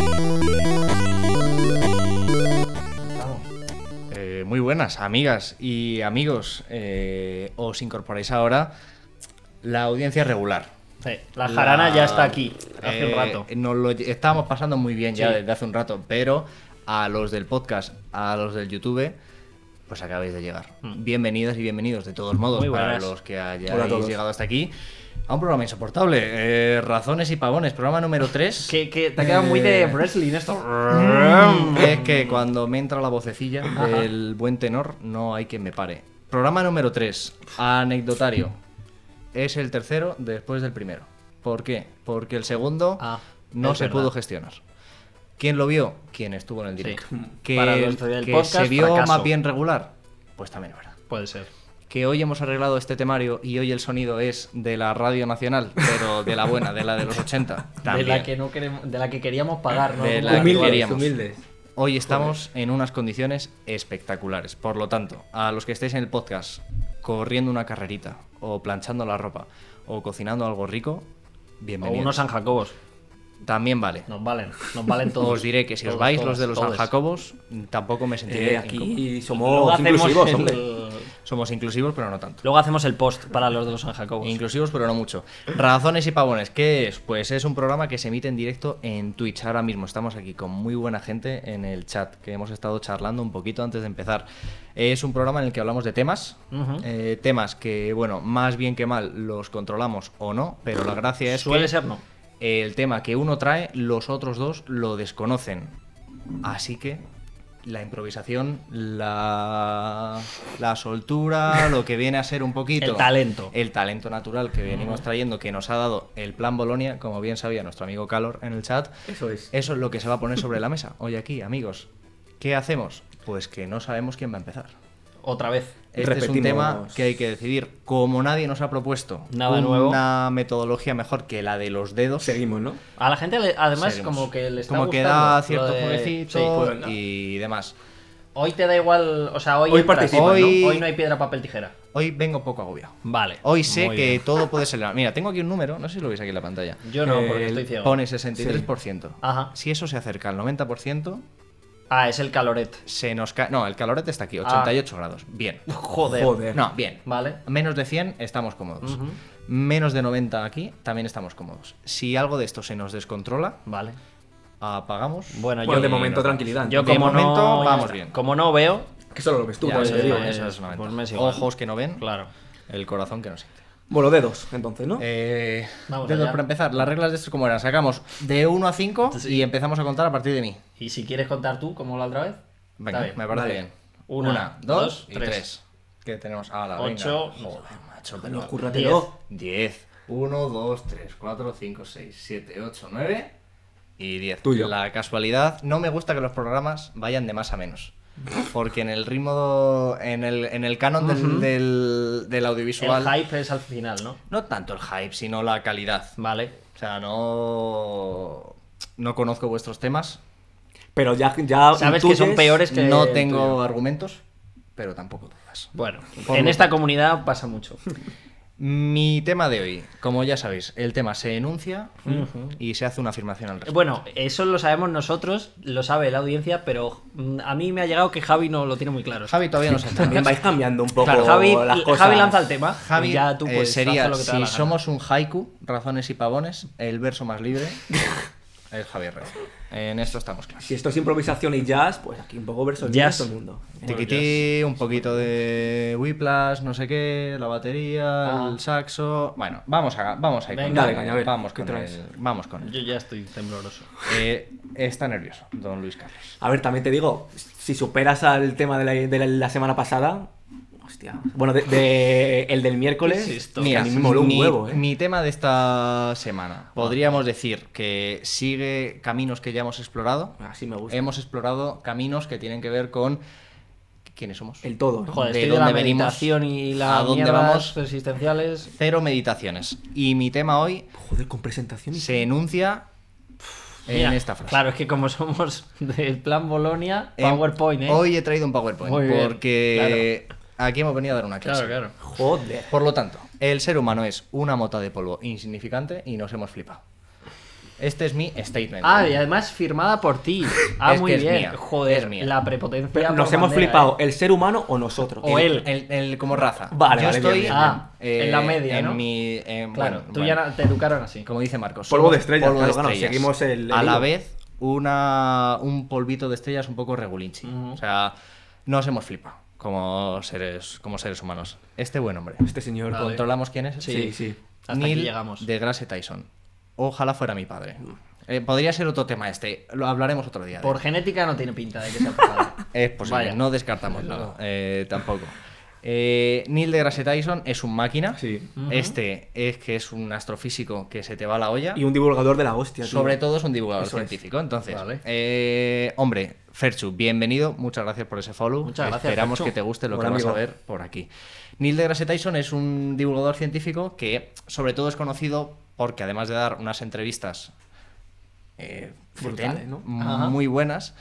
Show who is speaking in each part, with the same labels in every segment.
Speaker 1: Queridas Eh, amigas y amigos, eh, os incorporáis ahora la audiencia regular.
Speaker 2: Sí, la jarana ya está aquí, hace un
Speaker 1: eh,
Speaker 2: rato.
Speaker 1: Nos lo lle- estábamos pasando muy bien ya
Speaker 2: Sí.
Speaker 1: desde hace un rato, pero a los del podcast, a los del YouTube, pues acabáis de llegar. Bienvenidas y bienvenidos, de todos modos,
Speaker 2: Hmm. Muy
Speaker 1: para
Speaker 2: buenas.
Speaker 1: los que
Speaker 3: Hola a
Speaker 1: hayáis
Speaker 3: todos.
Speaker 1: llegado hasta aquí. A un programa insoportable. eh, Razones y pavones, programa número 3.
Speaker 2: Que, que te ha quedado muy de
Speaker 1: Mm.
Speaker 2: wrestling esto. Mm.
Speaker 1: Es que cuando me entra la vocecilla del buen tenor, no hay quien me pare. Programa número 3, anecdotario. Es el tercero después del primero. ¿Por qué? Porque el segundo
Speaker 2: Ah,
Speaker 1: no
Speaker 2: es
Speaker 1: se
Speaker 2: verdad.
Speaker 1: pudo gestionar. ¿Quién lo vio? Quien estuvo en el directo. Que,
Speaker 2: Para los del
Speaker 1: que
Speaker 2: podcast,
Speaker 1: se vio
Speaker 2: fracaso.
Speaker 1: más bien regular. Pues también es verdad.
Speaker 2: Puede ser.
Speaker 1: Que hoy hemos arreglado este temario y hoy el sonido es de la radio nacional, pero de la buena, de la de los 80. También.
Speaker 2: De la que no queremos, de la que queríamos pagar, ¿no?
Speaker 1: De
Speaker 2: Como
Speaker 1: la que
Speaker 2: actual.
Speaker 1: queríamos.
Speaker 3: humildes.
Speaker 1: Hoy estamos en unas condiciones espectaculares. Por lo tanto, a los que estéis en el podcast corriendo una carrerita, o planchando la ropa, o cocinando algo rico,
Speaker 2: O
Speaker 1: bienvenidos.
Speaker 2: unos San Jacobos.
Speaker 1: También vale.
Speaker 2: Nos valen, nos valen todos.
Speaker 1: Os diré que si os
Speaker 2: Todos,
Speaker 1: vais
Speaker 2: todas,
Speaker 1: los de los San
Speaker 2: todes.
Speaker 1: Jacobos, tampoco me sentiré
Speaker 3: Eh,
Speaker 1: incómodo.
Speaker 3: aquí
Speaker 2: Luego
Speaker 3: somos
Speaker 2: hacemos,
Speaker 3: inclusivos,
Speaker 2: el,
Speaker 3: hombre.
Speaker 1: Somos inclusivos, pero no tanto.
Speaker 2: luego hacemos el post para los de los San Jacobos.
Speaker 1: Inclusivos, pero no mucho. Razones y pavones. ¿Qué es? Pues es un programa que se emite en directo en Twitch. Ahora mismo estamos aquí con muy buena gente en el chat, que hemos estado charlando un poquito antes de empezar. Es un programa en el que hablamos de temas. eh, temas que, bueno, más bien que mal los controlamos o no, pero la gracia es
Speaker 2: Suele
Speaker 1: que
Speaker 2: ser no.
Speaker 1: el tema que uno trae, los otros dos lo desconocen. Así que la improvisación, la, la soltura, lo que viene a ser un poquito...
Speaker 2: El talento.
Speaker 1: El talento natural que venimos trayendo, que nos ha dado el plan Bolonia, como bien sabía nuestro amigo Calor en el chat.
Speaker 3: Eso es.
Speaker 1: Eso es lo que se va a poner sobre la mesa hoy aquí, amigos. ¿Qué hacemos? Pues que no sabemos quién va a empezar.
Speaker 2: Otra vez.
Speaker 1: Este es un
Speaker 3: Repetimos.
Speaker 1: tema que hay que decidir. Como nadie nos ha propuesto
Speaker 2: Nada
Speaker 1: una
Speaker 2: nuevo.
Speaker 1: metodología mejor que la de los dedos,
Speaker 3: Seguimos, ¿no?
Speaker 2: A la gente, le- además,
Speaker 1: Seguimos.
Speaker 2: como que le está
Speaker 1: Como que
Speaker 2: gustando
Speaker 1: da
Speaker 2: lo
Speaker 1: cierto
Speaker 2: de-
Speaker 1: jueguecito
Speaker 2: Sí, pues,
Speaker 3: no.
Speaker 1: y demás.
Speaker 2: Hoy te da igual, o sea, hoy,
Speaker 3: Hoy
Speaker 2: entras,
Speaker 3: participas,
Speaker 2: ¿no?
Speaker 1: Hoy-
Speaker 2: Hoy no hay piedra, papel, tijera.
Speaker 1: Hoy vengo poco agobiado.
Speaker 2: Vale.
Speaker 1: Hoy sé
Speaker 2: Muy
Speaker 1: que
Speaker 2: bien.
Speaker 1: todo puede ser... la- Mira, tengo aquí un número, no sé si lo veis aquí en la pantalla.
Speaker 2: Yo no,
Speaker 3: Eh,
Speaker 2: porque estoy ciego.
Speaker 1: Pone 63%.
Speaker 2: Ajá.
Speaker 1: Si eso se acerca al 90%,
Speaker 2: Ah, es el caloret.
Speaker 1: se nos cae... No, el calorete está aquí, 88 grados. Bien.
Speaker 2: Ah. Joder.
Speaker 3: Joder.
Speaker 1: No, bien.
Speaker 2: Vale.
Speaker 1: Menos de 100 estamos cómodos. Menos de 90 aquí también estamos cómodos. Si algo de esto se nos descontrola,
Speaker 2: Vale.
Speaker 1: apagamos.
Speaker 2: Bueno,
Speaker 3: Bueno,
Speaker 2: yo.
Speaker 3: de momento, tranquilidad.
Speaker 2: Yo
Speaker 1: De
Speaker 2: como
Speaker 1: momento,
Speaker 2: no,
Speaker 1: vamos
Speaker 2: ya está.
Speaker 1: bien.
Speaker 2: Como no veo,
Speaker 3: Que solo lo ves tú,
Speaker 1: Ya,
Speaker 3: por eso
Speaker 1: eso
Speaker 3: te
Speaker 2: sí,
Speaker 3: digo.
Speaker 2: sí,
Speaker 1: es-
Speaker 2: sí.
Speaker 1: eso es una
Speaker 2: Pues
Speaker 1: ventaja.
Speaker 2: me es igual.
Speaker 1: Ojos que no ven,
Speaker 2: claro.
Speaker 1: el corazón que no siente.
Speaker 3: Bueno, dedos, entonces, ¿no?
Speaker 1: Eh,
Speaker 2: Vamos
Speaker 1: dedos
Speaker 2: allá.
Speaker 1: para empezar. Las reglas de esto, como eran? Sacamos de 1 a 5
Speaker 2: Sí.
Speaker 1: y empezamos a contar a partir de mí.
Speaker 2: Y si quieres contar tú, como la otra vez.
Speaker 1: Venga,
Speaker 2: está bien.
Speaker 1: me parece
Speaker 3: Vale.
Speaker 1: bien.
Speaker 2: Una,
Speaker 1: 1, 2
Speaker 2: dos,
Speaker 1: y
Speaker 2: tres.
Speaker 1: 3. ¿Qué tenemos? Ah, la
Speaker 2: Ocho.
Speaker 1: venga. Joder, macho,
Speaker 3: No,
Speaker 1: pero...
Speaker 3: cúrratelo.
Speaker 1: 10. 1, 2, 3, 4, 5, 6, 7, 8, 9 y 10.
Speaker 3: Tuyo.
Speaker 1: La casualidad, no me gusta que los programas vayan de más a menos. Porque en el ritmo, en el, en el canon del, del, del audiovisual,
Speaker 2: El hype es al final, ¿no?
Speaker 1: no tanto el hype, sino la calidad.
Speaker 2: Vale.
Speaker 1: O sea, no, no conozco vuestros temas,
Speaker 3: Pero ya, ya
Speaker 2: Sabes que son
Speaker 3: intuyes-
Speaker 2: peores que.
Speaker 1: no tengo argumentos, pero tampoco dudas.
Speaker 2: Bueno,
Speaker 1: Por
Speaker 2: en
Speaker 1: lo
Speaker 2: esta comunidad pasa mucho.
Speaker 1: Mi tema de hoy, como ya sabéis, el tema se enuncia y se hace una afirmación al respecto.
Speaker 2: Bueno, eso lo sabemos nosotros, lo sabe la audiencia, pero mm, a mí me ha llegado que Javi no lo tiene muy claro.
Speaker 1: Javi todavía no se entera.
Speaker 3: También vais cambiando un poco
Speaker 2: Claro, Javi,
Speaker 3: las cosas.
Speaker 2: Javi lanza el tema.
Speaker 1: Javi
Speaker 2: y ya tú
Speaker 1: eh,
Speaker 2: puedes
Speaker 1: sería,
Speaker 2: hacer lo que te da
Speaker 1: si
Speaker 2: la gana.
Speaker 1: somos un haiku, razones y pavones, el verso más libre es Javier Rey. En esto estamos claros.
Speaker 3: Si esto es improvisación y jazz, pues aquí un poco verso
Speaker 2: Jazz.
Speaker 3: jazz todo el mundo.
Speaker 1: Tiquití, un poquito de whiplash, no sé qué, la batería, el saxo. Bueno, vamos a, vamos a ir. con,
Speaker 2: Venga,
Speaker 3: Ah. venga, a ver,
Speaker 1: vamos,
Speaker 3: ¿qué
Speaker 1: con
Speaker 3: traes?
Speaker 1: el- vamos con él.
Speaker 2: Yo ya estoy tembloroso.
Speaker 1: Eh, está nervioso, don Luis Carlos.
Speaker 3: A ver, también te digo, si superas al tema de la, de la- la semana pasada, hostia. Bueno, de, de- el del miércoles,
Speaker 2: ¿Qué es esto?
Speaker 3: que
Speaker 1: Mira,
Speaker 3: a mí me moló
Speaker 1: mi-
Speaker 3: un huevo, ¿eh?
Speaker 1: mi tema de esta semana, podríamos decir que sigue caminos que ya hemos explorado.
Speaker 3: Así Ah, me
Speaker 2: em-
Speaker 3: gusta.
Speaker 1: Hemos explorado caminos que tienen que ver con quiénes somos.
Speaker 3: El todo, ¿no?
Speaker 2: Joder,
Speaker 1: ¿De
Speaker 2: estoy de la
Speaker 1: dónde venimos?
Speaker 2: meditación y la
Speaker 1: ¿A dónde
Speaker 2: mierdas
Speaker 1: vamos?
Speaker 2: existenciales.
Speaker 1: Cero meditaciones. Y mi tema hoy
Speaker 3: Joder, con presentación y...
Speaker 1: se enuncia en
Speaker 2: Mira,
Speaker 1: esta frase.
Speaker 2: Claro, es que como somos del plan Bolonia,
Speaker 1: Em,
Speaker 2: PowerPoint, ¿eh?
Speaker 1: Hoy he traído un PowerPoint
Speaker 2: Muy bien,
Speaker 1: porque aquí hemos venido a dar una clase.
Speaker 2: Claro, claro.
Speaker 3: Joder.
Speaker 1: Por lo tanto, el ser humano es una mota de polvo insignificante y nos hemos flipado. Este es mi statement.
Speaker 2: Ah, y además firmada por ti. Ah,
Speaker 1: Es que
Speaker 2: muy
Speaker 1: es
Speaker 2: bien.
Speaker 1: mía,
Speaker 2: Joder,
Speaker 1: es mía.
Speaker 2: la prepotencia.
Speaker 3: Pero
Speaker 2: por
Speaker 3: nos hemos
Speaker 2: bandera,
Speaker 3: flipado,
Speaker 2: ¿eh?
Speaker 3: ¿el ser humano o nosotros?
Speaker 2: O él.
Speaker 1: El, el- como raza.
Speaker 3: Vale,
Speaker 1: Yo
Speaker 3: vale,
Speaker 1: estoy eh,
Speaker 3: bien,
Speaker 2: bien, bien. en la media,
Speaker 1: en
Speaker 2: ¿no?
Speaker 1: mi- en-
Speaker 2: ¿eh? Claro,
Speaker 1: bueno,
Speaker 2: tú
Speaker 1: bueno.
Speaker 2: ya na- te educaron así.
Speaker 1: como dice Marcos.
Speaker 3: Polvo
Speaker 1: somos
Speaker 3: de estrellas,
Speaker 1: polvo
Speaker 3: claro, claro, seguimos el- el
Speaker 1: a la
Speaker 3: hilo.
Speaker 1: vez, una, un polvito de estrellas un poco regulinchi. O sea, nos hemos flipado como seres, como seres humanos. Este buen hombre.
Speaker 3: Este señor.
Speaker 2: Vale.
Speaker 1: ¿Controlamos quién es?
Speaker 3: Sí, sí.
Speaker 2: Hasta aquí llegamos.
Speaker 1: de Grasse Tyson. Ojalá fuera mi padre. Eh, podría ser otro tema este. Lo hablaremos otro día. de
Speaker 2: Por genética no tiene pinta de que sea pasado.
Speaker 1: es posible,
Speaker 2: Vaya.
Speaker 1: no descartamos
Speaker 2: Desde
Speaker 1: nada.
Speaker 2: luego.
Speaker 1: eh, tampoco. Eh, Neil deGrasse Tyson es un máquina.
Speaker 3: Sí.
Speaker 1: Este es que es un astrofísico que se te va la olla.
Speaker 3: Y un divulgador de la hostia. tío.
Speaker 1: Sobre todo es un divulgador
Speaker 3: Eso es.
Speaker 1: científico. Entonces,
Speaker 2: Vale.
Speaker 1: eh, hombre, Ferchu, bienvenido. Muchas gracias por ese follow.
Speaker 2: Muchas gracias,
Speaker 1: Esperamos
Speaker 2: Ferchu.
Speaker 1: que te guste lo
Speaker 3: Buen
Speaker 1: que vas
Speaker 3: amigo.
Speaker 1: a ver por aquí. Neil deGrasse Tyson es un divulgador científico que, sobre todo, es conocido porque además de dar unas entrevistas eh,
Speaker 3: Brutales,
Speaker 1: fetén,
Speaker 3: ¿no?
Speaker 2: Ajá.
Speaker 1: muy buenas.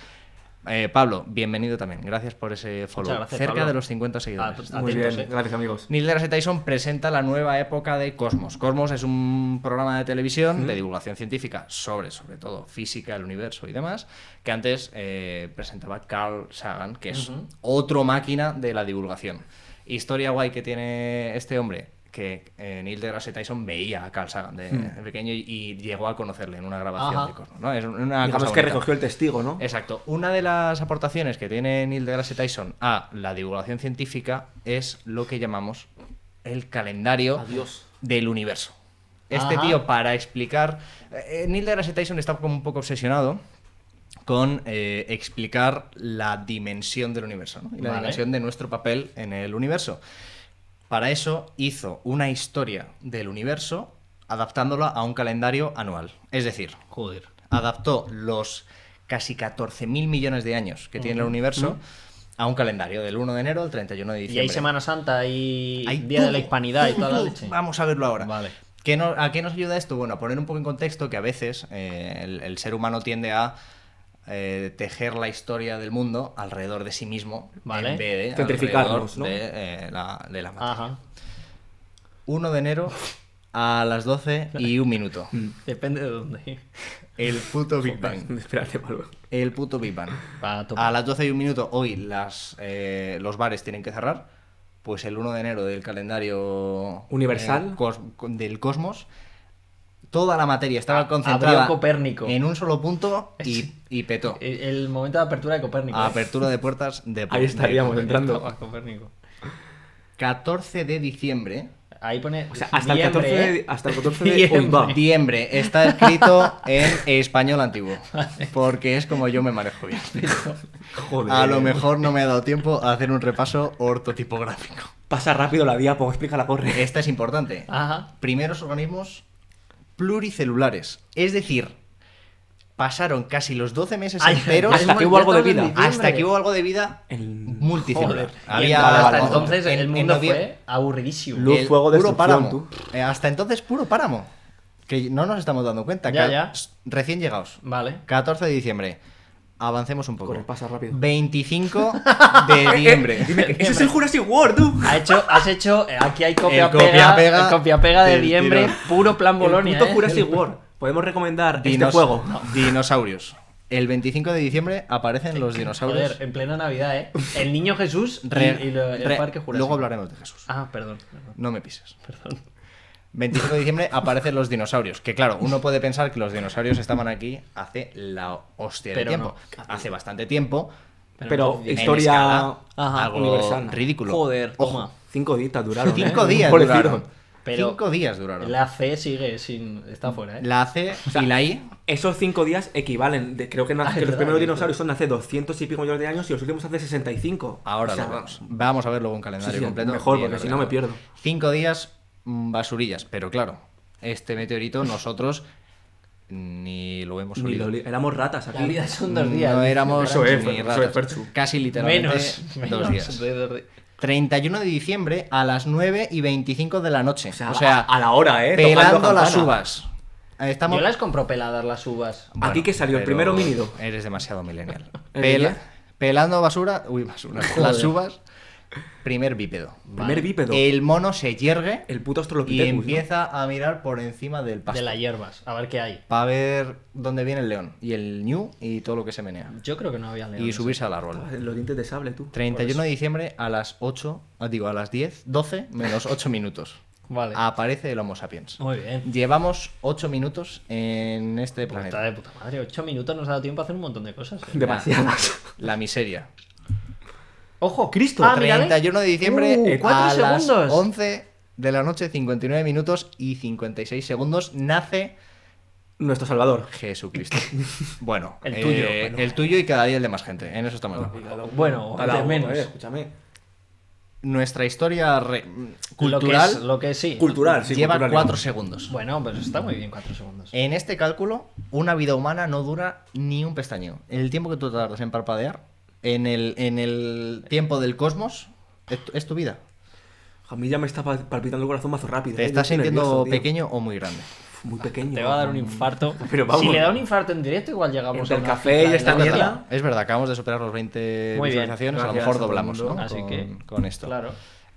Speaker 1: Eh, Pablo, bienvenido también. Gracias por ese follow.
Speaker 2: gracias,
Speaker 1: Cerca
Speaker 2: Pablo.
Speaker 1: de los 50 seguidores.
Speaker 2: Ah,
Speaker 1: Está
Speaker 3: Muy
Speaker 2: Atentos,
Speaker 3: bien,
Speaker 2: eh.
Speaker 3: gracias amigos.
Speaker 1: Neil deGrasse Tyson presenta la nueva época de Cosmos. Cosmos es un programa de televisión de divulgación científica sobre, sobre todo, física, el universo y demás, que antes eh, presentaba Carl Sagan, que es otro máquina de la divulgación. Historia guay que tiene este hombre, que eh, Neil deGrasse Tyson veía a Carl Sagan de, de pequeño y, y llegó a conocerle en una grabación
Speaker 2: Ajá.
Speaker 1: de Cosmos. ¿no? Es una
Speaker 3: Digamos
Speaker 1: cosa
Speaker 3: que
Speaker 1: bonita.
Speaker 3: recogió el testigo, ¿no?
Speaker 1: Exacto. Una de las aportaciones que tiene Neil deGrasse Tyson a la divulgación científica es lo que llamamos el calendario
Speaker 3: Adiós.
Speaker 1: del universo. Este
Speaker 2: Ajá.
Speaker 1: tío, para explicar. eh, Neil deGrasse Tyson está como un poco obsesionado con eh, explicar la dimensión del universo ¿no? y la
Speaker 2: Vale.
Speaker 1: dimensión de nuestro papel en el universo. Para eso hizo una historia del universo adaptándola a un calendario anual. Es decir,
Speaker 2: Joder.
Speaker 1: adaptó los casi 14.000 millones de años que tiene el universo a un calendario del 1 de enero al 31 de
Speaker 2: Y
Speaker 1: diciembre.
Speaker 2: hay Semana Santa y
Speaker 1: Hay
Speaker 2: Día de
Speaker 1: todo,
Speaker 2: la Hispanidad y toda la
Speaker 1: todo.
Speaker 2: leche.
Speaker 1: Vamos a verlo ahora.
Speaker 2: Vale.
Speaker 1: ¿Qué no- ¿A qué nos ayuda esto? Bueno, a poner un poco en contexto que a veces eh, el, el ser humano tiende a eh, tejer la historia del mundo alrededor de sí mismo
Speaker 2: Vale.
Speaker 1: en vez de alrededor
Speaker 3: Centrificarnos, ¿no?
Speaker 1: de, eh, la, de la materia.
Speaker 2: Ajá.
Speaker 1: 1 de enero a las 12 y un minuto.
Speaker 2: Depende de dónde.
Speaker 1: El puto Big Bang.
Speaker 3: Espérate, Pablo.
Speaker 1: El puto Big Bang.
Speaker 2: Va a tope.
Speaker 1: A las 12 y un minuto hoy las, eh, los bares tienen que cerrar. Pues el 1 de enero del calendario
Speaker 3: Universal.
Speaker 1: eh, cos- del cosmos, toda la materia
Speaker 3: Ah,
Speaker 1: estaba
Speaker 2: A-
Speaker 1: concentrada
Speaker 2: abrió Copérnico.
Speaker 1: en un solo punto y, y petó.
Speaker 2: El, el momento de apertura de Copérnico. ¿eh?
Speaker 1: Apertura de puertas de
Speaker 3: Eh, Ahí estaríamos
Speaker 1: de-
Speaker 3: entrando.
Speaker 2: Estaba Copérnico.
Speaker 1: 14 de diciembre.
Speaker 2: Ahí pone. ¿eh?
Speaker 3: O sea, hasta el 14 de, hasta el 14 de
Speaker 2: Diciembre.
Speaker 3: Hoy va.
Speaker 1: Diciembre está escrito en español antiguo, porque es como yo me manejo bien.
Speaker 3: Joder.
Speaker 1: A lo mejor no me ha dado tiempo a hacer un repaso ortotipográfico.
Speaker 3: Pasa rápido la diapo, explícala, corre.
Speaker 1: Esta es importante.
Speaker 2: Ajá.
Speaker 1: Primeros organismos pluricelulares. Es decir, pasaron casi los 12 meses
Speaker 2: Ay,
Speaker 1: enteros
Speaker 3: hasta que hubo algo de vida.
Speaker 1: hasta que hubo algo de vida
Speaker 3: El-
Speaker 1: multicelular.
Speaker 2: Joder. Y
Speaker 1: Había-
Speaker 2: entonces,
Speaker 3: Vale,
Speaker 2: hasta
Speaker 3: vale.
Speaker 2: entonces
Speaker 1: en-
Speaker 2: el
Speaker 1: en
Speaker 2: mundo
Speaker 1: novie-
Speaker 2: fue aburridísimo.
Speaker 3: Luz,
Speaker 1: el
Speaker 3: fuego,
Speaker 1: puro
Speaker 3: destrucción,
Speaker 1: páramo.
Speaker 3: tú.
Speaker 1: Eh, hasta entonces, puro páramo. Que no nos estamos dando cuenta.
Speaker 2: Ya,
Speaker 1: Ca-
Speaker 2: ya.
Speaker 1: Recién llegados.
Speaker 2: Vale.
Speaker 1: 14 de diciembre. Avancemos un poco.
Speaker 3: Corre, pasa rápido.
Speaker 1: 25 de diciembre.
Speaker 3: Dime que- ¡Ese es el Jurassic World, tú!
Speaker 2: Ha hecho, has hecho. eh, Aquí hay copia
Speaker 1: El copia
Speaker 2: pega.
Speaker 1: pega
Speaker 2: el copia pega de
Speaker 1: del
Speaker 2: diciembre.
Speaker 1: tirón.
Speaker 2: Puro plan Bolonia.
Speaker 3: El puto
Speaker 2: eh.
Speaker 3: Jurassic World. Podemos recomendar este
Speaker 1: Dinos-
Speaker 3: juego.
Speaker 1: Dinosaurios. El 25 de diciembre aparecen los dinosaurios.
Speaker 2: Joder, en plena Navidad, ¿eh? El niño Jesús
Speaker 1: Re-
Speaker 2: y, y lo- el
Speaker 1: re-
Speaker 2: Parque Jurásico.
Speaker 1: Luego hablaremos de Jesús.
Speaker 2: Ah, perdón. perdón.
Speaker 1: No me pises. Perdón. 25 de diciembre aparecen los dinosaurios. Que claro, uno puede pensar que los dinosaurios estaban aquí hace la hostia de
Speaker 2: Pero
Speaker 1: tiempo. Hace bastante tiempo.
Speaker 3: Pero
Speaker 1: en
Speaker 3: historia
Speaker 1: escala,
Speaker 2: Ajá.
Speaker 1: algo
Speaker 3: universal.
Speaker 1: ridículo.
Speaker 2: Joder,
Speaker 1: Ojo,
Speaker 2: toma.
Speaker 3: Cinco días duraron.
Speaker 1: Cinco
Speaker 3: ¿eh?
Speaker 1: días
Speaker 3: Pobrecito.
Speaker 1: duraron.
Speaker 2: Pero-
Speaker 1: cinco días duraron. La,
Speaker 2: La C sigue sin. Está fuera, ¿eh?
Speaker 1: C y la I.
Speaker 3: Esos cinco días equivalen. de- creo que,
Speaker 2: Ah,
Speaker 3: na- que
Speaker 2: es
Speaker 3: los
Speaker 2: verdad,
Speaker 3: primeros
Speaker 2: es
Speaker 3: dinosaurios son hace 200 y pico millones de años y los últimos hace 65.
Speaker 1: Ahora
Speaker 3: O sea,
Speaker 1: lo vemos. Vamos a ver luego un calendario
Speaker 3: Sí, sí,
Speaker 1: completo.
Speaker 3: mejor,
Speaker 1: bien
Speaker 3: porque si no me
Speaker 1: ordenado.
Speaker 3: pierdo.
Speaker 1: Cinco días mm, basurillas, pero claro, este meteorito nosotros ni lo hemos
Speaker 3: ni
Speaker 1: olido.
Speaker 3: lo li- éramos ratas aquí.
Speaker 2: La vida son dos días.
Speaker 1: Mm, No
Speaker 2: dice.
Speaker 1: éramos
Speaker 3: Eso es,
Speaker 1: ni
Speaker 3: eso
Speaker 1: ratas.
Speaker 3: es, Ferchu.
Speaker 1: casi literalmente
Speaker 2: Menos, menos
Speaker 1: dos días.
Speaker 2: de dos días.
Speaker 1: 31 de diciembre a las 9 y 25 de la noche. O sea,
Speaker 3: a, a la hora, ¿eh?
Speaker 1: pelando
Speaker 3: Tocando
Speaker 1: las
Speaker 3: campana.
Speaker 1: uvas. Ahí Estamos...
Speaker 2: Yo las compro peladas las uvas.
Speaker 1: Bueno,
Speaker 3: Aquí que salió el
Speaker 1: pero
Speaker 3: primero homínido.
Speaker 1: Eres demasiado millennial.
Speaker 3: ¿El
Speaker 1: Pela-
Speaker 3: qué?
Speaker 1: pelando basura. Uy, basura. Las uvas Primer bípedo.
Speaker 3: Primer bípedo.
Speaker 1: El mono se yergue
Speaker 3: El
Speaker 1: y
Speaker 3: puto Australopithecus. ¿no?
Speaker 1: empieza a mirar por encima del pasto.
Speaker 2: De las hierbas, a ver qué hay.
Speaker 1: Para ver dónde viene el león y el ñu y todo lo que se menea.
Speaker 2: Yo creo que no había leones.
Speaker 1: Y subirse al árbol.
Speaker 3: Ah, Los dientes de sable,
Speaker 2: Pues
Speaker 3: tú.
Speaker 1: 31 de diciembre a las 8, ah, digo, a las 10, 12 menos 8 minutos.
Speaker 2: Vale.
Speaker 1: Aparece el Homo sapiens.
Speaker 2: Muy bien.
Speaker 1: Llevamos 8 minutos en este
Speaker 2: Pues está
Speaker 1: planeta.
Speaker 2: de puta madre. Ocho minutos nos ha dado tiempo a hacer un montón de cosas. eh.
Speaker 3: Demasiadas.
Speaker 1: La miseria.
Speaker 2: ¡Ojo!
Speaker 3: Cristo,
Speaker 2: Ah, mira, ¿ves?
Speaker 1: 31 de diciembre
Speaker 2: Uh,
Speaker 1: a
Speaker 2: cuatro
Speaker 1: las
Speaker 2: segundos.
Speaker 1: 11 de la noche, 59 minutos y 56 segundos, nace
Speaker 3: Nuestro Salvador.
Speaker 1: Jesucristo. Bueno,
Speaker 2: El
Speaker 1: eh,
Speaker 2: tuyo, bueno.
Speaker 1: el tuyo y cada día el de más gente. En eso estamos. de acuerdo.
Speaker 2: Bueno,
Speaker 3: Cada
Speaker 2: de
Speaker 3: uno,
Speaker 2: menos.
Speaker 3: eh, escúchame.
Speaker 1: Nuestra historia re-
Speaker 2: Lo que,
Speaker 1: cultural
Speaker 2: es- lo que sí.
Speaker 3: Cultural, sí.
Speaker 1: lleva
Speaker 3: cultural.
Speaker 1: 4 segundos.
Speaker 2: Bueno, pues está muy bien, cuatro segundos.
Speaker 3: Eh,
Speaker 1: En este cálculo, una vida humana no dura ni un pestañeo. El tiempo que tú tardas en parpadear, en el, en el tiempo del cosmos, es tu, es tu vida.
Speaker 3: A mí ya me está pal- palpitando el corazón más rápido.
Speaker 1: ¿Te
Speaker 3: eh,
Speaker 1: estás
Speaker 3: yo estoy
Speaker 1: sintiendo
Speaker 3: nervioso, tío.
Speaker 1: pequeño o muy grande?
Speaker 3: Muy pequeño.
Speaker 2: Te va a dar un infarto.
Speaker 3: mm, Pero vamos.
Speaker 2: Si le da un infarto en directo, igual llegamos
Speaker 3: Entre
Speaker 2: a
Speaker 3: el
Speaker 2: una
Speaker 3: café
Speaker 2: cifra
Speaker 3: y
Speaker 2: de
Speaker 3: esta
Speaker 2: la
Speaker 1: Es
Speaker 2: verdad.
Speaker 3: mierda.
Speaker 1: verdad, es verdad, acabamos de superar los 20
Speaker 2: Muy bien,
Speaker 1: visualizaciones, a lo
Speaker 3: gracias
Speaker 1: mejor
Speaker 3: a todo el
Speaker 1: doblamos, ¿no?
Speaker 3: mundo.
Speaker 2: Así que-
Speaker 1: con esto.
Speaker 2: Claro.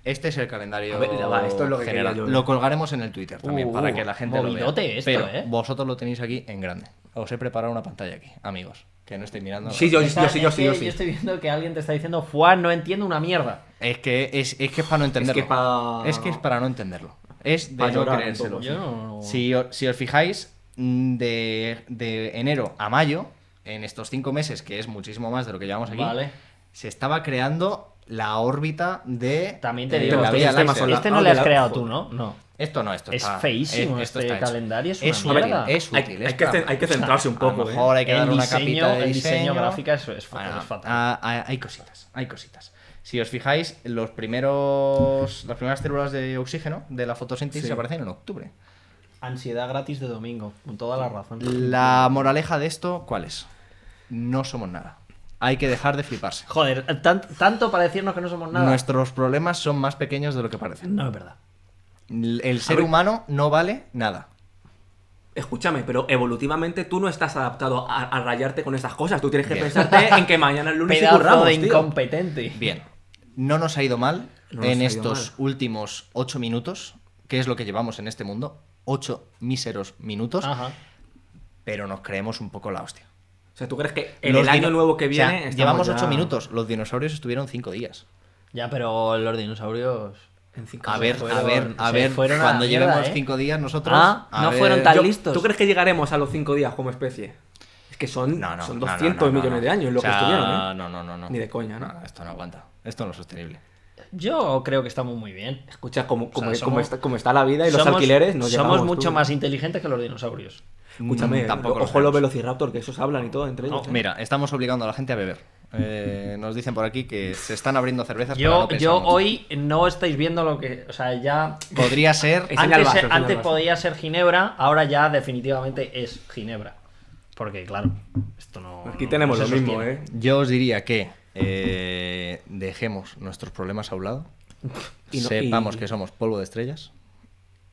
Speaker 1: Este es el calendario
Speaker 3: A ver, ya va, esto es lo que
Speaker 1: general.
Speaker 3: quería yo.
Speaker 1: Lo colgaremos en el Twitter también
Speaker 2: Uh,
Speaker 1: para que la gente lo
Speaker 2: movidote
Speaker 1: vea.
Speaker 2: esto,
Speaker 1: Pero
Speaker 2: ¿eh?
Speaker 1: vosotros lo tenéis aquí en grande. Os he preparado una pantalla aquí, amigos, que no estoy mirando.
Speaker 3: Sí, yo, yo
Speaker 2: Está-
Speaker 3: sí, yo
Speaker 2: es
Speaker 3: sí,
Speaker 2: que
Speaker 3: yo sí.
Speaker 2: estoy viendo que alguien te está diciendo, Juan, no entiendo una mierda.
Speaker 1: Es que es, es que es para no entenderlo.
Speaker 3: Es que pa-
Speaker 1: es que es para no entenderlo. Es de
Speaker 3: Pa
Speaker 1: no
Speaker 3: llorar un
Speaker 1: creérselo.
Speaker 3: poco,
Speaker 2: Yo no-
Speaker 1: Si, o- si os fijáis, mm, de, de enero a mayo, en estos cinco meses, que es muchísimo más de lo que llevamos aquí,
Speaker 2: Vale.
Speaker 1: se estaba creando la órbita de
Speaker 2: También te
Speaker 1: de
Speaker 2: digo,
Speaker 1: la
Speaker 2: este
Speaker 1: Vía
Speaker 3: sistema
Speaker 1: Láctea.
Speaker 3: solar.
Speaker 2: Este no
Speaker 3: Ah,
Speaker 2: le has
Speaker 3: de la-
Speaker 2: creado tú, ¿no? No.
Speaker 1: Esto no, esto
Speaker 2: Es
Speaker 1: está-
Speaker 2: feísimo
Speaker 1: esto
Speaker 2: este
Speaker 1: está hecho.
Speaker 2: centenario, es
Speaker 1: es
Speaker 2: una
Speaker 1: útil,
Speaker 2: mierda.
Speaker 1: es
Speaker 3: Hay,
Speaker 1: útil,
Speaker 3: hay
Speaker 1: es
Speaker 3: que,
Speaker 1: práctico.
Speaker 3: cen- hay que centrarse un
Speaker 1: A lo
Speaker 3: poco, eh.
Speaker 1: mejor hay que
Speaker 2: El
Speaker 1: darle una
Speaker 2: diseño-
Speaker 1: capita de
Speaker 2: el diseño
Speaker 1: diseño.
Speaker 2: gráfico es- es fatal,
Speaker 1: Bueno,
Speaker 2: es fatal.
Speaker 1: ah, ah, hay cositas, hay cositas. Si os fijáis, los primeros, las primeras células de oxígeno de la fotosíntesis
Speaker 3: Sí.
Speaker 1: aparecen en octubre.
Speaker 2: Ansiedad gratis de domingo, con toda la razón.
Speaker 1: La moraleja de esto, ¿cuál es? No somos nada. Hay que dejar de fliparse.
Speaker 2: Joder, tan- tanto para decirnos que no somos nada.
Speaker 1: Nuestros problemas son más pequeños de lo que parecen.
Speaker 2: No es verdad.
Speaker 1: L- El
Speaker 3: A
Speaker 1: ser
Speaker 3: ver.
Speaker 1: humano no vale nada.
Speaker 3: Escúchame, pero evolutivamente tú no estás adaptado a, a rayarte con esas cosas. Tú tienes que
Speaker 1: Bien.
Speaker 3: pensarte en que mañana el lunes sí
Speaker 2: Pedazo
Speaker 3: curramos,
Speaker 2: de
Speaker 3: tío.
Speaker 2: incompetente.
Speaker 1: Bien, no nos ha ido mal
Speaker 3: No nos
Speaker 1: en
Speaker 3: ha ido
Speaker 1: estos
Speaker 3: mal.
Speaker 1: últimos ocho minutos, que es lo que llevamos en este mundo. Ocho míseros minutos,
Speaker 2: Ajá.
Speaker 1: pero nos creemos un poco la hostia.
Speaker 3: O sea, ¿tú crees que en
Speaker 1: Los
Speaker 3: el año
Speaker 1: dino-
Speaker 3: nuevo que
Speaker 1: o sea,
Speaker 3: viene... estamos
Speaker 1: llevamos
Speaker 3: ya
Speaker 1: ocho minutos, los dinosaurios estuvieron cinco días.
Speaker 2: Ya, pero los dinosaurios.
Speaker 3: en cinco
Speaker 1: A
Speaker 3: meses?
Speaker 1: ver,
Speaker 2: fueron-
Speaker 1: a ver, a
Speaker 2: se
Speaker 1: ver,
Speaker 2: fueron a la
Speaker 1: cuando
Speaker 2: mierda,
Speaker 1: llevemos
Speaker 2: ¿eh?
Speaker 1: cinco días nosotros...
Speaker 2: Ah,
Speaker 1: a
Speaker 2: no
Speaker 1: ver-
Speaker 2: fueron tan
Speaker 3: Yo-
Speaker 2: listos.
Speaker 3: ¿Tú crees que llegaremos a los cinco días como especie? Es que son,
Speaker 1: No, no,
Speaker 3: son
Speaker 1: no, no,
Speaker 3: 200
Speaker 1: no, no,
Speaker 3: millones
Speaker 1: no.
Speaker 3: de años lo
Speaker 1: O sea,
Speaker 3: que estuvieron, ¿eh?
Speaker 1: No, no, no, no.
Speaker 3: Ni de coña, ¿no?
Speaker 1: No, no, esto no aguanta. Esto no es sostenible.
Speaker 2: Yo creo que estamos muy bien.
Speaker 3: Escucha, como, como,
Speaker 2: sea,
Speaker 3: como
Speaker 2: somos-
Speaker 3: está, como está la vida y los alquileres,
Speaker 2: somos
Speaker 3: nos llegamos,
Speaker 2: mucho
Speaker 3: tú.
Speaker 2: más inteligentes que los dinosaurios.
Speaker 3: Escúchame,
Speaker 1: Mm, tampoco lo
Speaker 3: ojo los
Speaker 1: sabemos.
Speaker 3: Velociraptor, que esos hablan y todo entre ellos.
Speaker 1: No,
Speaker 3: ¿eh?
Speaker 1: mira, estamos obligando a la gente a beber. Eh, nos dicen por aquí que se están abriendo cervezas. para no
Speaker 2: Yo,
Speaker 1: pensar
Speaker 2: yo
Speaker 1: mucho.
Speaker 2: hoy no estáis viendo lo que. O sea, ya.
Speaker 1: Podría ser.
Speaker 3: Es
Speaker 2: Antes,
Speaker 3: el vaso, es el
Speaker 2: antes
Speaker 3: vaso.
Speaker 2: podía ser Ginebra, ahora ya definitivamente es Ginebra. Porque, claro, esto no.
Speaker 3: Aquí
Speaker 2: no-
Speaker 3: tenemos
Speaker 2: no
Speaker 3: lo
Speaker 2: se
Speaker 3: mismo,
Speaker 2: sostiene.
Speaker 3: ¿eh?
Speaker 1: Yo os diría que eh, dejemos nuestros problemas a un lado.
Speaker 3: Y no-
Speaker 1: sepamos
Speaker 3: y-
Speaker 1: que somos polvo de estrellas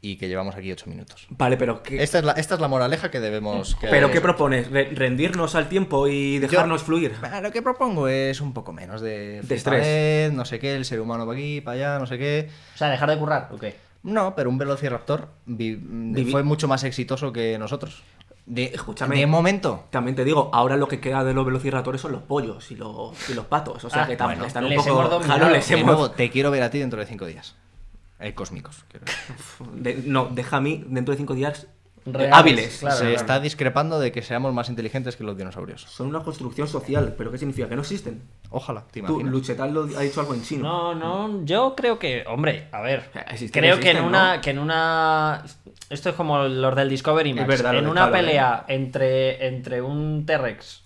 Speaker 1: y que llevamos aquí ocho minutos.
Speaker 3: Vale, pero ¿qué,
Speaker 1: Esta es la, esta es la moraleja que debemos. que
Speaker 3: pero ¿qué
Speaker 1: debemos-
Speaker 3: propones? Re- ¿Rendirnos al tiempo y dejarnos fluir?
Speaker 1: Ah, Lo que propongo es un poco menos de,
Speaker 3: De estrés.
Speaker 1: flipadez, No sé qué, el ser humano para aquí, para allá, no sé qué.
Speaker 2: O sea, dejar de currar, ¿o qué?
Speaker 1: No, pero un Velociraptor vi- mm,
Speaker 3: Vivi-
Speaker 1: fue mucho más exitoso que nosotros. De,
Speaker 3: Escúchame.
Speaker 1: De momento.
Speaker 3: También te digo, ahora lo que queda de los velociraptores son los pollos y los, y los patos. O sea
Speaker 2: Ah,
Speaker 3: que tam-
Speaker 1: bueno,
Speaker 3: están un
Speaker 2: les
Speaker 3: poco.
Speaker 2: hemos dominado.
Speaker 3: Claro, les
Speaker 1: De
Speaker 3: hemos-
Speaker 1: nuevo, te quiero ver a ti dentro de cinco días. Eh, cósmicos. quiero decir.
Speaker 3: de- no, deja a mí dentro de cinco días eh,
Speaker 2: Reales,
Speaker 3: hábiles.
Speaker 2: claro.
Speaker 1: Se está discrepando de que seamos más inteligentes que los dinosaurios.
Speaker 3: Son una construcción social, pero ¿qué significa? Que no existen.
Speaker 1: Ojalá, te
Speaker 3: Tú,
Speaker 1: imaginas.
Speaker 3: Luchetal lo ha dicho algo en chino.
Speaker 2: No, no, yo creo que, hombre, a ver,
Speaker 3: sea, existen,
Speaker 2: creo que en
Speaker 3: existen,
Speaker 2: una,
Speaker 3: ¿no?
Speaker 2: que en una, esto es como los del Discovery Max,
Speaker 3: verdad, lo
Speaker 2: en
Speaker 3: de
Speaker 2: una
Speaker 3: Fallon,
Speaker 2: pelea entre, entre un T-Rex,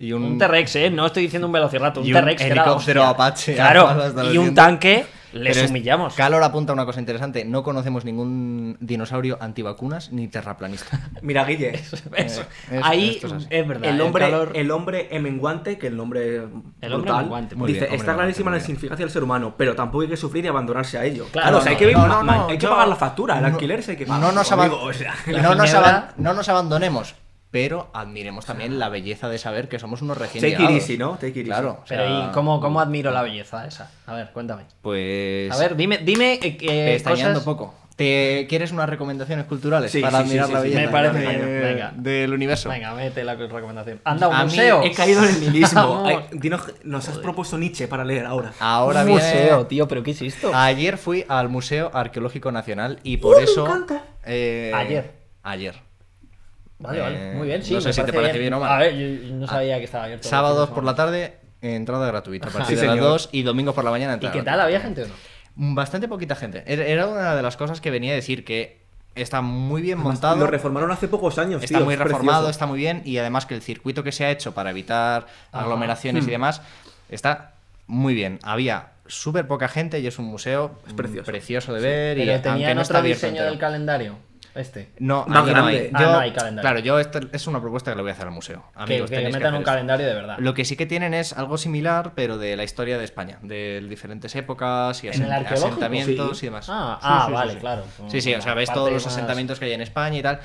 Speaker 1: Y
Speaker 2: un, T-Rex, eh, no estoy diciendo un velociraptor, un
Speaker 1: Y un
Speaker 2: T-Rex, que era la
Speaker 1: helicóptero
Speaker 2: hostia.
Speaker 1: Apache, además, lo
Speaker 2: claro,
Speaker 1: estaba
Speaker 2: y un
Speaker 1: diciendo.
Speaker 2: tanque, les
Speaker 1: Pero es-
Speaker 2: humillamos.
Speaker 1: Calor apunta a una cosa interesante. No conocemos ningún dinosaurio antivacunas ni terraplanista.
Speaker 3: Mira, Guille.
Speaker 2: Eso,
Speaker 1: es-
Speaker 2: ahí
Speaker 1: esto es así.
Speaker 2: es verdad.
Speaker 3: El hombre, el,
Speaker 2: calor-
Speaker 3: hombre emenguante, que el nombre es
Speaker 2: hombre
Speaker 3: brutal,
Speaker 2: menguante,
Speaker 1: muy bien,
Speaker 3: dice,
Speaker 1: hombre
Speaker 3: está clarísima
Speaker 1: menguante,
Speaker 3: la
Speaker 1: muy bien".
Speaker 3: insignificancia del ser humano, pero tampoco hay que sufrir y abandonarse a ello. Claro,
Speaker 2: no,
Speaker 3: o sea, hay
Speaker 2: no,
Speaker 3: que,
Speaker 2: no,
Speaker 3: ma-
Speaker 1: no,
Speaker 3: ma-
Speaker 1: no,
Speaker 3: hay que
Speaker 1: yo-
Speaker 3: pagar la factura, el
Speaker 1: no-
Speaker 3: alquiler sí hay que
Speaker 1: No nos,
Speaker 3: pagarlo,
Speaker 1: aban-
Speaker 3: amigo, o sea.
Speaker 1: no, nos
Speaker 2: ginebra-
Speaker 1: aban- no nos abandonemos. pero admiremos también la belleza de saber que somos unos recién
Speaker 3: Take it
Speaker 1: llegados.
Speaker 3: easy, ¿no? Take it easy.
Speaker 1: Claro. o
Speaker 2: Pero
Speaker 1: sea, mm,
Speaker 2: ¿y cómo, cómo admiro la belleza esa? A ver, cuéntame.
Speaker 1: Pues...
Speaker 2: A ver, dime, dime eh, eh,
Speaker 1: Pestañeando
Speaker 2: cosas-
Speaker 1: poco. ¿Te quieres unas recomendaciones culturales
Speaker 3: Sí,
Speaker 1: para
Speaker 3: sí, sí,
Speaker 1: admirar
Speaker 3: sí,
Speaker 1: la
Speaker 3: sí,
Speaker 1: belleza
Speaker 2: me parece
Speaker 1: de-
Speaker 2: bien, venga.
Speaker 1: del universo?
Speaker 2: Venga, mete la recomendación. Anda, a un
Speaker 1: A mí
Speaker 2: museo.
Speaker 3: He caído en el nihilismo.
Speaker 2: Vamos.
Speaker 3: Ay, dinos- nos has propuesto Nietzsche para leer ahora.
Speaker 1: Ahora
Speaker 2: Un
Speaker 1: viene...
Speaker 2: museo, tío, pero ¿qué es esto?
Speaker 1: Ayer fui al Museo Arqueológico Nacional
Speaker 3: ¡Uh,
Speaker 1: y por eso... eh,
Speaker 2: Ayer.
Speaker 1: Ayer.
Speaker 2: Vale, vale,
Speaker 1: eh,
Speaker 2: muy bien, sí.
Speaker 1: no sé
Speaker 2: me
Speaker 1: si te parece bien o mal. Ah,
Speaker 2: A ver, yo, yo no sabía que estaba abierto.
Speaker 1: Sábados por la tarde, entrada gratuita a partir
Speaker 3: Sí,
Speaker 1: de las
Speaker 3: señor.
Speaker 1: 2 y domingos por la mañana
Speaker 2: ¿Y
Speaker 1: entrada.
Speaker 2: qué tal? ¿Había gente o no?
Speaker 1: Bastante poquita gente. Era- Era una de las cosas que venía a decir que está muy bien montado.
Speaker 3: Lo reformaron hace pocos años,
Speaker 1: Está
Speaker 3: tío,
Speaker 1: muy
Speaker 3: es
Speaker 1: reformado,
Speaker 3: precioso.
Speaker 1: está muy bien y además que el circuito que se ha hecho para evitar
Speaker 2: Ajá.
Speaker 1: aglomeraciones
Speaker 2: hmm.
Speaker 1: y demás está muy bien. Había súper poca gente y es un museo
Speaker 3: Es precioso.
Speaker 1: de ver y
Speaker 2: Pero
Speaker 1: aunque
Speaker 2: tenían
Speaker 1: no está
Speaker 2: otro
Speaker 1: abierto
Speaker 2: diseño
Speaker 1: entero.
Speaker 2: del calendario. Este.
Speaker 1: No,
Speaker 3: Más
Speaker 1: ahí no hay.
Speaker 3: grande.
Speaker 2: Ah,
Speaker 1: Yo-
Speaker 2: no hay calendario.
Speaker 1: Claro, yo esta es una propuesta que le voy a hacer al museo. Amigos,
Speaker 2: que, que
Speaker 1: tenéis que
Speaker 2: metan
Speaker 1: hacer
Speaker 2: un
Speaker 1: esto.
Speaker 2: calendario de verdad.
Speaker 1: Lo que sí que tienen es algo similar, pero de la historia de España, de diferentes épocas y
Speaker 2: ¿En el
Speaker 1: asent-
Speaker 2: arqueológico?
Speaker 1: asentamientos y
Speaker 3: Sí.
Speaker 1: demás.
Speaker 2: Ah,
Speaker 1: Sí,
Speaker 2: ah,
Speaker 1: sí, sí,
Speaker 2: vale,
Speaker 1: sí.
Speaker 2: claro.
Speaker 1: Sí, sí, o sea, ves
Speaker 2: La
Speaker 1: todos
Speaker 2: parte
Speaker 1: los
Speaker 2: más-
Speaker 1: asentamientos que hay en España y tal.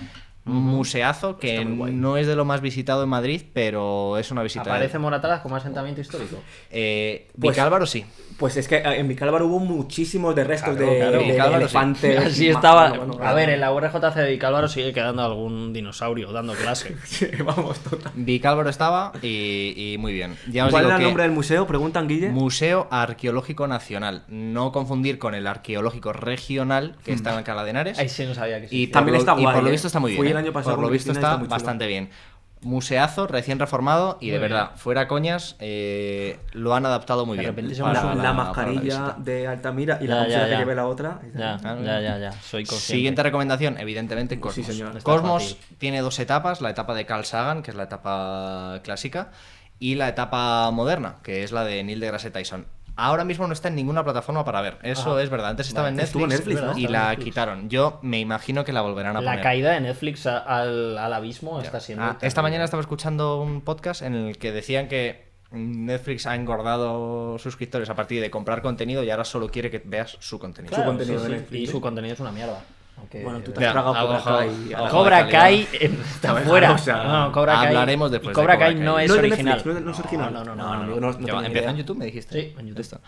Speaker 1: Un museazo que
Speaker 3: Está muy guay.
Speaker 1: no es de lo más visitado en Madrid, pero es una visita.
Speaker 2: Aparece Moratalaz como asentamiento histórico.
Speaker 1: Eh,
Speaker 3: Pues-
Speaker 1: Vicálvaro sí.
Speaker 3: Pues es que eh, en Vicálvaro hubo muchísimos de restos
Speaker 1: Claro,
Speaker 3: de,
Speaker 1: claro.
Speaker 3: de- de
Speaker 1: Vicálvaro, sí.
Speaker 3: elefantes.
Speaker 2: Así
Speaker 3: Más-
Speaker 2: estaba.
Speaker 3: bueno, bueno,
Speaker 2: a
Speaker 3: claro.
Speaker 2: ver, en la URJC de Vicálvaro sigue quedando algún dinosaurio dando clase.
Speaker 3: Sí, vamos, total.
Speaker 1: Vicálvaro estaba y, y muy bien. Ya os
Speaker 3: ¿Cuál
Speaker 1: digo
Speaker 3: era el
Speaker 1: que
Speaker 3: nombre del museo? Preguntan, Guille.
Speaker 1: Museo Arqueológico Nacional. No confundir con el Arqueológico Regional, que está en Alcalá de Henares.
Speaker 2: Ahí sí no sabía que
Speaker 1: Y
Speaker 2: existía.
Speaker 3: También
Speaker 1: por lo-
Speaker 3: está
Speaker 1: Y
Speaker 3: guay,
Speaker 1: por lo
Speaker 3: ¿eh?
Speaker 1: visto está muy bien.
Speaker 3: Fui el
Speaker 1: ¿eh?
Speaker 3: año pasado
Speaker 1: Por lo
Speaker 3: con
Speaker 1: visto
Speaker 3: Cristina y
Speaker 1: está,
Speaker 3: está muy chulo.
Speaker 1: bastante bien. Museazo recién reformado y de
Speaker 2: Muy
Speaker 1: verdad, fuera coñas, eh, lo han adaptado muy
Speaker 2: De
Speaker 1: bien.
Speaker 2: repente se
Speaker 1: para
Speaker 2: me
Speaker 3: la,
Speaker 1: la-
Speaker 2: suena
Speaker 3: la
Speaker 1: para la
Speaker 3: mascarilla
Speaker 1: visita.
Speaker 3: de Altamira y
Speaker 2: Ya,
Speaker 3: la mascarilla
Speaker 2: ya, ya.
Speaker 3: que lleva la otra.
Speaker 2: Ya, ya, ya, ya. Soy consciente.
Speaker 1: Ah, Siguiente recomendación, evidentemente Cosmos.
Speaker 3: señor.
Speaker 2: Está
Speaker 1: Cosmos
Speaker 2: fácil.
Speaker 1: tiene dos etapas, la etapa de Carl Sagan, que es la etapa clásica, y la etapa moderna, que es la de Neil deGrasse Tyson. Ahora mismo no está en ninguna plataforma para ver, eso
Speaker 2: Ah,
Speaker 1: es verdad. Antes estaba
Speaker 2: vale.
Speaker 1: en Netflix,
Speaker 3: Estuvo en Netflix, ¿no?
Speaker 1: y
Speaker 2: Estaba en
Speaker 1: la
Speaker 2: Netflix.
Speaker 1: quitaron. Yo me imagino que la volverán a
Speaker 2: La
Speaker 1: poner.
Speaker 2: caída de Netflix a- al, al abismo está siendo.
Speaker 1: Ah,
Speaker 2: terrible.
Speaker 1: esta mañana estaba escuchando un podcast en el que decían que Netflix ha engordado suscriptores a partir de comprar contenido y ahora solo quiere que veas su contenido.
Speaker 2: Claro,
Speaker 3: su contenido
Speaker 2: sí,
Speaker 3: de
Speaker 2: sí,
Speaker 3: Netflix,
Speaker 2: Y
Speaker 3: ¿sí?
Speaker 2: su contenido es una mierda. aunque-
Speaker 3: Bueno, tú te
Speaker 1: Ya,
Speaker 3: has tragado
Speaker 1: a
Speaker 3: Cobra
Speaker 1: ojo,
Speaker 3: Kai.
Speaker 1: a
Speaker 3: a la-
Speaker 1: ojo.
Speaker 2: Cobra
Speaker 1: de
Speaker 2: Kai
Speaker 1: calidad.
Speaker 2: eh, está
Speaker 3: Bueno,
Speaker 2: fuera.
Speaker 3: o sea,
Speaker 2: No, Cobra Kai.
Speaker 1: hablaremos después
Speaker 2: y
Speaker 1: de
Speaker 2: Cobra
Speaker 1: Cobra
Speaker 2: Kai
Speaker 1: Kai.
Speaker 2: no es
Speaker 3: No es de
Speaker 2: original.
Speaker 3: Netflix, no es- no es original.
Speaker 2: No, no, no.
Speaker 3: No,
Speaker 2: no,
Speaker 3: amigo,
Speaker 2: no.
Speaker 3: no.
Speaker 1: Ya va,
Speaker 3: tengo ni
Speaker 1: Empieza
Speaker 3: idea.
Speaker 1: en YouTube, me dijiste.
Speaker 2: Sí, en YouTube.
Speaker 1: Listo.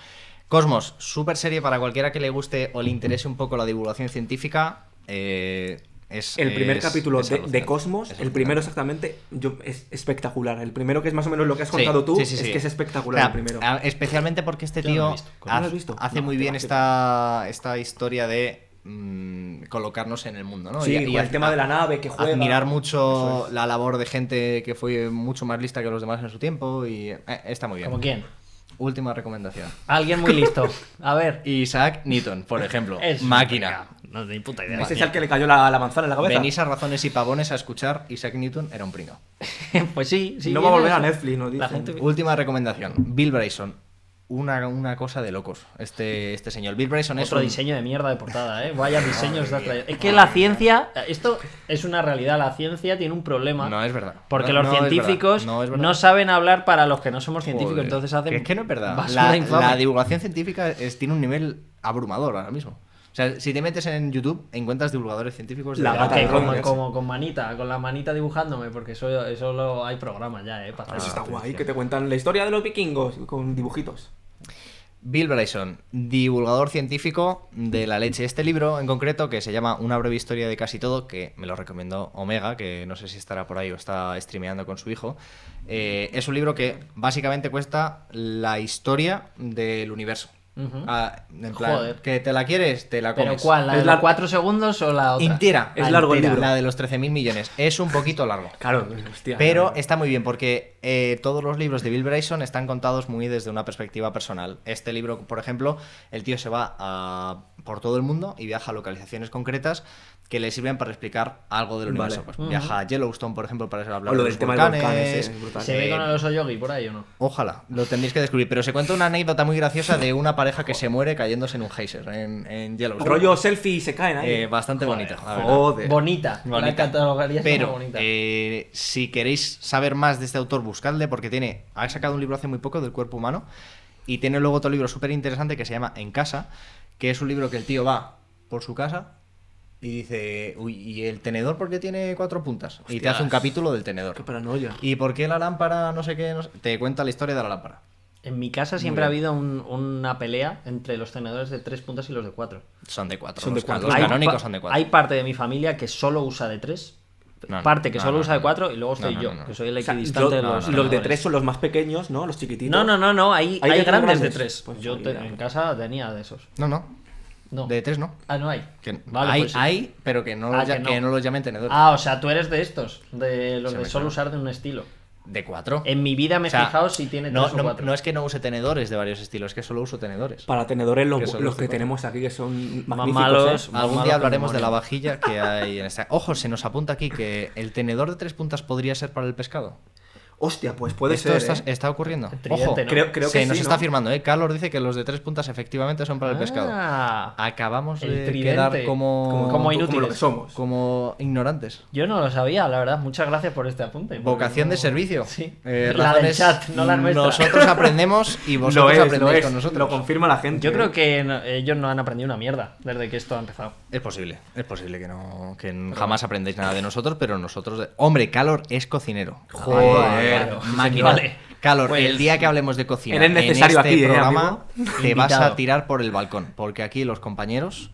Speaker 1: Cosmos, súper serie para cualquiera que le guste o le interese un poco la divulgación científica. eh, es,
Speaker 3: El primer
Speaker 1: es-
Speaker 3: capítulo
Speaker 1: es
Speaker 3: de,
Speaker 1: alucinante.
Speaker 3: de Cosmos,
Speaker 1: Es
Speaker 3: el
Speaker 1: alucinante.
Speaker 3: primero exactamente, yo, es espectacular. El primero que es más o menos lo que has
Speaker 1: Sí,
Speaker 3: contado tú,
Speaker 1: sí, sí, sí.
Speaker 3: es que es espectacular
Speaker 1: O sea, ah,
Speaker 3: el primero.
Speaker 1: a- Especialmente porque este
Speaker 2: Yo no lo he
Speaker 1: tío
Speaker 2: visto.
Speaker 3: ¿Cómo
Speaker 1: haz-
Speaker 3: lo has visto?
Speaker 1: hace
Speaker 3: No,
Speaker 1: muy
Speaker 3: te
Speaker 1: bien
Speaker 3: va a hacer-
Speaker 1: esta, esta historia de mm, colocarnos en el mundo, ¿no?
Speaker 3: sí,
Speaker 1: Y- y
Speaker 3: con
Speaker 1: haz-
Speaker 3: el tema de la nave que juega.
Speaker 1: admirar mucho
Speaker 3: Eso es.
Speaker 1: la labor de gente que fue mucho más lista que los demás en su tiempo y eh, está muy bien.
Speaker 2: ¿Como quién?
Speaker 1: Última recomendación.
Speaker 2: Alguien muy listo. A ver.
Speaker 1: Isaac Newton, por ejemplo,
Speaker 2: Es-
Speaker 1: máquina.
Speaker 2: No tengo ni puta idea. Este
Speaker 3: Ese es el que le cayó la, la manzana en la cabeza.
Speaker 1: Venís a razones y pavones a escuchar Isaac Newton era un pringo.
Speaker 2: pues sí, sí.
Speaker 3: no va a volver
Speaker 2: eso.
Speaker 3: a Netflix, nos
Speaker 2: La
Speaker 3: dicen.
Speaker 2: gente-
Speaker 1: Última recomendación, Bill Bryson. Una, una cosa de locos, este, este señor. Bill Bryson es
Speaker 2: Otro
Speaker 1: un-
Speaker 2: diseño de mierda de portada, ¿eh? Vaya diseños de otra-
Speaker 3: Ah.
Speaker 2: Es que la ciencia, esto es una realidad, la ciencia tiene un problema.
Speaker 1: No es verdad.
Speaker 2: Porque
Speaker 1: No-
Speaker 2: los
Speaker 1: no es verdad.
Speaker 2: científicos
Speaker 1: No es verdad.
Speaker 2: no saben hablar para los que no somos científicos,
Speaker 1: Joder,
Speaker 2: entonces hacen.
Speaker 1: que Es que no es verdad.
Speaker 2: basura
Speaker 1: La,
Speaker 2: infame.
Speaker 1: la divulgación científica es- tiene un nivel abrumador ahora mismo. O sea, si te metes en YouTube, encuentras divulgadores científicos de
Speaker 3: La
Speaker 2: Ok,
Speaker 1: verdad.
Speaker 3: gata de
Speaker 1: Que-
Speaker 2: como,
Speaker 3: Rowling.
Speaker 2: como con manita, con la manita dibujándome, porque eso, eso lo- hay programas ya, ¿eh? Para hacer.
Speaker 3: Ah, Eso está guay, que te cuentan la historia de los vikingos con dibujitos.
Speaker 1: Bill Bryson, divulgador científico de la leche. Este libro en concreto, que se llama Una breve historia de casi todo, que me lo recomendó Omega, que no sé si estará por ahí o está streameando con su hijo, eh, es un libro que básicamente cuesta la historia del universo.
Speaker 2: Ujú.
Speaker 1: Ah, en plan,
Speaker 2: Joder.
Speaker 1: que te la quieres, te la comes.
Speaker 2: ¿Pero cuál? ¿La
Speaker 3: Es
Speaker 2: de los
Speaker 3: la-
Speaker 2: 4 segundos o la otra?
Speaker 1: Entera.
Speaker 3: Es largo el
Speaker 1: Entera.
Speaker 3: libro.
Speaker 1: La de los 13.000 millones. Es un poquito largo.
Speaker 3: Claro,
Speaker 2: pues,
Speaker 3: hostia.
Speaker 1: Pero está muy bien porque eh, todos los libros de Bill Bryson están contados muy desde una perspectiva personal. Este libro, por ejemplo, el tío se va a- por todo el mundo y viaja a localizaciones concretas que le sirven para explicar algo del
Speaker 3: Vale.
Speaker 1: universo. Pues
Speaker 2: Ujú.
Speaker 1: Viaja a Yellowstone, por ejemplo, para hablar
Speaker 3: O lo
Speaker 1: de
Speaker 3: del
Speaker 1: los
Speaker 3: tema de
Speaker 1: volcanes.
Speaker 3: volcanes, eh, brutal.
Speaker 2: ¿Se ve con el oso yogi por ahí o no?
Speaker 1: Ojalá, lo tendréis que descubrir. Pero se cuenta una anécdota muy graciosa de una pareja que se muere cayéndose en un geyser en, en Yellowstone.
Speaker 3: Rollo selfie y se caen ahí.
Speaker 1: Eh, bastante bonita. la verdad.
Speaker 3: Joder.
Speaker 2: Bonita. La
Speaker 1: Bonita.
Speaker 2: catalogaría como
Speaker 1: Pero
Speaker 2: bonita.
Speaker 1: eh, si queréis saber más de este autor, buscadle porque tiene ha sacado un libro hace muy poco del cuerpo humano y tiene luego otro libro súper interesante que se llama En casa, que es un libro que el tío va por su casa, Y dice, uy, ¿y el tenedor por qué tiene cuatro puntas? Y te
Speaker 3: Hostias.
Speaker 1: hace un capítulo del tenedor.
Speaker 3: Qué paranoia.
Speaker 1: ¿Y por qué la lámpara, no sé qué? no sé- Te cuenta la historia de la lámpara.
Speaker 2: En mi casa siempre ha habido un- una pelea entre los tenedores de tres puntas y los de cuatro.
Speaker 1: Son de cuatro.
Speaker 3: Son
Speaker 1: los
Speaker 3: de
Speaker 1: ca-
Speaker 3: cuatro.
Speaker 1: Los
Speaker 2: Hay
Speaker 1: canónicos
Speaker 2: pa-
Speaker 1: son de cuatro.
Speaker 2: Hay parte de mi familia que solo usa de tres,
Speaker 1: No, no,
Speaker 2: parte que
Speaker 1: no,
Speaker 2: solo
Speaker 1: no,
Speaker 2: usa de
Speaker 1: no.
Speaker 2: cuatro y luego
Speaker 1: No,
Speaker 2: estoy
Speaker 1: no,
Speaker 2: yo,
Speaker 1: no, no.
Speaker 2: que soy el
Speaker 3: O sea,
Speaker 2: equidistante
Speaker 3: yo-
Speaker 2: de los.
Speaker 1: no,
Speaker 3: los de
Speaker 2: tenedores.
Speaker 3: tres son los más pequeños, ¿no? Los chiquititos.
Speaker 2: No, no, no, no, hay, hay
Speaker 3: Hay de tres
Speaker 2: grandes de
Speaker 3: grandes.
Speaker 2: tres.
Speaker 3: Pues
Speaker 2: yo te-
Speaker 3: mira.
Speaker 2: en casa tenía de esos.
Speaker 1: No, no.
Speaker 2: No.
Speaker 1: De tres no.
Speaker 2: Ah, no hay.
Speaker 1: Que-
Speaker 2: Vale,
Speaker 1: hay,
Speaker 2: pues sí.
Speaker 1: hay, pero que no,
Speaker 2: Ah,
Speaker 1: los ya-
Speaker 2: que
Speaker 1: que
Speaker 2: no.
Speaker 1: no. los llamen tenedor.
Speaker 2: Ah, o sea, tú eres de estos, de los
Speaker 1: Se
Speaker 2: de
Speaker 1: me
Speaker 2: solo
Speaker 1: suena.
Speaker 2: usar de un estilo.
Speaker 1: De cuatro.
Speaker 2: En mi vida me he
Speaker 1: O sea,
Speaker 2: fijado si tiene
Speaker 1: no,
Speaker 2: tres o
Speaker 1: no-
Speaker 2: cuatro.
Speaker 1: no es que no use tenedores de varios estilos, es que solo uso tenedores.
Speaker 3: Para tenedores los,
Speaker 1: Que son
Speaker 3: los
Speaker 1: los
Speaker 3: que
Speaker 1: de-
Speaker 3: tenemos aquí, que son
Speaker 2: Más
Speaker 3: magníficos.
Speaker 2: malos.
Speaker 3: ¿eh?
Speaker 2: Muy
Speaker 1: Algún
Speaker 2: malo que
Speaker 1: día hablaremos de
Speaker 2: demonio.
Speaker 1: la vajilla que hay en esta. Ojo, se nos apunta aquí que el tenedor de tres puntas podría ser para el pescado.
Speaker 3: Hostia, pues puede
Speaker 1: Esto
Speaker 3: ser.
Speaker 1: está,
Speaker 3: ¿eh?
Speaker 1: está ocurriendo.
Speaker 2: Tridente,
Speaker 1: Ojo,
Speaker 2: ¿no?
Speaker 3: Creo, creo
Speaker 1: se
Speaker 3: que
Speaker 1: nos
Speaker 3: sí,
Speaker 1: está
Speaker 3: ¿no?
Speaker 1: firmando, ¿eh? Carlos dice que los de tres puntas efectivamente son para el pescado.
Speaker 2: Ah,
Speaker 1: Acabamos
Speaker 2: el
Speaker 1: de
Speaker 2: tridente.
Speaker 1: quedar como,
Speaker 2: Como-
Speaker 1: como,
Speaker 2: inútiles.
Speaker 3: lo que somos.
Speaker 1: ignorantes.
Speaker 2: yo no lo sabía, la verdad. Muchas gracias por este apunte. porque
Speaker 1: Vocación
Speaker 2: no-
Speaker 1: de servicio.
Speaker 2: Sí.
Speaker 1: Eh,
Speaker 2: la del
Speaker 1: razones-
Speaker 2: chat, no la nuestra.
Speaker 1: Nosotros aprendemos y
Speaker 3: lo
Speaker 1: vosotros
Speaker 3: es, lo
Speaker 1: aprendéis
Speaker 3: es.
Speaker 1: con nosotros.
Speaker 3: Lo confirma la gente.
Speaker 2: Yo
Speaker 3: ¿eh?
Speaker 2: creo que no- ellos no han aprendido una mierda desde que esto ha empezado.
Speaker 1: Es posible, es posible que no que n- jamás aprendéis nada de nosotros, pero nosotros... de- Hombre, Calor es cocinero.
Speaker 2: Joder,
Speaker 1: Claro,
Speaker 2: sí,
Speaker 1: máquina.
Speaker 2: señor. Vale.
Speaker 1: Calor,
Speaker 2: Pues,
Speaker 1: el día que hablemos de cocina
Speaker 3: eres necesario
Speaker 1: en este
Speaker 3: aquí, ¿eh,
Speaker 1: programa te vas a
Speaker 2: Invitado.
Speaker 1: tirar por el balcón, porque aquí los compañeros...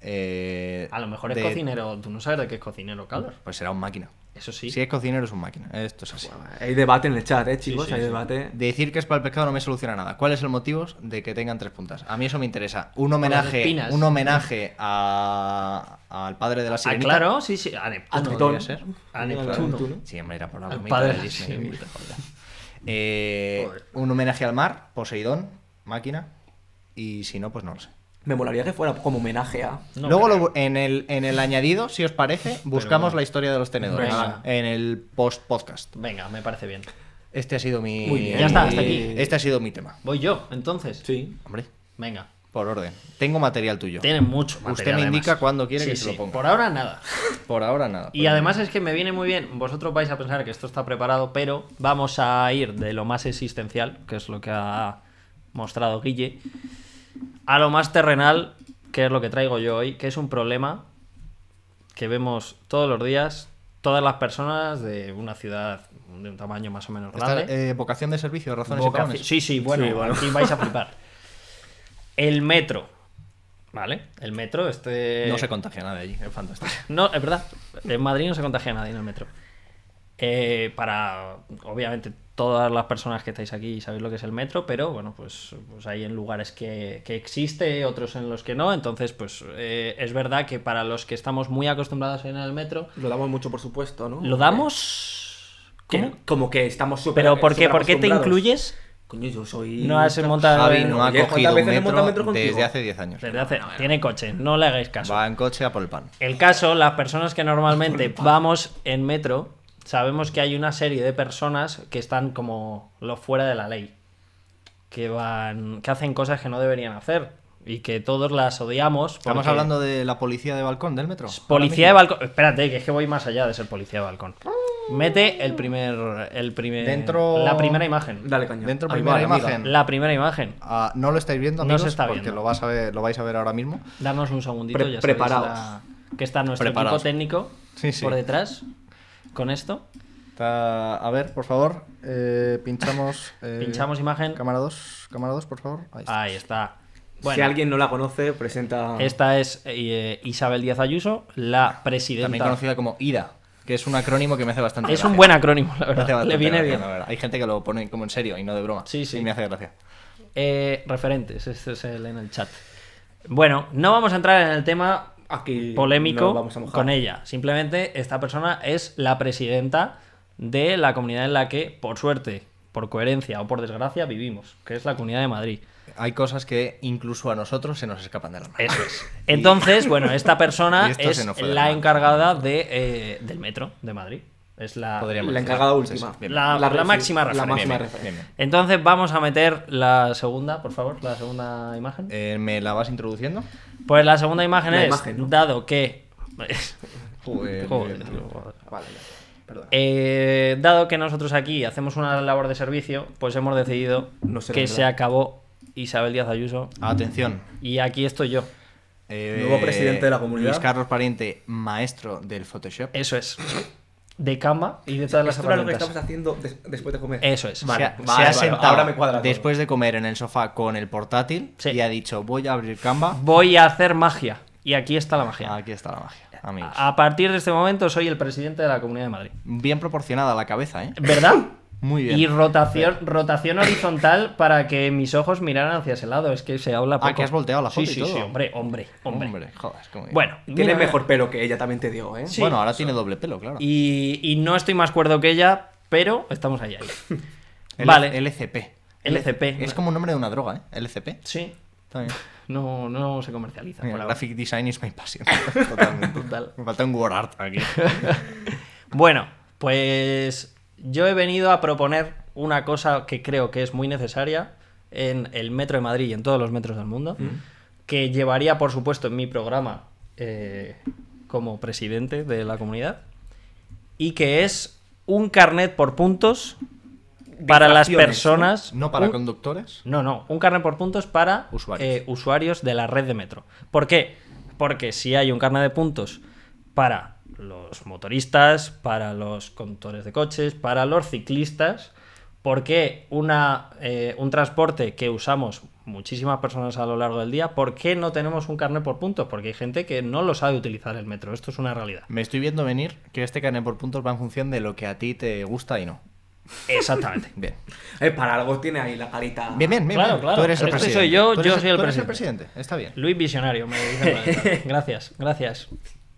Speaker 1: eh,
Speaker 2: A lo mejor es
Speaker 1: de-
Speaker 2: cocinero. Tú no sabes de qué es cocinero, Calor.
Speaker 1: Pues será un máquina.
Speaker 2: Eso sí.
Speaker 1: Si es cocinero es un máquina, esto es así.
Speaker 3: Hay debate en el chat, ¿eh, chicos?
Speaker 2: Sí, sí,
Speaker 3: Hay
Speaker 2: sí.
Speaker 3: debate.
Speaker 1: Decir que es para el pescado no me soluciona nada. ¿Cuál es el motivo de que tengan tres puntas? A mí eso me interesa. Un homenaje,
Speaker 2: espinas.
Speaker 1: un homenaje a- al padre de la
Speaker 2: ah,
Speaker 1: sirenita.
Speaker 2: claro, sí, sí. A Neptuno.
Speaker 3: A
Speaker 1: podría
Speaker 3: Tritón.
Speaker 1: Ah, ser.
Speaker 2: A Neptuno.
Speaker 3: Claro.
Speaker 1: Sí, hombre, era por la
Speaker 2: Al
Speaker 1: bromita
Speaker 2: padre
Speaker 1: de
Speaker 2: de la
Speaker 1: Disney.
Speaker 2: sirenita.
Speaker 1: joder. Eh,
Speaker 2: Joder.
Speaker 1: un homenaje al mar, Poseidón, máquina. Y si no, pues no lo sé.
Speaker 3: Me molaría que fuera como homenaje a.
Speaker 2: No
Speaker 1: Luego lo
Speaker 2: creo.
Speaker 1: bu- en, el, en el añadido, si os parece, buscamos la historia de los tenedores
Speaker 2: Venga.
Speaker 1: en el post podcast.
Speaker 2: Venga, me parece bien.
Speaker 1: Este ha sido mi.
Speaker 3: Muy bien.
Speaker 2: Ya está, hasta aquí.
Speaker 1: Este ha sido mi tema.
Speaker 2: Voy yo, entonces.
Speaker 3: Sí.
Speaker 1: Hombre,
Speaker 2: Venga.
Speaker 1: por orden. Tengo material tuyo.
Speaker 2: Tienen mucho material,
Speaker 1: Usted me
Speaker 2: además.
Speaker 1: indica cuándo quiere
Speaker 2: Sí,
Speaker 1: que se
Speaker 2: sí.
Speaker 1: lo ponga.
Speaker 2: Por ahora nada.
Speaker 1: Por ahora nada.
Speaker 2: Y además es que me viene muy bien, vosotros vais a pensar que esto está preparado, pero vamos a ir de lo más existencial, que es lo que ha mostrado Guille, a lo más terrenal, que es lo que traigo yo hoy, que es un problema que vemos todos los días, todas las personas de una ciudad de un tamaño más o menos
Speaker 1: Esta,
Speaker 2: grande.
Speaker 1: eh, vocación de servicio, razones y
Speaker 2: Vocación-
Speaker 1: razones.
Speaker 2: Sí, sí, bueno,
Speaker 3: Sí, bueno.
Speaker 2: aquí vais a flipar. El metro. ¿Vale? El metro, este.
Speaker 1: No se contagia nada allí, es fantástico.
Speaker 2: No, es verdad. En Madrid no se contagia nadie en el metro. Eh, para, obviamente, todas las personas que estáis aquí sabéis lo que es el metro, pero bueno, pues, pues hay en lugares que, que existe, otros en los que no. Entonces, pues eh, es verdad que para los que estamos muy acostumbrados a ir en el metro,
Speaker 3: Lo damos mucho, por supuesto, ¿no?
Speaker 2: lo damos.
Speaker 3: Que-
Speaker 2: ¿Cómo?
Speaker 3: Como que estamos súper.
Speaker 2: ¿Pero por qué,
Speaker 3: súper
Speaker 2: por qué te
Speaker 3: acostumbrados.
Speaker 2: incluyes?
Speaker 3: Coño, yo soy.
Speaker 2: No has montado.
Speaker 1: Javi no ha
Speaker 3: Oye, ¿cuántas
Speaker 1: cogido un
Speaker 3: veces
Speaker 1: metro,
Speaker 3: hemos montado metro contigo?
Speaker 1: desde hace 10 años.
Speaker 2: Desde hace- Tiene coche, no le hagáis caso.
Speaker 1: Va en coche a por el pan.
Speaker 2: El caso, las personas que normalmente vamos en metro, sabemos que hay una serie de personas que están como los fuera de la ley, que van, que hacen cosas que no deberían hacer y que todos las odiamos.
Speaker 1: ¿Estamos
Speaker 2: porque-
Speaker 1: hablando de la policía de balcón del metro?
Speaker 2: policía de balcón. Espérate, que es que voy más allá de ser policía de balcón. Mete el primer, el primer,
Speaker 1: Dentro-
Speaker 2: la primera imagen,
Speaker 3: Dale caña.
Speaker 1: Dentro,
Speaker 3: Ahí
Speaker 1: primera
Speaker 3: va, amiga.
Speaker 1: imagen.
Speaker 2: la primera imagen.
Speaker 1: Ah, no lo estáis viendo,
Speaker 2: No se
Speaker 1: amigos,
Speaker 2: está
Speaker 1: porque
Speaker 2: viendo.
Speaker 1: lo, vas a ver, lo vais a ver ahora mismo.
Speaker 2: Darnos un segundito,
Speaker 3: Pre-
Speaker 2: ya sabéis
Speaker 3: preparaos.
Speaker 2: la- que está nuestro
Speaker 1: Preparaos.
Speaker 2: equipo técnico
Speaker 1: Sí, sí.
Speaker 2: por detrás con esto.
Speaker 1: Está- a ver, por favor, eh, pinchamos... eh,
Speaker 2: Pinchamos imagen.
Speaker 1: Cámara 2, cámara 2, por favor. Ahí está.
Speaker 2: Ahí está. Bueno,
Speaker 3: Si alguien no la conoce, presenta.
Speaker 2: esta es eh, Isabel Díaz Ayuso, la presidenta.
Speaker 1: También conocida como IDA, que es un acrónimo que me hace bastante
Speaker 2: Es un
Speaker 1: gracia.
Speaker 2: buen acrónimo, la
Speaker 1: Me hace
Speaker 2: verdad. Le
Speaker 1: bastante
Speaker 2: viene
Speaker 1: gracia,
Speaker 2: bien.
Speaker 1: la verdad. Hay gente que lo pone como en serio y no de broma.
Speaker 2: Sí, sí.
Speaker 1: Y me hace gracia.
Speaker 2: Eh, referentes, este es el en el chat. Bueno, no vamos a entrar en el tema
Speaker 3: Aquí
Speaker 2: polémico
Speaker 3: nos vamos a mojar.
Speaker 2: con ella. Simplemente esta persona es la presidenta de la comunidad en la que, por suerte, por coherencia o por desgracia, vivimos, que es la Comunidad de Madrid.
Speaker 1: Hay cosas que incluso a nosotros se nos escapan de la mano.
Speaker 2: Eso es. Entonces, bueno, esta
Speaker 1: Y
Speaker 2: persona
Speaker 1: esto se
Speaker 2: es
Speaker 1: nos fue de las
Speaker 2: la
Speaker 1: manos.
Speaker 2: encargada de, eh, del metro de Madrid. Es la,
Speaker 1: Podríamos
Speaker 3: La
Speaker 1: decir.
Speaker 3: encargada
Speaker 1: Sí,
Speaker 3: última.
Speaker 1: sí, bien.
Speaker 2: La- la
Speaker 3: refi-
Speaker 2: máxima referencia.
Speaker 3: La máxima
Speaker 1: Bien, bien,
Speaker 3: referencia.
Speaker 1: bien.
Speaker 2: Entonces vamos a meter la segunda, por favor, la segunda imagen.
Speaker 1: Eh, ¿Me la vas introduciendo?
Speaker 2: Pues la segunda imagen
Speaker 3: La
Speaker 2: es,
Speaker 3: imagen, ¿no?
Speaker 2: dado que...
Speaker 1: Joder,
Speaker 2: Joder,
Speaker 1: eh,
Speaker 2: joder.
Speaker 3: Vale, ya. Perdón.
Speaker 2: Eh, dado que nosotros aquí hacemos una labor de servicio, pues hemos decidido
Speaker 3: No será
Speaker 2: que
Speaker 3: verdad.
Speaker 2: se acabó Isabel Díaz Ayuso
Speaker 1: Atención.
Speaker 2: y aquí estoy yo.
Speaker 1: eh,
Speaker 4: Nuevo presidente de la comunidad.
Speaker 1: Luis Carlos Pariente, maestro del Photoshop.
Speaker 2: Eso es. De cama y de todas las
Speaker 3: Esto era lo que
Speaker 2: herramientas.
Speaker 3: estamos haciendo des- después de comer.
Speaker 2: Eso es.
Speaker 3: Vale,
Speaker 1: se ha, se
Speaker 3: vale,
Speaker 1: ha
Speaker 3: vale,
Speaker 1: sentado
Speaker 3: ahora me cuadra todo.
Speaker 1: después de comer en el sofá con el portátil
Speaker 2: Sí.
Speaker 1: y ha dicho, voy a abrir Canva.
Speaker 2: Voy a hacer magia. Y aquí está la magia.
Speaker 1: Aquí está la magia, amigos.
Speaker 2: A partir de este momento soy el presidente de la Comunidad de Madrid.
Speaker 1: Bien proporcionada la cabeza, ¿eh?
Speaker 2: ¿Verdad?
Speaker 1: Muy bien.
Speaker 2: Y rotación, rotación horizontal para que mis ojos miraran hacia ese lado. Es que se habla poco.
Speaker 1: Ah, que has volteado la
Speaker 2: sí,
Speaker 1: foto y
Speaker 2: sí,
Speaker 1: todo.
Speaker 2: sí, hombre, hombre, hombre.
Speaker 1: joder, qué muy bien.
Speaker 2: Bueno,
Speaker 3: Tiene
Speaker 2: mira,
Speaker 3: mejor pelo que ella también te dio, ¿eh?
Speaker 2: Sí.
Speaker 1: bueno, ahora tiene doble pelo, claro.
Speaker 2: Y, y no estoy más cuerdo que ella, pero estamos allá.
Speaker 1: L-
Speaker 2: vale.
Speaker 1: LCP.
Speaker 2: LCP.
Speaker 1: Es como un nombre de una droga, ¿eh? LCP.
Speaker 2: Sí,
Speaker 1: Está bien.
Speaker 2: no, no se comercializa.
Speaker 1: Mira,
Speaker 2: por ahora.
Speaker 1: graphic design is my passion. Totalmente.
Speaker 2: Total.
Speaker 1: Me falta un word art aquí.
Speaker 2: Bueno, pues yo he venido a proponer una cosa que creo que es muy necesaria en el metro de Madrid y en todos los metros del mundo, que llevaría, por supuesto, en mi programa eh, como presidente de la comunidad, y que es un carnet por puntos para las
Speaker 3: infracciones,
Speaker 2: personas.
Speaker 1: No para
Speaker 2: un-
Speaker 1: conductores.
Speaker 2: no, no, un carnet por puntos para
Speaker 1: Usuarios.
Speaker 2: eh, usuarios de la red de metro. ¿Por qué? Porque si hay un carnet de puntos para los motoristas, para los conductores de coches, para los ciclistas, ¿por qué una, eh, un transporte que usamos muchísimas personas a lo largo del día, ¿por qué no tenemos un carnet por puntos? Porque hay gente que no lo sabe utilizar el metro, esto es una realidad.
Speaker 1: Me estoy viendo venir que este carnet por puntos va en función de lo que a ti te gusta y no.
Speaker 2: Exactamente.
Speaker 1: Bien.
Speaker 3: Eh, para algo tiene ahí la carita.
Speaker 1: Bien, bien, bien.
Speaker 2: Claro,
Speaker 1: bien.
Speaker 2: claro.
Speaker 1: Tú eres el
Speaker 2: Este soy
Speaker 1: presidente.
Speaker 2: yo,
Speaker 1: Tú eres
Speaker 2: yo soy el
Speaker 1: tú eres presidente. Está bien.
Speaker 2: Luis Visionario, me dicen por el chat. Gracias, gracias.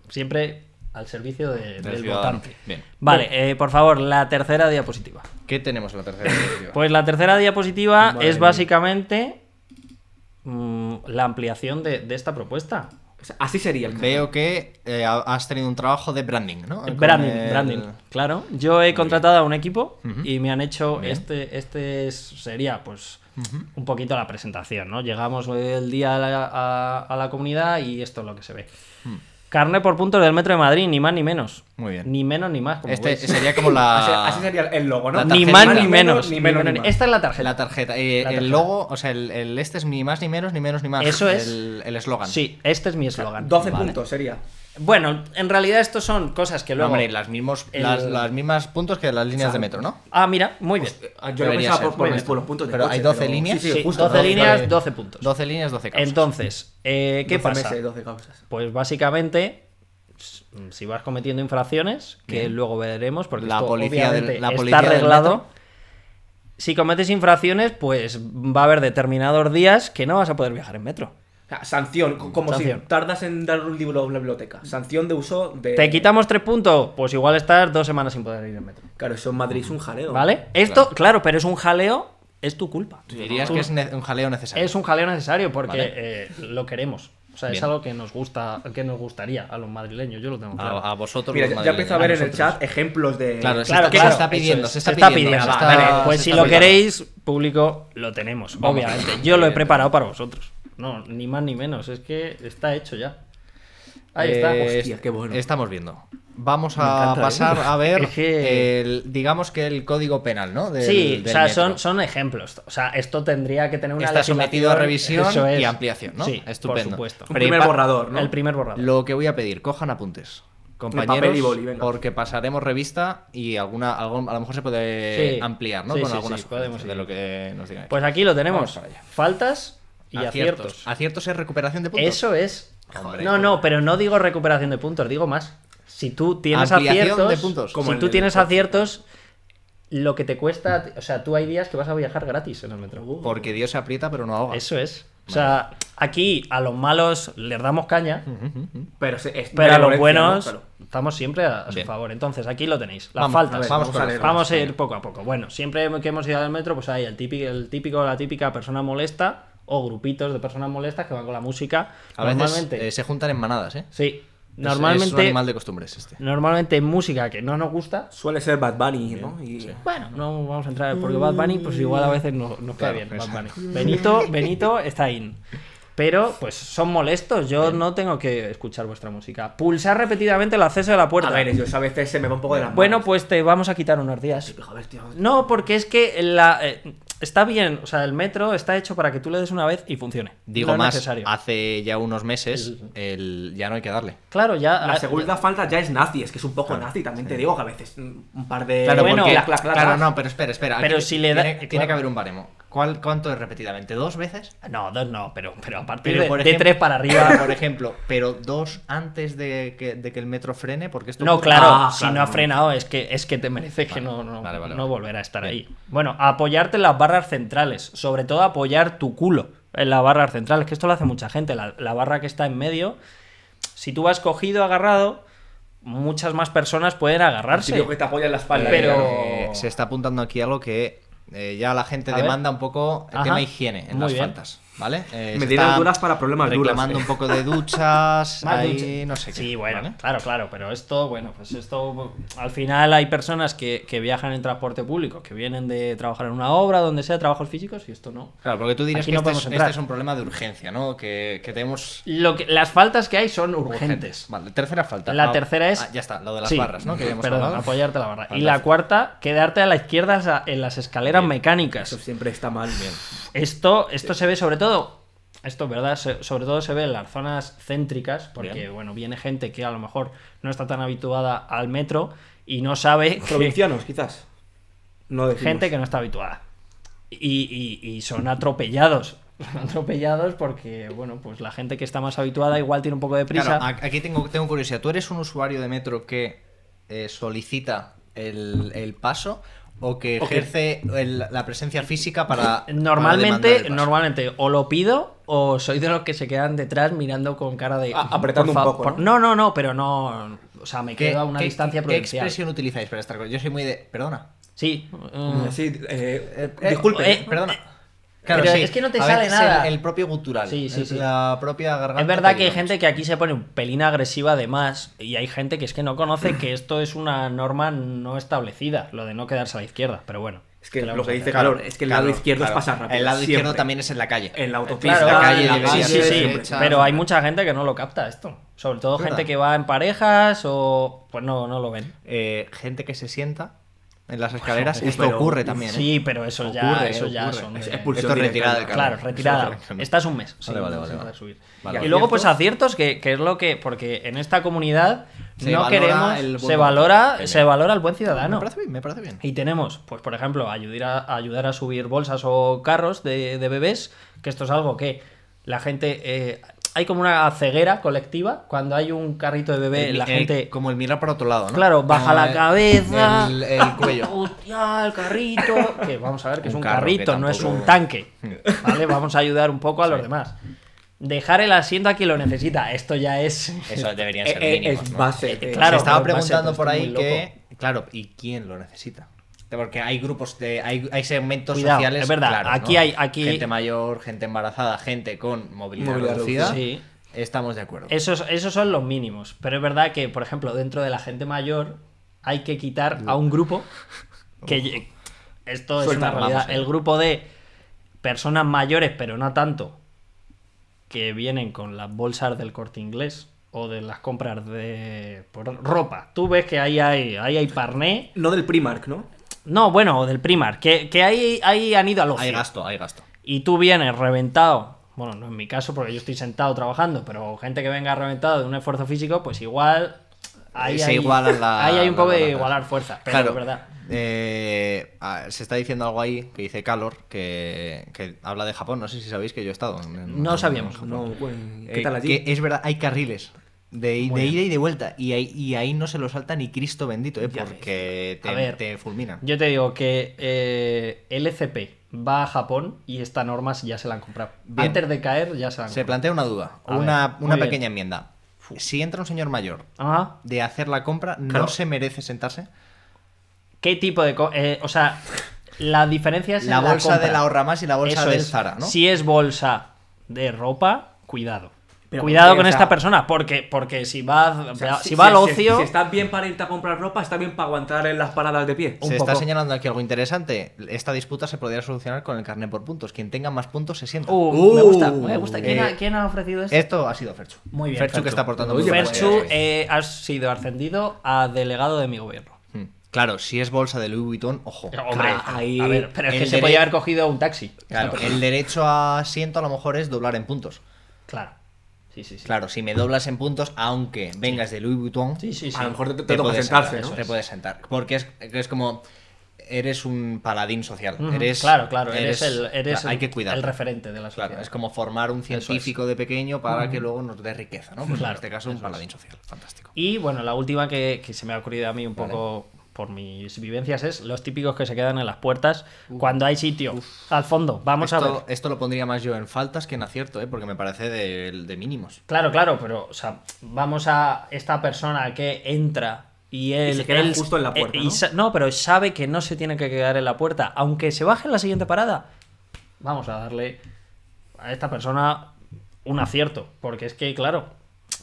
Speaker 2: Siempre al servicio de- del,
Speaker 1: ciudadano.
Speaker 2: votante.
Speaker 1: Bien.
Speaker 2: Vale, eh, por favor, la tercera diapositiva.
Speaker 1: ¿Qué tenemos en la tercera directiva?
Speaker 2: Pues la tercera diapositiva
Speaker 4: Madre
Speaker 2: es
Speaker 4: mía.
Speaker 2: básicamente mm, la ampliación de, de esta propuesta.
Speaker 3: O sea, así sería el
Speaker 1: Veo que eh, ha- has tenido un trabajo de branding, ¿no? Ah, Con
Speaker 2: Eh, Branding,
Speaker 1: el-
Speaker 2: branding. Claro, yo he contratado a un equipo
Speaker 1: Ujú.
Speaker 2: y me han hecho
Speaker 1: Bien.
Speaker 2: este, este es- sería pues un poquito la presentación, ¿no? Llegamos el día a la, a- a la comunidad y esto es lo que se ve. Carne por puntos del metro de Madrid, ni más ni menos.
Speaker 1: Hmm. Muy bien.
Speaker 2: Ni menos ni más. Como
Speaker 1: Este
Speaker 2: veis.
Speaker 1: sería como la.
Speaker 3: Así, así sería el logo, ¿no?
Speaker 1: la
Speaker 2: ni
Speaker 1: tarjeta.
Speaker 2: más ni menos.
Speaker 3: Ni menos, ni más.
Speaker 2: Esta es la tarjeta.
Speaker 1: La tarjeta. eh,
Speaker 2: La
Speaker 1: El
Speaker 2: tarjeta.
Speaker 1: logo, o sea, el, el este es ni más ni menos, ni menos ni más.
Speaker 2: Eso es.
Speaker 1: El el eslogan.
Speaker 2: Sí, este es mi eslogan.
Speaker 3: 12
Speaker 1: Vale.
Speaker 3: puntos sería.
Speaker 2: Bueno, en realidad estos son cosas que
Speaker 1: No,
Speaker 2: luego...
Speaker 1: hombre, las, mismos,
Speaker 2: el-
Speaker 1: las, las mismas puntos que las líneas de metro, ¿no?
Speaker 2: Ah, mira, muy bien.
Speaker 3: Ah, Yo lo
Speaker 1: Debería
Speaker 3: pensaba
Speaker 1: ser.
Speaker 3: por, por,
Speaker 2: Muy bien.
Speaker 3: por los puntos de
Speaker 1: Pero
Speaker 3: coche,
Speaker 1: hay 12 líneas.
Speaker 3: Sí, sí,
Speaker 2: Sí,
Speaker 3: justo.
Speaker 2: 12
Speaker 3: 12
Speaker 2: líneas, 12 puntos.
Speaker 1: 12 líneas, 12 causas.
Speaker 2: Entonces, eh, ¿qué
Speaker 3: 12
Speaker 2: pasa?
Speaker 3: meses, 12 causas.
Speaker 2: Pues básicamente, s- si vas cometiendo infracciones, que luego veremos, porque
Speaker 1: La
Speaker 2: esto
Speaker 1: policía del-
Speaker 2: obviamente
Speaker 1: la policía
Speaker 2: está
Speaker 1: del
Speaker 2: arreglado.
Speaker 1: metro.
Speaker 2: Si cometes infracciones, pues va a haber determinados días que no vas a poder viajar en metro.
Speaker 3: O sea, sanción, co- como
Speaker 2: Sanción.
Speaker 3: si tardas en dar un libro a una biblioteca. Sanción de uso de.
Speaker 1: Eh,
Speaker 2: ¿Te quitamos tres puntos? Pues igual estás dos semanas sin poder ir en metro.
Speaker 3: Claro, eso en Madrid es un jaleo.
Speaker 2: ¿Vale? Esto, claro, pero es un jaleo, es tu culpa.
Speaker 1: Dirías
Speaker 2: Tú-
Speaker 1: que es ne- un jaleo necesario.
Speaker 2: es un jaleo necesario porque
Speaker 1: Vale.
Speaker 2: eh, lo queremos. O sea, es
Speaker 1: Bien. Ah,
Speaker 2: algo que nos gusta, que nos gustaría a los madrileños, yo lo tengo claro.
Speaker 1: A, a vosotros
Speaker 3: Mira,
Speaker 1: los
Speaker 3: ya- ya empiezo a ver en
Speaker 1: madrileños.
Speaker 3: el chat ejemplos de.
Speaker 1: Claro, se,
Speaker 2: Claro,
Speaker 1: está, se
Speaker 2: claro,
Speaker 1: está
Speaker 2: eso
Speaker 1: pidiendo,
Speaker 2: es.
Speaker 1: se está
Speaker 2: Se está
Speaker 1: pidiendo.
Speaker 2: pidiendo,
Speaker 1: se
Speaker 2: va,
Speaker 1: está-
Speaker 2: vale. Pues
Speaker 1: se
Speaker 2: si
Speaker 1: está
Speaker 2: lo
Speaker 1: pidiendo.
Speaker 2: queréis, público, lo tenemos,
Speaker 1: Vamos.
Speaker 2: obviamente. Yo lo he preparado para vosotros. No, ni más ni menos, es que está hecho ya. Ahí está.
Speaker 1: Eh,
Speaker 3: Hostia, qué bueno.
Speaker 1: Estamos viendo. Vamos
Speaker 3: Me
Speaker 1: a
Speaker 3: encanta, ¿eh?
Speaker 1: pasar a ver,
Speaker 2: Es que-
Speaker 1: el, digamos que el código penal, ¿no? Del-
Speaker 2: sí,
Speaker 1: del
Speaker 2: o sea,
Speaker 1: metro.
Speaker 2: son, son ejemplos. O sea, esto tendría que tener una
Speaker 1: Está sometido a
Speaker 2: legislación,
Speaker 1: revisión
Speaker 2: eso es.
Speaker 1: y ampliación, ¿no?
Speaker 2: Sí,
Speaker 1: Estupendo.
Speaker 2: por supuesto.
Speaker 3: Un primer
Speaker 1: Prepa-
Speaker 3: borrador, ¿no?
Speaker 2: El primer borrador.
Speaker 1: Lo que voy a pedir, cojan apuntes. Compañeros,
Speaker 3: papel y boli, venga.
Speaker 1: porque pasaremos revista y alguna, algún- a lo mejor se puede
Speaker 2: Sí.
Speaker 1: ampliar, ¿no?
Speaker 2: Sí,
Speaker 1: Con
Speaker 2: sí,
Speaker 1: algunas
Speaker 2: sí, podemos
Speaker 1: de
Speaker 2: ir.
Speaker 1: lo que nos digan.
Speaker 2: Pues aquí lo tenemos.
Speaker 1: Vamos para allá.
Speaker 2: Faltas y aciertos.
Speaker 1: Aciertos es recuperación de puntos.
Speaker 2: Eso es.
Speaker 1: Hombre.
Speaker 2: no, no, pero no digo recuperación de puntos, digo más. Si tú tienes
Speaker 1: Ampliación
Speaker 2: aciertos,
Speaker 1: de puntos.
Speaker 3: Como
Speaker 2: si
Speaker 3: el
Speaker 2: tú
Speaker 3: del
Speaker 2: tienes
Speaker 3: coche.
Speaker 2: aciertos, lo que te cuesta, o sea, tú hay días que vas a viajar gratis en el metro.
Speaker 1: Porque Dios se aprieta pero no ahoga.
Speaker 2: Eso es. O sea, aquí a los malos les damos caña,
Speaker 3: Pero, se- es
Speaker 2: pero a los
Speaker 3: benevolencia,
Speaker 2: buenos
Speaker 3: ¿no? Claro.
Speaker 2: estamos siempre a, a su
Speaker 1: Bien.
Speaker 2: favor. Entonces, aquí lo tenéis. Las
Speaker 1: Vamos,
Speaker 2: faltas.
Speaker 1: a ver,
Speaker 2: vamos
Speaker 1: vamos
Speaker 3: a
Speaker 2: a,
Speaker 3: leerlas.
Speaker 2: ir poco a poco. Bueno, siempre que hemos ido al metro, pues hay el típico, el típico, la típica persona molesta o grupitos de personas molestas que van con la música.
Speaker 1: A veces
Speaker 2: Normalmente.
Speaker 1: eh, se juntan en manadas, ¿eh?
Speaker 2: Sí.
Speaker 1: Es- Es un
Speaker 2: Normalmente,
Speaker 1: animal de costumbres este.
Speaker 2: normalmente música que no nos gusta.
Speaker 3: Suele ser Bad Bunny, ¿no? Y...
Speaker 2: Bueno, no vamos a entrar porque Bad Bunny, pues igual a veces no-
Speaker 1: Mm.
Speaker 2: nos cae
Speaker 1: Claro,
Speaker 2: bien. Bad
Speaker 1: exacto.
Speaker 2: Bunny. Benito, Benito está in. Pero, pues, son molestos. Yo no tengo que escuchar vuestra música. Pulsar repetidamente el acceso de la puerta.
Speaker 3: A ver, yo a veces se me va un poco de las manos.
Speaker 2: Bueno, pues te vamos a quitar unos días.
Speaker 3: Joder, tío.
Speaker 2: No, porque es que la, eh, está bien. O sea, el metro está hecho para que tú le des una vez y funcione.
Speaker 1: Digo
Speaker 2: No es
Speaker 1: más,
Speaker 2: necesario.
Speaker 1: hace ya unos meses el, ya no hay que darle.
Speaker 2: Claro, ya.
Speaker 3: La
Speaker 2: ah,
Speaker 3: segunda falta ya es nazi, es que es un poco nazi, también te digo que a veces mm, un par de.
Speaker 1: Claro,
Speaker 2: bueno,
Speaker 1: porque-
Speaker 3: clac, clac, clac,
Speaker 1: claro,
Speaker 3: clac.
Speaker 1: no, pero espera, espera.
Speaker 2: Pero
Speaker 1: Aquí
Speaker 2: si le da-
Speaker 1: tiene, tiene
Speaker 2: claro.
Speaker 1: que haber un baremo. ¿Cuál, ¿Cuánto es repetidamente? ¿Dos veces?
Speaker 2: No, dos no, pero, pero a partir
Speaker 1: Pero,
Speaker 2: de,
Speaker 1: por
Speaker 2: de
Speaker 1: ejemplo-
Speaker 2: tres para
Speaker 1: Pero,
Speaker 2: arriba.
Speaker 1: por ejemplo, pero dos antes de que, de que el metro frene, porque esto.
Speaker 2: No,
Speaker 1: ocurre-
Speaker 2: claro,
Speaker 3: Ah,
Speaker 2: si
Speaker 3: claro.
Speaker 2: no ha frenado es que, es que te merece que
Speaker 1: Vale,
Speaker 2: no, no,
Speaker 1: vale, vale,
Speaker 2: no
Speaker 1: vale.
Speaker 2: volver a estar
Speaker 1: Bien.
Speaker 2: ahí. Bueno, apoyarte en las barras centrales, sobre todo apoyar tu culo en las barras centrales, que esto lo hace mucha gente, la, la barra que está en medio, si tú vas cogido, agarrado, muchas más personas pueden
Speaker 3: El
Speaker 2: agarrarse.
Speaker 3: típico que te apoya en la espalda.
Speaker 2: Pero-
Speaker 1: Eh, se está apuntando aquí algo que eh, ya la gente
Speaker 2: A ver.
Speaker 1: demanda un poco el
Speaker 2: Ajá.
Speaker 1: tema higiene en
Speaker 2: Muy
Speaker 1: las
Speaker 2: bien.
Speaker 1: faltas, ¿vale? Eh, se
Speaker 3: Medidas
Speaker 1: está
Speaker 3: duras para problemas duros,
Speaker 1: reclamando
Speaker 3: eh.
Speaker 1: un poco de duchas,
Speaker 2: Más
Speaker 1: ahí
Speaker 2: ducha.
Speaker 1: no sé qué.
Speaker 2: Sí, bueno,
Speaker 1: ¿vale?
Speaker 2: claro, claro, pero esto, bueno, pues esto, al final hay personas que, que viajan en transporte público, que vienen de trabajar en una obra, donde sea, trabajos físicos, y esto no.
Speaker 1: Claro, porque tú dirás
Speaker 2: Aquí
Speaker 1: que
Speaker 2: no
Speaker 1: este,
Speaker 2: podemos
Speaker 1: es, este
Speaker 2: entrar.
Speaker 1: es un problema de urgencia, ¿no? Que, que tenemos
Speaker 2: Lo que, las faltas que hay son urgentes.
Speaker 1: Vale, tercera falta.
Speaker 2: La
Speaker 1: Ah,
Speaker 2: tercera es...
Speaker 1: ah, ya está, lo de las
Speaker 2: Sí,
Speaker 1: barras, ¿no? Que ya hemos
Speaker 2: perdón,
Speaker 1: hablado.
Speaker 2: apoyarte la barra. Y
Speaker 1: Fantástico.
Speaker 2: la cuarta, quedarte a la izquierda sa- en las escaleras
Speaker 3: Eso
Speaker 2: mecánicas.
Speaker 3: siempre está mal. Bien.
Speaker 2: Esto, esto se ve sobre todo... Esto, es ¿verdad? Se- sobre todo se ve en las zonas céntricas, porque,
Speaker 1: Bien.
Speaker 2: bueno, viene gente que a lo mejor no está tan habituada al metro y no sabe... que-
Speaker 3: Provincianos, quizás. No decimos.
Speaker 2: gente que no está habituada. Y, y- y son atropellados. atropellados porque, bueno, pues la gente que está más habituada igual tiene un poco de prisa.
Speaker 1: Claro, a- aquí tengo, tengo curiosidad. ¿Tú eres un usuario de metro que eh, solicita el, el paso o que
Speaker 2: Ok.
Speaker 1: ejerce el- la presencia física para. para demandar el
Speaker 2: normalmente,
Speaker 1: paso?
Speaker 2: normalmente, o lo pido o soy de los que se quedan detrás mirando con cara de.
Speaker 3: A-
Speaker 1: Ah,
Speaker 3: apretando
Speaker 2: por
Speaker 3: un
Speaker 2: fa-
Speaker 3: poco,
Speaker 2: por-
Speaker 3: ¿no?
Speaker 2: no, no, pero no. O sea, me
Speaker 1: ¿Qué,
Speaker 2: quedo a una
Speaker 1: qué-
Speaker 2: distancia
Speaker 1: qué
Speaker 2: prudencial.
Speaker 1: expresión utilizáis para estar con.? Yo soy muy de. Perdona.
Speaker 2: Sí. mm,
Speaker 3: Mm, Sí, eh,
Speaker 1: Eh,
Speaker 3: disculpe.
Speaker 2: eh,
Speaker 1: Perdona.
Speaker 2: pero es que no te
Speaker 1: A
Speaker 2: sale
Speaker 1: veces el-
Speaker 2: nada.
Speaker 1: El, propio gutural.
Speaker 2: Sí, sí,
Speaker 1: es
Speaker 2: sí.
Speaker 1: La propia garganta.
Speaker 2: Es verdad que hay
Speaker 1: digamos.
Speaker 2: gente que aquí se pone un pelín agresiva de más y hay gente que es que no conoce que esto es una norma no establecida, lo de no quedarse a la izquierda, pero bueno.
Speaker 3: Es que
Speaker 2: ¿qué le
Speaker 3: lo
Speaker 2: vamos
Speaker 3: que
Speaker 2: a
Speaker 3: dice
Speaker 2: hacer?
Speaker 3: Calor es que el lado
Speaker 1: Claro,
Speaker 3: izquierdo
Speaker 1: claro.
Speaker 3: es pasar rápido.
Speaker 1: El lado
Speaker 3: siempre.
Speaker 1: izquierdo también es en la calle.
Speaker 3: En la autopista,
Speaker 1: Claro, la calle,
Speaker 3: en la
Speaker 1: derecha,
Speaker 3: calle,
Speaker 2: sí, sí, ah, sí,
Speaker 1: derecha.
Speaker 2: pero hay mucha gente que no lo capta esto. Sobre todo
Speaker 1: ¿Verdad?
Speaker 2: gente que va en parejas o pues no, no lo ven.
Speaker 1: Eh, gente que se sienta en las escaleras.
Speaker 3: Uy,
Speaker 1: Esto
Speaker 3: pero-
Speaker 1: ocurre también. ¿eh?
Speaker 2: Pues Sí, pero eso ya,
Speaker 1: Ocurre,
Speaker 2: eso
Speaker 1: eh,
Speaker 2: ya
Speaker 1: ocurre.
Speaker 2: son
Speaker 3: Es
Speaker 2: eh,
Speaker 3: expulsión.
Speaker 1: Esto es retirada del
Speaker 3: directa,
Speaker 1: canal.
Speaker 2: Claro, retirada.
Speaker 1: Eso es
Speaker 2: Estás un mes. sin-
Speaker 1: vale, vale,
Speaker 2: sin
Speaker 1: vale.
Speaker 2: subir.
Speaker 1: Vale,
Speaker 2: Y
Speaker 1: vale.
Speaker 2: luego, pues aciertos, que, que es lo que. Porque en esta comunidad
Speaker 1: Se
Speaker 2: no
Speaker 1: valora
Speaker 2: queremos.
Speaker 1: el buen
Speaker 2: Se valora,
Speaker 1: comportamiento.
Speaker 2: se valora el buen
Speaker 1: Me
Speaker 2: ciudadano.
Speaker 1: parece bien, me parece bien.
Speaker 2: Y tenemos, pues por ejemplo, ayudar a, ayudar a subir bolsas o carros de, de bebés, que esto es algo que la gente... eh, hay como una ceguera colectiva, cuando hay un carrito de bebé,
Speaker 1: El-
Speaker 2: la
Speaker 1: el-
Speaker 2: gente...
Speaker 1: Como el mirar para otro lado, ¿no?
Speaker 2: Claro, baja
Speaker 1: Como
Speaker 2: la
Speaker 1: el-
Speaker 2: cabeza.
Speaker 1: El, el cuello.
Speaker 2: Hostia, el carrito. Que vamos a ver que es
Speaker 1: Un
Speaker 2: un
Speaker 1: carro que
Speaker 2: carrito, no es
Speaker 1: tampoco-
Speaker 2: un tanque. ¿Vale? Vamos a ayudar un poco a los demás. Dejar el asiento a quien lo necesita. Esto ya es.
Speaker 1: Eso deberían
Speaker 3: Eh,
Speaker 1: ser
Speaker 3: eh,
Speaker 1: mínimos,
Speaker 3: es
Speaker 1: ¿no?
Speaker 3: base.
Speaker 2: Eh,
Speaker 3: eh,
Speaker 1: Se
Speaker 2: claro.
Speaker 1: estaba
Speaker 2: pero va a ser
Speaker 1: preguntando
Speaker 2: esto
Speaker 1: por ahí
Speaker 2: muy loco.
Speaker 1: que. Claro, ¿y quién lo necesita? Porque hay grupos de. Hay, hay segmentos
Speaker 2: Cuidado,
Speaker 1: sociales.
Speaker 2: es verdad,
Speaker 1: claros,
Speaker 2: aquí
Speaker 1: ¿no?
Speaker 2: hay- aquí-
Speaker 1: Gente mayor, gente embarazada, gente con movilidad,
Speaker 3: Movilidad
Speaker 1: reducida.
Speaker 2: reducida.
Speaker 1: Estamos de acuerdo.
Speaker 2: Esos, esos son los mínimos. Pero es verdad que, por ejemplo, dentro de la gente mayor hay que quitar a un grupo que... lle- Esto es
Speaker 1: Suelta,
Speaker 2: una realidad.
Speaker 1: vamos, eh.
Speaker 2: El grupo de personas mayores, pero no tanto, que vienen con las bolsas del corte inglés o de las compras de por ropa. Tú ves que ahí hay, ahí hay parné.
Speaker 3: No del Primark, ¿no?
Speaker 2: No, bueno, o del primar. Que, que ahí, ahí han ido a los
Speaker 1: hay gasto, hay gasto.
Speaker 2: y tú vienes reventado, bueno, no en mi caso porque yo estoy sentado trabajando, pero gente que venga reventado de un esfuerzo físico, pues igual ahí,
Speaker 1: Se
Speaker 2: hay,
Speaker 1: igualan la-
Speaker 2: ahí hay un
Speaker 1: la
Speaker 2: poco de
Speaker 1: balanza.
Speaker 2: igualar fuerza, pero
Speaker 1: claro,
Speaker 2: es verdad.
Speaker 1: eh, ah, se está diciendo algo ahí que dice Calor, que, que habla de Japón. No sé si sabéis que yo he estado. en- en-
Speaker 2: No sabíamos.
Speaker 1: en Japón.
Speaker 3: No, bueno,
Speaker 1: Eh,
Speaker 3: ¿Qué tal allí?
Speaker 1: que es verdad, hay carriles. De, i-
Speaker 2: Muy
Speaker 1: de
Speaker 2: bien.
Speaker 1: ida y de vuelta. Y ahí, y ahí no se lo salta ni Cristo bendito, eh,
Speaker 3: Ya ves.
Speaker 1: porque
Speaker 2: A
Speaker 1: te,
Speaker 2: ver.
Speaker 1: te fulminan.
Speaker 2: Yo te digo que eh, LCP va a Japón y esta norma ya se la han comprado.
Speaker 1: Bien.
Speaker 2: Antes de caer ya se la han
Speaker 1: Se
Speaker 2: comprado.
Speaker 1: plantea una duda,
Speaker 2: A ver,
Speaker 1: una,
Speaker 2: muy
Speaker 1: una
Speaker 2: bien.
Speaker 1: pequeña enmienda. Si entra un señor mayor
Speaker 2: Ajá.
Speaker 1: de hacer la compra, ¿no
Speaker 2: Claro.
Speaker 1: se merece sentarse?
Speaker 2: ¿Qué tipo de... co- eh, o sea, la diferencia es... en
Speaker 1: La bolsa
Speaker 2: compra.
Speaker 1: del ahorra más y la bolsa
Speaker 2: Eso
Speaker 1: del
Speaker 2: es.
Speaker 1: Zara, ¿no?
Speaker 2: Si es bolsa de ropa, cuidado.
Speaker 3: Pero
Speaker 2: Cuidado
Speaker 3: porque,
Speaker 2: con
Speaker 3: o sea,
Speaker 2: esta persona, porque, porque si va,
Speaker 3: o sea,
Speaker 2: si va al
Speaker 3: Si,
Speaker 2: ocio.
Speaker 3: estás bien para irte a comprar ropa, está bien para aguantar en las paradas de pie.
Speaker 1: Se está señalando aquí algo interesante. Esta disputa se podría solucionar con el carnet por puntos. Quien tenga más puntos se sienta.
Speaker 2: Uh, me
Speaker 3: Uh,
Speaker 2: gusta, me gusta. ¿Quién,
Speaker 1: eh,
Speaker 2: ha, quién ha ofrecido esto?
Speaker 1: Esto ha sido Ferchu.
Speaker 2: Muy bien,
Speaker 1: Ferchu, que
Speaker 2: Ferchu.
Speaker 1: está aportando
Speaker 3: Oye,
Speaker 1: muy buenas
Speaker 3: pues,
Speaker 2: Ferchu,
Speaker 1: ideas.
Speaker 2: eh, has sido ascendido a delegado de mi gobierno.
Speaker 1: Mm. Claro, si es bolsa de Louis Vuitton, ojo.
Speaker 2: Hombre,
Speaker 3: ahí-
Speaker 2: a ver, pero es
Speaker 1: el
Speaker 2: que se
Speaker 1: dere-
Speaker 2: podía haber cogido un taxi.
Speaker 1: Claro, el derecho a asiento a lo mejor es doblar en puntos.
Speaker 2: Claro. Sí, sí, sí.
Speaker 1: Claro, si me doblas en puntos, aunque vengas de Louis Vuitton,
Speaker 2: Sí, sí, sí.
Speaker 3: A lo mejor te, te
Speaker 1: te
Speaker 3: toca
Speaker 1: puedes
Speaker 3: sentarse,
Speaker 1: sentar,
Speaker 3: ¿no?
Speaker 1: eso es. Te puedes sentar. Porque es, es como. Eres un paladín social.
Speaker 2: Ujú,
Speaker 1: eres,
Speaker 2: claro, claro, eres, el, eres
Speaker 1: hay
Speaker 2: el-
Speaker 1: que cuidar.
Speaker 2: el referente de la sociedad.
Speaker 1: Claro, es como formar un
Speaker 2: es.
Speaker 1: científico de pequeño para que luego nos dé riqueza, ¿no? Pues
Speaker 2: Claro,
Speaker 1: en este caso, un
Speaker 2: eso es.
Speaker 1: paladín social. Fantástico.
Speaker 2: Y bueno, la última que, que se me ha ocurrido a mí un poco por mis vivencias es los típicos que se quedan en las puertas cuando hay sitio. Al fondo, vamos a ver.
Speaker 1: Esto, esto lo pondría más yo en faltas que en acierto, ¿eh? Porque me parece de, de mínimos.
Speaker 2: Claro, claro, pero o sea, vamos a esta persona que entra y él.
Speaker 3: se queda
Speaker 2: él- eh,
Speaker 3: justo en la puerta,
Speaker 2: y
Speaker 3: ¿no?
Speaker 2: sa- pero sabe que no se tiene que quedar en la puerta. Aunque se baje en la siguiente parada, vamos a darle a esta persona un acierto. Porque es que, claro,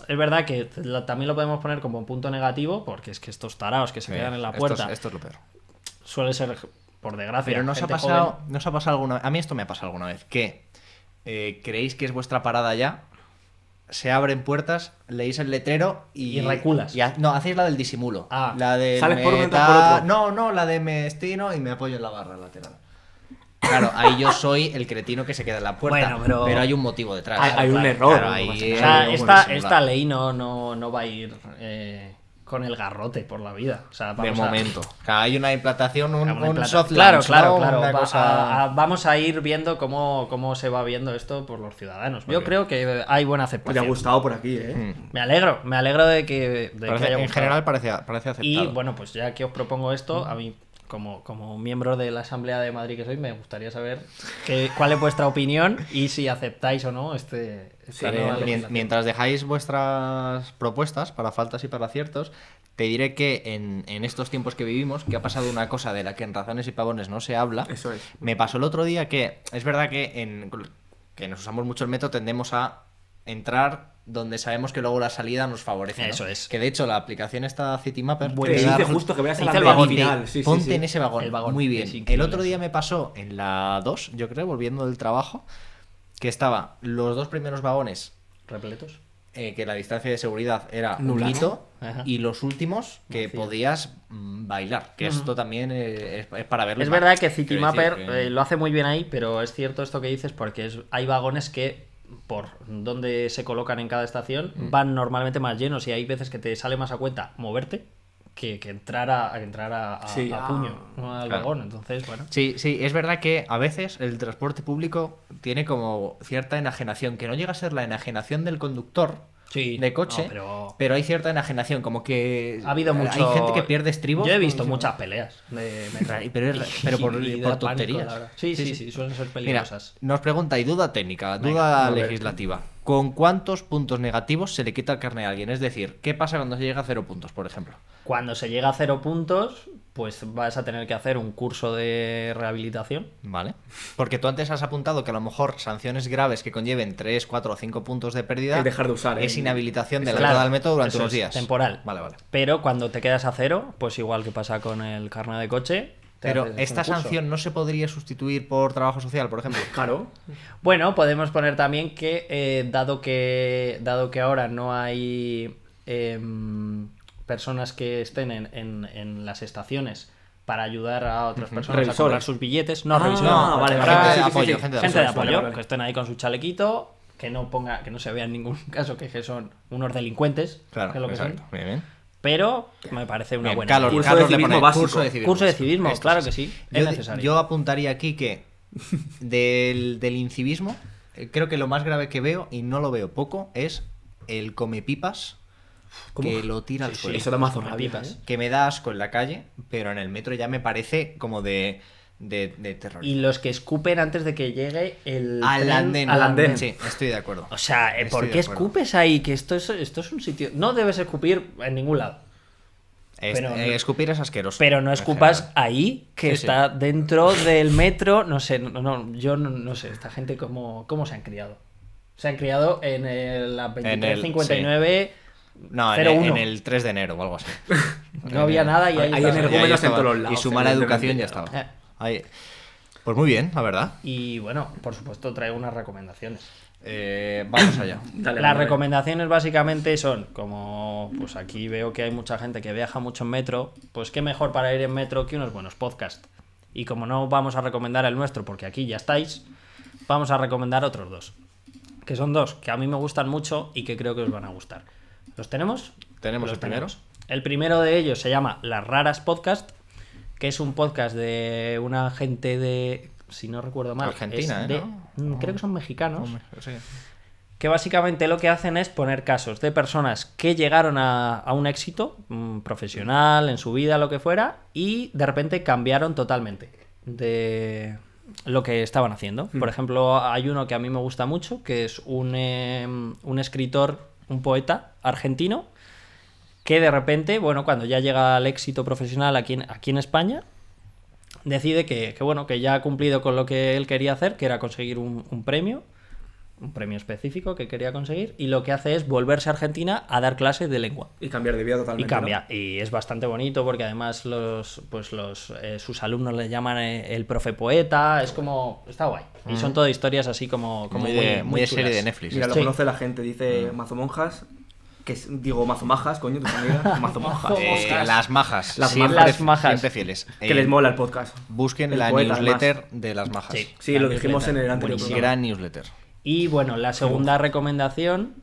Speaker 2: es verdad que la- también lo podemos poner como un punto negativo, porque es que estos taraos que se quedan en la
Speaker 1: Eh, Esto es-
Speaker 2: puerta
Speaker 1: Esto es, lo peor.
Speaker 2: suele ser, por desgracia.
Speaker 1: Pero nos ha
Speaker 2: gente
Speaker 1: pasado,
Speaker 2: joven.
Speaker 1: nos ha pasado alguna A mí esto me ha pasado alguna vez. Que eh, creéis que es vuestra parada ya, se abren puertas, leéis el letrero y.
Speaker 2: Y reculas.
Speaker 1: y ha- no, hacéis la del disimulo.
Speaker 2: Ah.
Speaker 1: la de.
Speaker 3: Sales por uno,
Speaker 1: me
Speaker 3: entras por
Speaker 1: da-
Speaker 3: otro.
Speaker 1: No, no, la de me estino y me apoyo en la barra lateral. Claro, ahí yo soy el cretino que se queda en la puerta.
Speaker 2: Bueno, pero-
Speaker 1: hay un motivo detrás.
Speaker 3: Hay, hay un
Speaker 2: Claro,
Speaker 3: error.
Speaker 1: claro,
Speaker 3: ¿no?
Speaker 1: ahí-
Speaker 3: O
Speaker 2: O
Speaker 1: Eh,
Speaker 2: sea,
Speaker 1: algo
Speaker 2: esta,
Speaker 1: disimular.
Speaker 2: esta ley no, no, no va a ir eh, con el garrote por la vida. O sea,
Speaker 1: De
Speaker 2: vamos a-
Speaker 1: momento. O sea, hay una implantación, un,
Speaker 2: a una
Speaker 1: un
Speaker 2: plata-
Speaker 1: soft
Speaker 2: Claro,
Speaker 1: launch,
Speaker 2: claro,
Speaker 1: ¿no?
Speaker 2: claro.
Speaker 1: Una
Speaker 2: Va-
Speaker 1: cosa-
Speaker 2: a- a- vamos a ir viendo cómo, cómo se va viendo esto por los ciudadanos. Yo
Speaker 1: Ok.
Speaker 2: creo que hay buena
Speaker 3: Pues te ha
Speaker 2: aceptación.
Speaker 3: gustado por aquí, ¿eh?
Speaker 2: Me alegro, me alegro de que, de que
Speaker 1: Parece-
Speaker 2: haya
Speaker 1: en
Speaker 2: gustado.
Speaker 1: general parece, parece aceptado.
Speaker 2: Y bueno, pues ya que os propongo esto, a mí, como, como miembro de la Asamblea de Madrid que soy, me gustaría saber qué- cuál es vuestra opinión y si aceptáis o no este. esta
Speaker 1: Sí,
Speaker 2: nueva
Speaker 1: mien-
Speaker 2: legislación.
Speaker 1: mientras dejáis vuestras propuestas para faltas y para aciertos, te diré que en, en estos tiempos que vivimos, que ha pasado una cosa de la que en razones y pavones no se habla,
Speaker 3: Eso es.
Speaker 1: me pasó el otro día que es verdad que, en, que nos usamos mucho el método, tendemos a entrar donde sabemos que luego la salida nos favorece. ¿no?
Speaker 2: Eso es.
Speaker 1: Que de hecho la aplicación esta Citymapper
Speaker 3: Te Eh, dice justo que veas
Speaker 2: Te
Speaker 3: a la
Speaker 2: dice el
Speaker 3: media
Speaker 2: vagón,
Speaker 3: final. Sí, sí,
Speaker 1: ponte
Speaker 3: sí.
Speaker 1: en ese vagón.
Speaker 2: El vagón,
Speaker 1: Muy
Speaker 2: es
Speaker 1: bien. El
Speaker 2: increíble
Speaker 1: otro día
Speaker 2: eso.
Speaker 1: me pasó en la 2, yo creo, volviendo del trabajo, que estaba los dos primeros vagones,
Speaker 2: ¿Repletos?
Speaker 1: eh, que la distancia de seguridad era
Speaker 3: Nula,
Speaker 1: un hito,
Speaker 2: ¿no? Ajá.
Speaker 1: y los últimos que podías mm, bailar, que esto también eh, es, es para verlo.
Speaker 2: Es
Speaker 1: mal.
Speaker 2: verdad que
Speaker 1: Quiero
Speaker 2: Citymapper
Speaker 1: decir que-
Speaker 2: eh, lo hace muy bien ahí, pero es cierto esto que dices porque es- hay vagones que por donde se colocan en cada estación
Speaker 1: Mm.
Speaker 2: van normalmente más llenos y hay veces que te sale más a cuenta moverte que, que entrar a, a entrar a, a-
Speaker 3: Sí,
Speaker 2: a
Speaker 3: ah,
Speaker 2: puño ¿no? al
Speaker 1: claro.
Speaker 2: vagón. Entonces, bueno.
Speaker 1: Sí, sí, es verdad que a veces el transporte público tiene como cierta enajenación, que no llega a ser la enajenación del conductor
Speaker 2: Sí,
Speaker 1: de coche,
Speaker 2: no, pero-
Speaker 1: pero... hay cierta enajenación, como que
Speaker 2: Ha habido mucho.
Speaker 1: hay gente que pierde estribos.
Speaker 2: Yo he visto muchas peleas de metralla.
Speaker 1: Ra- pero es- pero por-
Speaker 2: Y
Speaker 1: por
Speaker 2: da pánico,
Speaker 1: tonterías.
Speaker 2: la verdad. Sí, sí, sí, suelen ser
Speaker 1: Mira,
Speaker 2: peligrosas.
Speaker 1: nos pregunta, y duda técnica,
Speaker 2: Venga,
Speaker 1: duda
Speaker 2: a ver.
Speaker 1: legislativa. ¿Con cuántos puntos negativos se le quita el carnet a alguien? Es decir, ¿qué pasa cuando se llega a cero puntos, por ejemplo?
Speaker 2: Cuando se llega a cero puntos, pues vas a tener que hacer un curso de rehabilitación.
Speaker 1: ¿Vale? Porque tú antes has apuntado que a lo mejor sanciones graves que conlleven 3, 4 o 5 puntos de pérdida
Speaker 3: El dejar de usar,
Speaker 1: es
Speaker 3: ¿eh?
Speaker 1: inhabilitación de la
Speaker 2: Claro,
Speaker 1: entrada al método durante
Speaker 2: eso
Speaker 1: unos
Speaker 2: es,
Speaker 1: días.
Speaker 2: temporal.
Speaker 1: Vale, vale.
Speaker 2: Pero cuando te quedas a cero, pues igual que pasa con el carnet de coche. te
Speaker 1: Pero
Speaker 2: haces un
Speaker 1: esta
Speaker 2: curso.
Speaker 1: sanción no se podría sustituir por trabajo social, por ejemplo.
Speaker 3: Claro.
Speaker 2: Bueno, podemos poner también que, eh, dado que dado que ahora no hay em, personas que estén en, en- en las estaciones para ayudar a otras personas
Speaker 3: Revisores.
Speaker 2: a comprar sus billetes, no
Speaker 3: Ah,
Speaker 2: revisores,
Speaker 3: vale, vale,
Speaker 2: habrá
Speaker 1: gente de
Speaker 2: gente
Speaker 1: apoyo,
Speaker 2: gente de
Speaker 1: gente de
Speaker 2: apoyo,
Speaker 3: apoyo, vale, vale.
Speaker 2: que estén ahí con su chalequito, que no ponga, que no se vea en ningún caso que que son unos delincuentes, que es lo que son.
Speaker 1: exacto. Bien, bien.
Speaker 2: Pero me parece una
Speaker 1: Bien,
Speaker 2: buena
Speaker 1: Carlos-
Speaker 2: idea.
Speaker 3: Curso
Speaker 1: Carlos
Speaker 3: de
Speaker 1: le
Speaker 3: civismo
Speaker 1: pone
Speaker 3: básico.
Speaker 1: curso de civismo.
Speaker 2: Curso de civismo,
Speaker 1: Esto
Speaker 2: claro
Speaker 1: es.
Speaker 2: que sí, es
Speaker 1: Yo,
Speaker 2: necesario.
Speaker 1: yo apuntaría aquí que del, del incivismo, eh, creo que lo más grave que veo, y no lo veo poco, es el comepipas
Speaker 3: ¿Cómo?
Speaker 1: que lo tira al
Speaker 2: Sí, sí,
Speaker 1: suelo.
Speaker 3: Eso da más
Speaker 2: Con
Speaker 3: rabia,
Speaker 2: pipas.
Speaker 3: ¿eh?
Speaker 1: Que me da asco en la calle, pero en el metro ya me parece como de, de, de terror.
Speaker 2: Y los que escupen antes de que llegue el
Speaker 1: al
Speaker 2: tren
Speaker 1: andén.
Speaker 2: al andén.
Speaker 1: Sí, estoy de acuerdo.
Speaker 2: O sea, eh, ¿por
Speaker 1: Estoy de
Speaker 2: qué
Speaker 1: acuerdo.
Speaker 2: escupes ahí? Que esto es, esto es un sitio. No debes escupir en ningún lado.
Speaker 1: Es-
Speaker 2: pero-
Speaker 1: eh, escupir es asqueroso.
Speaker 2: Pero no
Speaker 1: en
Speaker 2: escupas
Speaker 1: general.
Speaker 2: ahí, que
Speaker 1: Sí, sí.
Speaker 2: está dentro del metro. No sé, no, no, yo no, no sé. Esta gente, ¿cómo, cómo se han criado? O Se han criado en el, la
Speaker 1: el-
Speaker 2: 2359.
Speaker 1: No, en el,
Speaker 2: 01.
Speaker 1: en el 3 de enero o algo así.
Speaker 2: No había nada y ahí
Speaker 3: Ahí en
Speaker 2: estaba.
Speaker 3: el-
Speaker 1: Ya, ya
Speaker 3: argumentos en
Speaker 1: estaba.
Speaker 3: todos los lados,
Speaker 1: Y su mala educación ya
Speaker 3: evidentemente.
Speaker 1: estaba. Ahí. Pues muy bien, la verdad.
Speaker 2: Y bueno, por supuesto, traigo unas recomendaciones.
Speaker 1: Eh, vamos allá.
Speaker 3: Dale,
Speaker 2: Las
Speaker 3: dale.
Speaker 2: recomendaciones básicamente son, como pues aquí veo que hay mucha gente que viaja mucho en metro, pues qué mejor para ir en metro que unos buenos podcasts. Y como no vamos a recomendar el nuestro porque aquí ya estáis, vamos a recomendar otros dos. Que son dos que a mí me gustan mucho y que creo que os van a gustar. ¿Los tenemos?
Speaker 1: Tenemos
Speaker 2: Los
Speaker 1: el primero.
Speaker 2: El primero de ellos se llama Las Raras Podcast, que es un podcast de una gente de, si no recuerdo mal, es
Speaker 1: Argentina, ¿eh?
Speaker 2: de-
Speaker 1: ¿No?
Speaker 2: mm, creo que son mexicanos
Speaker 1: Hombre, sí.
Speaker 2: que básicamente lo que hacen es poner casos de personas que llegaron a, a un éxito mm, profesional, en su vida, lo que fuera, y de repente cambiaron totalmente de lo que estaban haciendo. Por ejemplo, hay uno que a mí me gusta mucho, que es un, eh, un escritor, un poeta argentino, que de repente, bueno, cuando ya llega al éxito profesional aquí en, aquí en España, decide que, que, bueno, que ya ha cumplido con lo que él quería hacer, que era conseguir un, un premio, un premio específico que quería conseguir, y lo que hace es volverse a Argentina a dar clases de lengua.
Speaker 3: Y cambiar de vida totalmente.
Speaker 2: Y cambia, y es bastante bonito porque además los, pues los, eh, sus alumnos le llaman eh, el profe poeta, es como, está guay. Y son todas historias así como, como
Speaker 1: Muy de, muy de serie
Speaker 2: chulas.
Speaker 1: de
Speaker 3: ¿no?
Speaker 1: Netflix. ¿eh?
Speaker 3: Mira, lo
Speaker 2: Sí.
Speaker 3: conoce la gente,
Speaker 1: Ah.
Speaker 3: dice mazomonjas. Que es- digo mazomajas, coño, tu amiga. Mazomonjas.
Speaker 1: Eh,
Speaker 3: Ostras.
Speaker 1: las majas.
Speaker 3: Las
Speaker 1: siempre-
Speaker 2: majas. Las majas.
Speaker 1: Siempre fieles.
Speaker 3: que
Speaker 1: Eh,
Speaker 3: les mola el podcast.
Speaker 1: Busquen
Speaker 3: El
Speaker 1: la
Speaker 3: poeta,
Speaker 1: newsletter
Speaker 3: además.
Speaker 1: de las majas.
Speaker 2: Sí.
Speaker 3: Sí, lo dijimos en el anterior
Speaker 2: Buenísimo.
Speaker 3: programa.
Speaker 1: Gran newsletter.
Speaker 2: Y bueno, la segunda recomendación,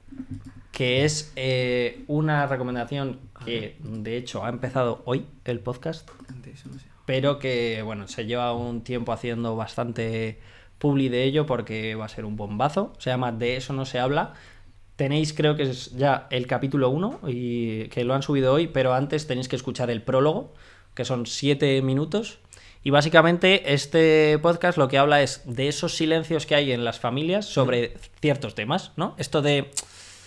Speaker 2: que es eh, una recomendación que de hecho ha empezado hoy el podcast,
Speaker 3: Eso no sé.
Speaker 2: pero que bueno, se lleva un tiempo haciendo bastante publi de ello porque va a ser un bombazo. Se llama De eso no se habla. Tenéis, creo que es ya el capítulo 1 y que lo han subido hoy, pero antes tenéis que escuchar el prólogo, que son 7 minutos. Y básicamente este podcast lo que habla es de esos silencios que hay en las familias sobre ciertos temas, ¿no? Esto de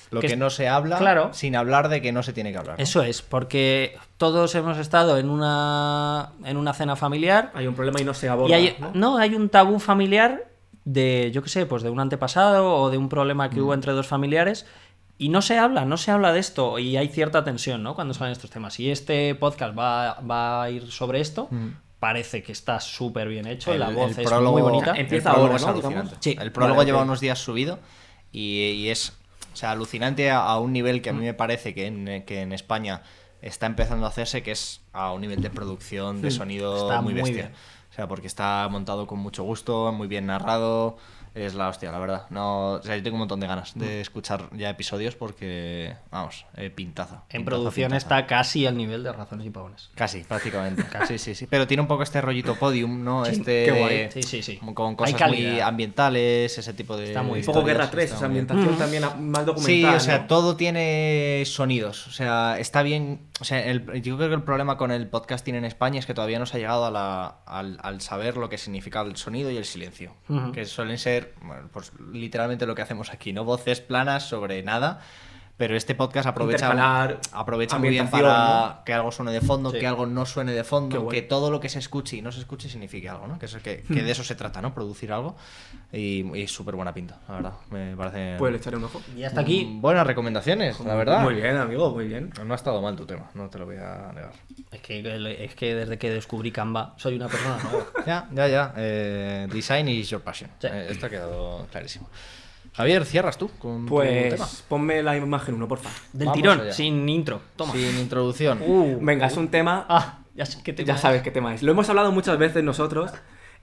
Speaker 1: Lo
Speaker 2: Que
Speaker 1: que,
Speaker 2: es-
Speaker 1: no se habla
Speaker 2: claro.
Speaker 1: sin hablar de que no se tiene que hablar. ¿no?
Speaker 2: eso es, porque todos hemos estado en una en una cena familiar
Speaker 3: Hay un problema y no se
Speaker 2: Y
Speaker 3: aborda.
Speaker 2: hay,
Speaker 3: ¿no?
Speaker 2: ¿no? hay un tabú familiar de, yo qué sé, pues de un antepasado o de un problema que
Speaker 3: Mm.
Speaker 2: hubo entre dos familiares. Y no se habla, no se habla de esto. Y hay cierta tensión, ¿no? Cuando salen estos temas. Y este podcast va, va a ir sobre esto.
Speaker 3: Mm.
Speaker 2: Parece que está súper bien hecho. la voz es muy bonita.
Speaker 1: el
Speaker 3: Empieza
Speaker 1: prólogo
Speaker 3: ahora,
Speaker 1: es
Speaker 3: ¿no?
Speaker 1: alucinante.
Speaker 3: Digamos.
Speaker 2: Sí.
Speaker 1: El prólogo
Speaker 3: Vale,
Speaker 1: lleva
Speaker 3: ok.
Speaker 1: unos días subido y, y es o sea, alucinante a, a un nivel que a mí me parece que en, que en España está empezando a hacerse, que es a un nivel de producción, de sonido
Speaker 2: Está
Speaker 1: muy
Speaker 2: muy
Speaker 1: bestia.
Speaker 2: bien.
Speaker 1: O sea, porque está montado con mucho gusto, muy bien narrado. Es la hostia, la verdad. No, o sea, yo tengo un montón de ganas de escuchar ya episodios porque, vamos, eh, pintaza.
Speaker 2: En
Speaker 1: pintaza,
Speaker 2: producción
Speaker 1: pintaza.
Speaker 2: está casi al nivel de Razones y Pavones.
Speaker 1: Casi, prácticamente. Sí, sí, sí. Pero tiene un poco este rollito podium, ¿no? este
Speaker 3: qué guay.
Speaker 2: Sí, sí, sí.
Speaker 1: Con
Speaker 2: Hay
Speaker 1: cosas
Speaker 2: calidad.
Speaker 1: muy ambientales, ese tipo de.
Speaker 2: Está muy
Speaker 3: Un poco
Speaker 1: historias,
Speaker 3: Guerra 3,
Speaker 1: está
Speaker 3: o sea,
Speaker 1: muy bien.
Speaker 3: ambientación también a- más
Speaker 1: Sí,
Speaker 3: documental.
Speaker 1: o sea,
Speaker 3: ¿no?
Speaker 1: todo tiene sonidos. O sea, está bien. O sea, el- yo creo que el problema con el podcasting en España es que todavía no se ha llegado a la- al, al saber lo que significa el sonido y el silencio.
Speaker 2: Ujú.
Speaker 1: Que suelen ser, bueno, pues literalmente lo que hacemos aquí, ¿no? Voces planas sobre nada. Pero este podcast aprovecha,
Speaker 3: Intercalar,
Speaker 1: aprovecha muy bien
Speaker 3: ambientación,
Speaker 1: para que algo suene de fondo,
Speaker 2: Sí.
Speaker 1: que algo no suene de fondo,
Speaker 3: Qué guay. Hmm.
Speaker 1: que todo lo que se escuche y no se escuche signifique algo, ¿no? Que, eso- que, que de eso se trata, ¿no? Producir algo. Y, y súper buena pinta, la verdad. Me parece.
Speaker 3: Pues le echaré un ojo.
Speaker 2: Y hasta aquí.
Speaker 1: Mm, Buenas recomendaciones, la verdad.
Speaker 3: Muy bien, amigo, muy bien.
Speaker 1: No ha estado mal tu tema, no te lo voy a negar.
Speaker 3: Mm.
Speaker 2: Es que, es que desde que descubrí Canva soy una persona nueva.
Speaker 1: Ya, ya, ya. eh, design is your passion.
Speaker 2: Sí.
Speaker 1: Eh, esto ha quedado clarísimo. Javier, cierras tú con tu tema.
Speaker 3: Pues ponme la imagen uno, por favor.
Speaker 2: Del
Speaker 1: Vamos
Speaker 2: tirón,
Speaker 1: allá.
Speaker 2: sin intro. Toma.
Speaker 1: Sin introducción.
Speaker 2: Uh,
Speaker 3: Venga, es un tema.
Speaker 2: Ah, ya sé que te
Speaker 3: ya sabes qué tema es. Lo hemos hablado muchas veces nosotros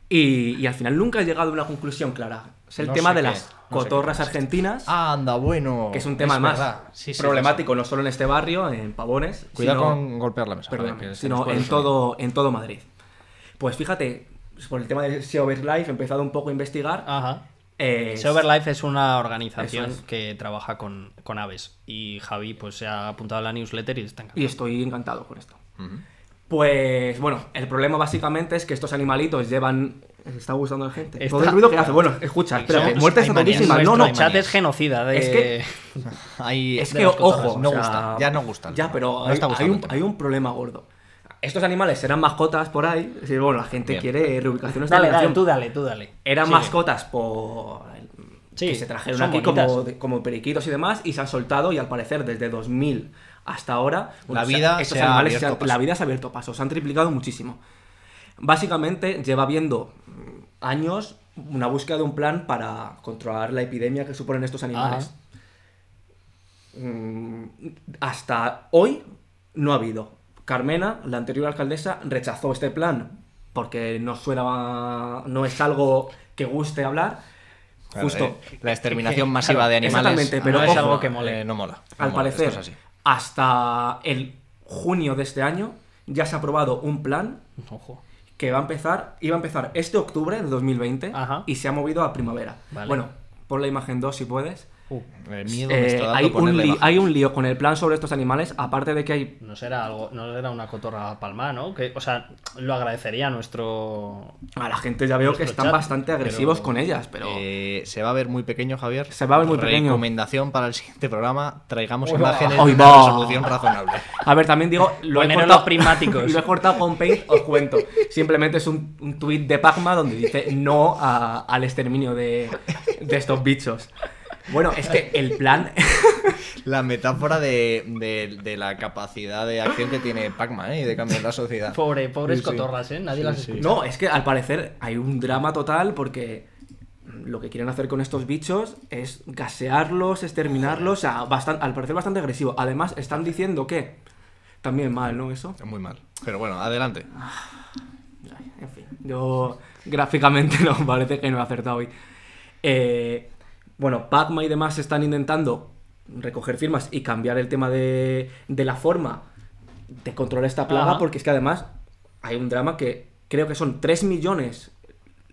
Speaker 3: y, y al final nunca he llegado a una conclusión clara. Es el
Speaker 1: No
Speaker 3: tema
Speaker 1: sé
Speaker 3: de
Speaker 1: qué,
Speaker 3: las
Speaker 1: no sé qué
Speaker 3: cotorras
Speaker 1: tema es.
Speaker 3: argentinas,
Speaker 1: Ah, anda, bueno.
Speaker 3: que es un tema más
Speaker 1: verdad. Sí, sí,
Speaker 3: problemático, no solo en este barrio, en Pavones.
Speaker 1: sí. Cuidado
Speaker 3: sino-
Speaker 1: con golpear la mesa.
Speaker 3: perdóname,
Speaker 1: Javier, que se nos
Speaker 3: sino
Speaker 1: puede
Speaker 3: en
Speaker 1: resumir.
Speaker 3: todo, en todo Madrid. Pues fíjate, por el tema de SEO Based Life he empezado un poco a investigar.
Speaker 1: Ah,
Speaker 2: Ajá.
Speaker 3: Eh,
Speaker 2: Soberlife es una organización
Speaker 3: Eso es.
Speaker 2: que trabaja con, con aves y Javi pues se ha apuntado a la newsletter y está encantado.
Speaker 3: y estoy encantado con esto.
Speaker 1: Ujú.
Speaker 3: Pues bueno, el problema básicamente es que estos animalitos llevan. ¿Se está gustando a la gente?
Speaker 2: Está-
Speaker 3: Todo el ruido que hace. Bueno, escucha, espérate,
Speaker 1: Somos-
Speaker 3: muerte
Speaker 1: hay manías,
Speaker 3: estatudísima.
Speaker 1: somos
Speaker 3: No, no,
Speaker 2: Nuestro chat
Speaker 1: manías.
Speaker 2: es genocida de...
Speaker 3: Es que-
Speaker 1: Ahí-
Speaker 3: Es
Speaker 1: de
Speaker 3: que,
Speaker 1: las cotorras,
Speaker 3: ojo,
Speaker 1: no
Speaker 3: o sea,
Speaker 1: gusta, ya no gusta. el
Speaker 3: Ya,
Speaker 1: tema.
Speaker 3: pero
Speaker 1: No
Speaker 3: hay,
Speaker 1: está
Speaker 3: hay
Speaker 1: gustando el
Speaker 3: un,
Speaker 1: tema.
Speaker 3: hay un problema gordo. Estos animales serán mascotas por ahí. es decir, bueno, la gente
Speaker 1: Bien.
Speaker 3: quiere reubicaciones de
Speaker 2: Dale, dale,
Speaker 3: habitación.
Speaker 2: tú dale, tú dale.
Speaker 3: Eran
Speaker 2: Sigue.
Speaker 3: mascotas por el-
Speaker 2: Sí,
Speaker 3: que se trajeron
Speaker 2: son
Speaker 3: aquí
Speaker 2: bonitas.
Speaker 3: como, de- como periquitos y demás y se han soltado y al parecer desde 2000 hasta ahora
Speaker 1: La
Speaker 3: o sea,
Speaker 1: vida
Speaker 3: estos
Speaker 1: se ha
Speaker 3: animales
Speaker 1: abierto
Speaker 3: han- la
Speaker 1: paso.
Speaker 3: vida se ha abierto paso, se han triplicado muchísimo. Básicamente lleva viendo mm, años una búsqueda de un plan para controlar la epidemia que suponen
Speaker 1: Ah,
Speaker 3: estos animales. Mm, hasta hoy no ha habido. Carmena, la anterior alcaldesa, rechazó este plan porque no suena, no es algo que guste hablar.
Speaker 1: Claro,
Speaker 3: Justo,
Speaker 1: eh, la exterminación
Speaker 2: que-
Speaker 1: masiva
Speaker 3: claro,
Speaker 1: de animales
Speaker 3: exactamente, pero
Speaker 1: no es
Speaker 3: ojo,
Speaker 1: algo que mole. Eh, no mola. no
Speaker 3: al
Speaker 1: mola, esto
Speaker 3: parecer,
Speaker 1: es así.
Speaker 3: hasta el junio de este año ya se ha aprobado un plan
Speaker 2: Ojo.
Speaker 3: que va a empezar, iba a empezar este octubre de 2020
Speaker 2: Ajá.
Speaker 3: y se ha movido a primavera.
Speaker 2: Vale.
Speaker 3: Bueno, pon la imagen 2 si puedes.
Speaker 2: Uh,
Speaker 1: El miedo me
Speaker 3: Eh,
Speaker 1: está dando
Speaker 3: hay, un
Speaker 1: ponerle
Speaker 3: li-
Speaker 1: baja.
Speaker 3: hay un lío con el plan sobre estos animales, aparte de que hay
Speaker 2: no será algo, no será una cotorra palma, ¿no? Que, o sea, lo agradecería a nuestro.
Speaker 3: A la gente ya veo que
Speaker 2: Nuestro
Speaker 3: están
Speaker 2: chat,
Speaker 3: bastante agresivos
Speaker 2: pero-
Speaker 3: con ellas, pero
Speaker 1: Eh, se va a ver muy pequeño, Javier.
Speaker 3: Se va a ver muy pequeño.
Speaker 1: Recomendación para el siguiente programa: traigamos
Speaker 2: Uy, va.
Speaker 1: imágenes
Speaker 3: Uy,
Speaker 1: de una
Speaker 3: va.
Speaker 1: resolución razonable.
Speaker 3: a ver, también digo, lo he
Speaker 2: Poneros
Speaker 3: cortado
Speaker 2: los prismáticos.
Speaker 3: lo he cortado con Paint, os cuento. Simplemente es un, un tuit de Pacma donde dice no a- al exterminio de, de estos bichos. Bueno, es que el plan
Speaker 1: La metáfora de, de- de la capacidad de acción que tiene Pac-Man ¿eh? y de cambiar la sociedad.
Speaker 2: Pobre, pobres
Speaker 1: Sí, sí.
Speaker 2: cotorras, ¿eh? Nadie
Speaker 1: Sí,
Speaker 2: las
Speaker 1: sí.
Speaker 2: escucha.
Speaker 3: No, es que al parecer hay un drama total porque lo que quieren hacer con estos bichos es gasearlos, exterminarlos, o sea, bastan- al parecer bastante agresivo. Además, están diciendo que también mal, ¿no? Eso.
Speaker 1: Muy mal. Pero bueno, adelante.
Speaker 3: En fin, yo gráficamente no, parece que no he acertado hoy. Eh, bueno, Pacma y demás están intentando recoger firmas y cambiar el tema de, de la forma de controlar esta plaga,
Speaker 2: Ajá.
Speaker 3: porque es que además hay un drama que creo que son 3 millones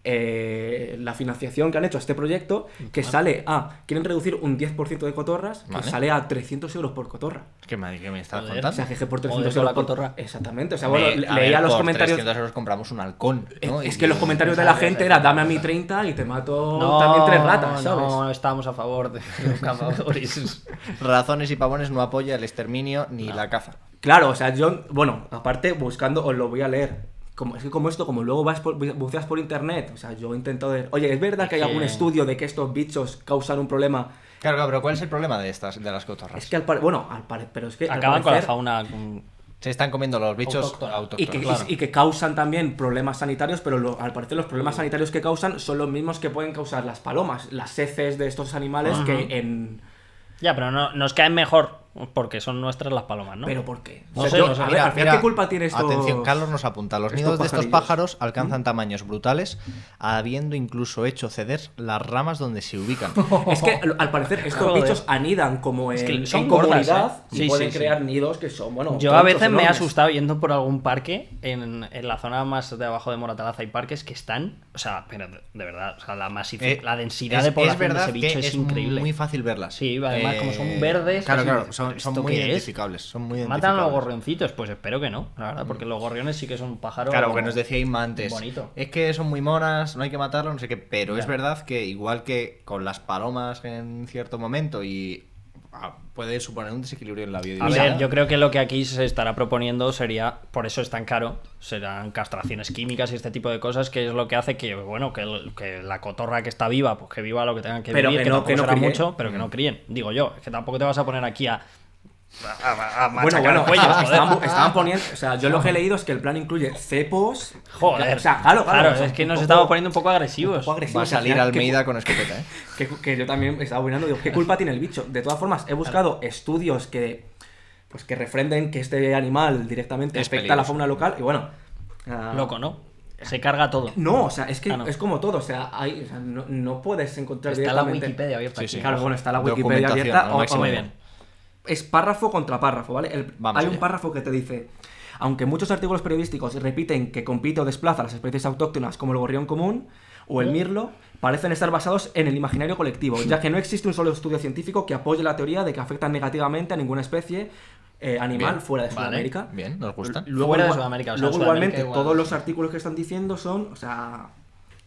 Speaker 3: eh, la financiación que han hecho a este proyecto, que sale a, quieren reducir un 10% de cotorras, que
Speaker 1: Vale.
Speaker 3: sale a 300 euros por cotorra.
Speaker 1: ¿Qué me, qué me estás
Speaker 2: Joder,
Speaker 3: O sea,
Speaker 1: contando?
Speaker 3: que por 300
Speaker 2: Joder, con
Speaker 3: euros
Speaker 2: la
Speaker 3: por
Speaker 2: cotorra. Eh,
Speaker 3: Exactamente, o sea,
Speaker 1: Me-
Speaker 3: bueno,
Speaker 1: a
Speaker 3: leía
Speaker 1: ver,
Speaker 3: los
Speaker 1: por
Speaker 3: comentarios
Speaker 1: 300 euros compramos un halcón. ¿no?
Speaker 3: es
Speaker 1: Y-
Speaker 3: que los comentarios de la
Speaker 2: ¿sabes?
Speaker 3: gente era dame a mí 30 y te mato también tres ratas, ¿sabes?
Speaker 2: No, estábamos a favor de los cazadores.
Speaker 1: Razones y Pavones no apoya el exterminio ni la caza.
Speaker 3: Claro, o sea, yo, bueno, aparte buscando, os lo voy a leer. Como, es que como esto, como luego vas por, buceas por internet, o sea, yo he intentado ver, oye, ¿es verdad que hay
Speaker 2: que-
Speaker 3: algún estudio de que estos bichos causan un problema?
Speaker 1: Claro, claro, pero ¿cuál es el problema de estas, de las cotorras?
Speaker 3: Es que al parecer, bueno, al parecer, pero es que... al
Speaker 2: Acaban con la
Speaker 3: parecer-
Speaker 2: fauna. con-
Speaker 1: Se están comiendo los bichos
Speaker 2: Autóctona.
Speaker 1: autóctonos.
Speaker 3: Y que,
Speaker 2: Claro.
Speaker 3: y que causan también problemas sanitarios, pero lo- al parecer los problemas sanitarios que causan son los mismos que pueden causar las palomas, las heces de estos animales que en...
Speaker 2: Ya, pero no, nos caen mejor porque son nuestras las palomas, ¿no?
Speaker 3: ¿Pero por qué?
Speaker 2: No
Speaker 3: O sea,
Speaker 2: sé,
Speaker 3: yo-
Speaker 2: no sé.
Speaker 3: a ver,
Speaker 1: Mira,
Speaker 3: al final,
Speaker 1: mira,
Speaker 3: ¿qué culpa tiene esto?
Speaker 1: Atención, Carlos nos apunta. Los
Speaker 3: estos
Speaker 1: nidos de estos
Speaker 3: pajarillos?
Speaker 1: pájaros
Speaker 2: ¿Mm?
Speaker 1: alcanzan tamaños brutales, habiendo incluso hecho ceder las ramas donde se ubican.
Speaker 3: Es que al- al parecer estos
Speaker 2: Joder.
Speaker 3: bichos anidan como en,
Speaker 2: Es que son
Speaker 3: en
Speaker 2: gordas,
Speaker 3: comunidad
Speaker 2: ¿eh?
Speaker 3: y
Speaker 2: Sí,
Speaker 3: pueden
Speaker 2: sí, sí.
Speaker 3: crear nidos que son, bueno.
Speaker 2: Yo a
Speaker 3: tronchos
Speaker 2: veces me he
Speaker 3: enormes.
Speaker 2: asustado yendo por algún parque, en, en la zona más de abajo de Moratalaza hay parques que están, o sea, pero de, de verdad, o sea, la masifi-
Speaker 1: Eh,
Speaker 2: la densidad
Speaker 1: es-
Speaker 2: de población
Speaker 1: es verdad
Speaker 2: de ese bicho
Speaker 1: que
Speaker 2: es, increíble.
Speaker 1: muy fácil verlas. Eh,
Speaker 2: Sí, además, como son verdes,
Speaker 1: Claro,
Speaker 2: así
Speaker 1: claro,
Speaker 2: dices,
Speaker 1: son,
Speaker 2: ¿pero
Speaker 1: son
Speaker 2: esto
Speaker 1: muy
Speaker 2: qué es?
Speaker 1: identificables. Son muy
Speaker 2: ¿Matan a los
Speaker 1: identificables.
Speaker 2: gorrioncitos? Pues espero que no, la verdad, porque los gorriones sí que son pájaros.
Speaker 1: Claro, porque nos decía Inma antes.
Speaker 2: Bonito.
Speaker 1: Es que son muy monas, no hay que matarlos, no sé qué. Pero
Speaker 2: Ya.
Speaker 1: es verdad que igual que con las palomas en cierto momento y ah, puede suponer un desequilibrio en la
Speaker 2: A
Speaker 1: biodiversidad.
Speaker 2: ver, yo creo que lo que aquí se estará proponiendo sería, por eso es tan caro, serán castraciones químicas y este tipo de cosas, que es lo que hace que, bueno, que, el- que la cotorra que está viva, pues que viva lo que tengan que
Speaker 3: Pero
Speaker 2: vivir,
Speaker 3: que
Speaker 2: que,
Speaker 3: no-
Speaker 2: tampoco
Speaker 3: que no
Speaker 2: será
Speaker 3: críe.
Speaker 2: mucho, pero que no críen. Digo yo, es que tampoco te vas a poner aquí a, a, a- a
Speaker 3: Bueno,
Speaker 2: machacar
Speaker 3: bueno,
Speaker 2: cuellos,
Speaker 3: estaban,
Speaker 2: joder.
Speaker 3: estaban- estaban poniendo. O sea, yo lo que he leído es que el plan incluye cepos.
Speaker 2: Joder.
Speaker 3: O sea, claro, claro. o sea,
Speaker 2: es que
Speaker 3: un
Speaker 2: nos
Speaker 3: poco-
Speaker 2: estamos poniendo un poco
Speaker 3: un
Speaker 2: agresivos.
Speaker 3: poco
Speaker 1: Va
Speaker 3: agresivos,
Speaker 1: a
Speaker 3: o sea,
Speaker 1: salir
Speaker 3: que-
Speaker 1: Almeida con escopeta, ¿eh?
Speaker 3: Que, que yo también estaba opinando, digo, ¿qué culpa tiene el bicho? De todas formas, he buscado estudios que pues que refrenden que este animal directamente
Speaker 1: Es
Speaker 3: afecta a la
Speaker 1: peligroso.
Speaker 3: fauna local y bueno. ah,
Speaker 2: Loco, ¿no? Se carga todo.
Speaker 3: No, o sea, es que
Speaker 2: Ah, no.
Speaker 3: es como todo, o sea, hay, o sea, no, no puedes encontrar
Speaker 2: Está la
Speaker 3: directamente.
Speaker 2: Wikipedia abierta.
Speaker 1: Sí,
Speaker 2: aquí.
Speaker 1: sí.
Speaker 3: Claro, bueno, está la Wikipedia
Speaker 1: Documentación,
Speaker 3: abierta. Oh,
Speaker 1: al
Speaker 3: o-
Speaker 1: máximo.
Speaker 3: o- Es párrafo contra párrafo, ¿vale? El-
Speaker 1: Vamos
Speaker 3: hay
Speaker 1: allá.
Speaker 3: un párrafo que te dice, aunque muchos artículos periodísticos repiten que compite o desplaza a las especies autóctonas como el gorrión común o
Speaker 1: Mm.
Speaker 3: el mirlo, parecen estar basados en el imaginario colectivo, ya que no existe un solo estudio científico que apoye la teoría de que afectan negativamente a ninguna especie eh, animal
Speaker 1: Bien,
Speaker 3: fuera de
Speaker 2: vale,
Speaker 3: Sudamérica.
Speaker 1: Bien, nos gusta.
Speaker 3: Luego,
Speaker 2: Fuera de
Speaker 3: igual-
Speaker 2: Sudamérica, o sea,
Speaker 3: luego
Speaker 2: Sudamérica
Speaker 3: igualmente,
Speaker 2: igual.
Speaker 3: todos los artículos que están diciendo son, o sea,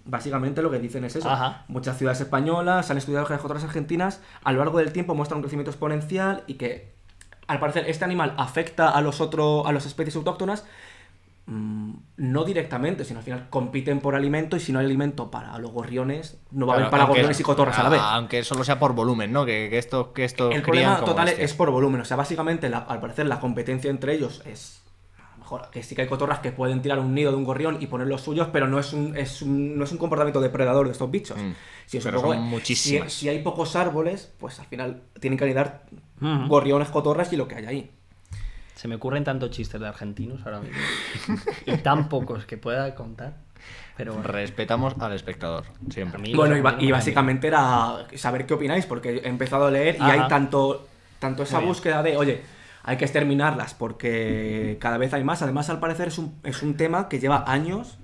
Speaker 3: básicamente lo que dicen es eso.
Speaker 2: Ajá.
Speaker 3: Muchas ciudades españolas han estudiado que las otras argentinas a lo largo del tiempo muestran un crecimiento exponencial y que, al parecer, este animal afecta a los otros, a las especies autóctonas. mm, no directamente, sino al final compiten por alimento y si no hay alimento para los gorriones, no va a haber
Speaker 1: Claro,
Speaker 3: para
Speaker 1: aunque- Ah,
Speaker 3: gorriones y cotorras a la vez.
Speaker 1: Aunque solo sea por volumen, ¿no? Que, que estos que estos
Speaker 3: El
Speaker 1: crían
Speaker 3: problema
Speaker 1: como
Speaker 3: total
Speaker 1: hostias.
Speaker 3: es por volumen, o sea, básicamente la- al parecer la competencia entre ellos es a lo mejor que sí que hay cotorras que pueden tirar un nido de un gorrión y poner los suyos, pero no es un, es un- no es un comportamiento depredador de estos bichos.
Speaker 1: Mm,
Speaker 3: Si es un
Speaker 1: pero
Speaker 3: poco-
Speaker 1: son
Speaker 3: si-
Speaker 1: muchísimas.
Speaker 3: Si, hay pocos árboles, pues al final tienen que anidar
Speaker 2: Ujú.
Speaker 3: gorriones, cotorras y lo que hay ahí.
Speaker 2: Se me ocurren tantos chistes de argentinos ahora mismo. y tan pocos que pueda contar. Pero bueno.
Speaker 1: Respetamos al espectador, siempre.
Speaker 2: A mí
Speaker 3: Bueno,
Speaker 2: los
Speaker 3: y, ba-
Speaker 2: argentinos
Speaker 3: y
Speaker 2: me
Speaker 3: básicamente era saber qué opináis, porque he empezado a leer y
Speaker 2: Ajá.
Speaker 3: hay tanto, tanto esa
Speaker 2: Muy bien.
Speaker 3: búsqueda de, oye, hay que exterminarlas porque cada vez hay más. Además, al parecer es un, es un tema que lleva años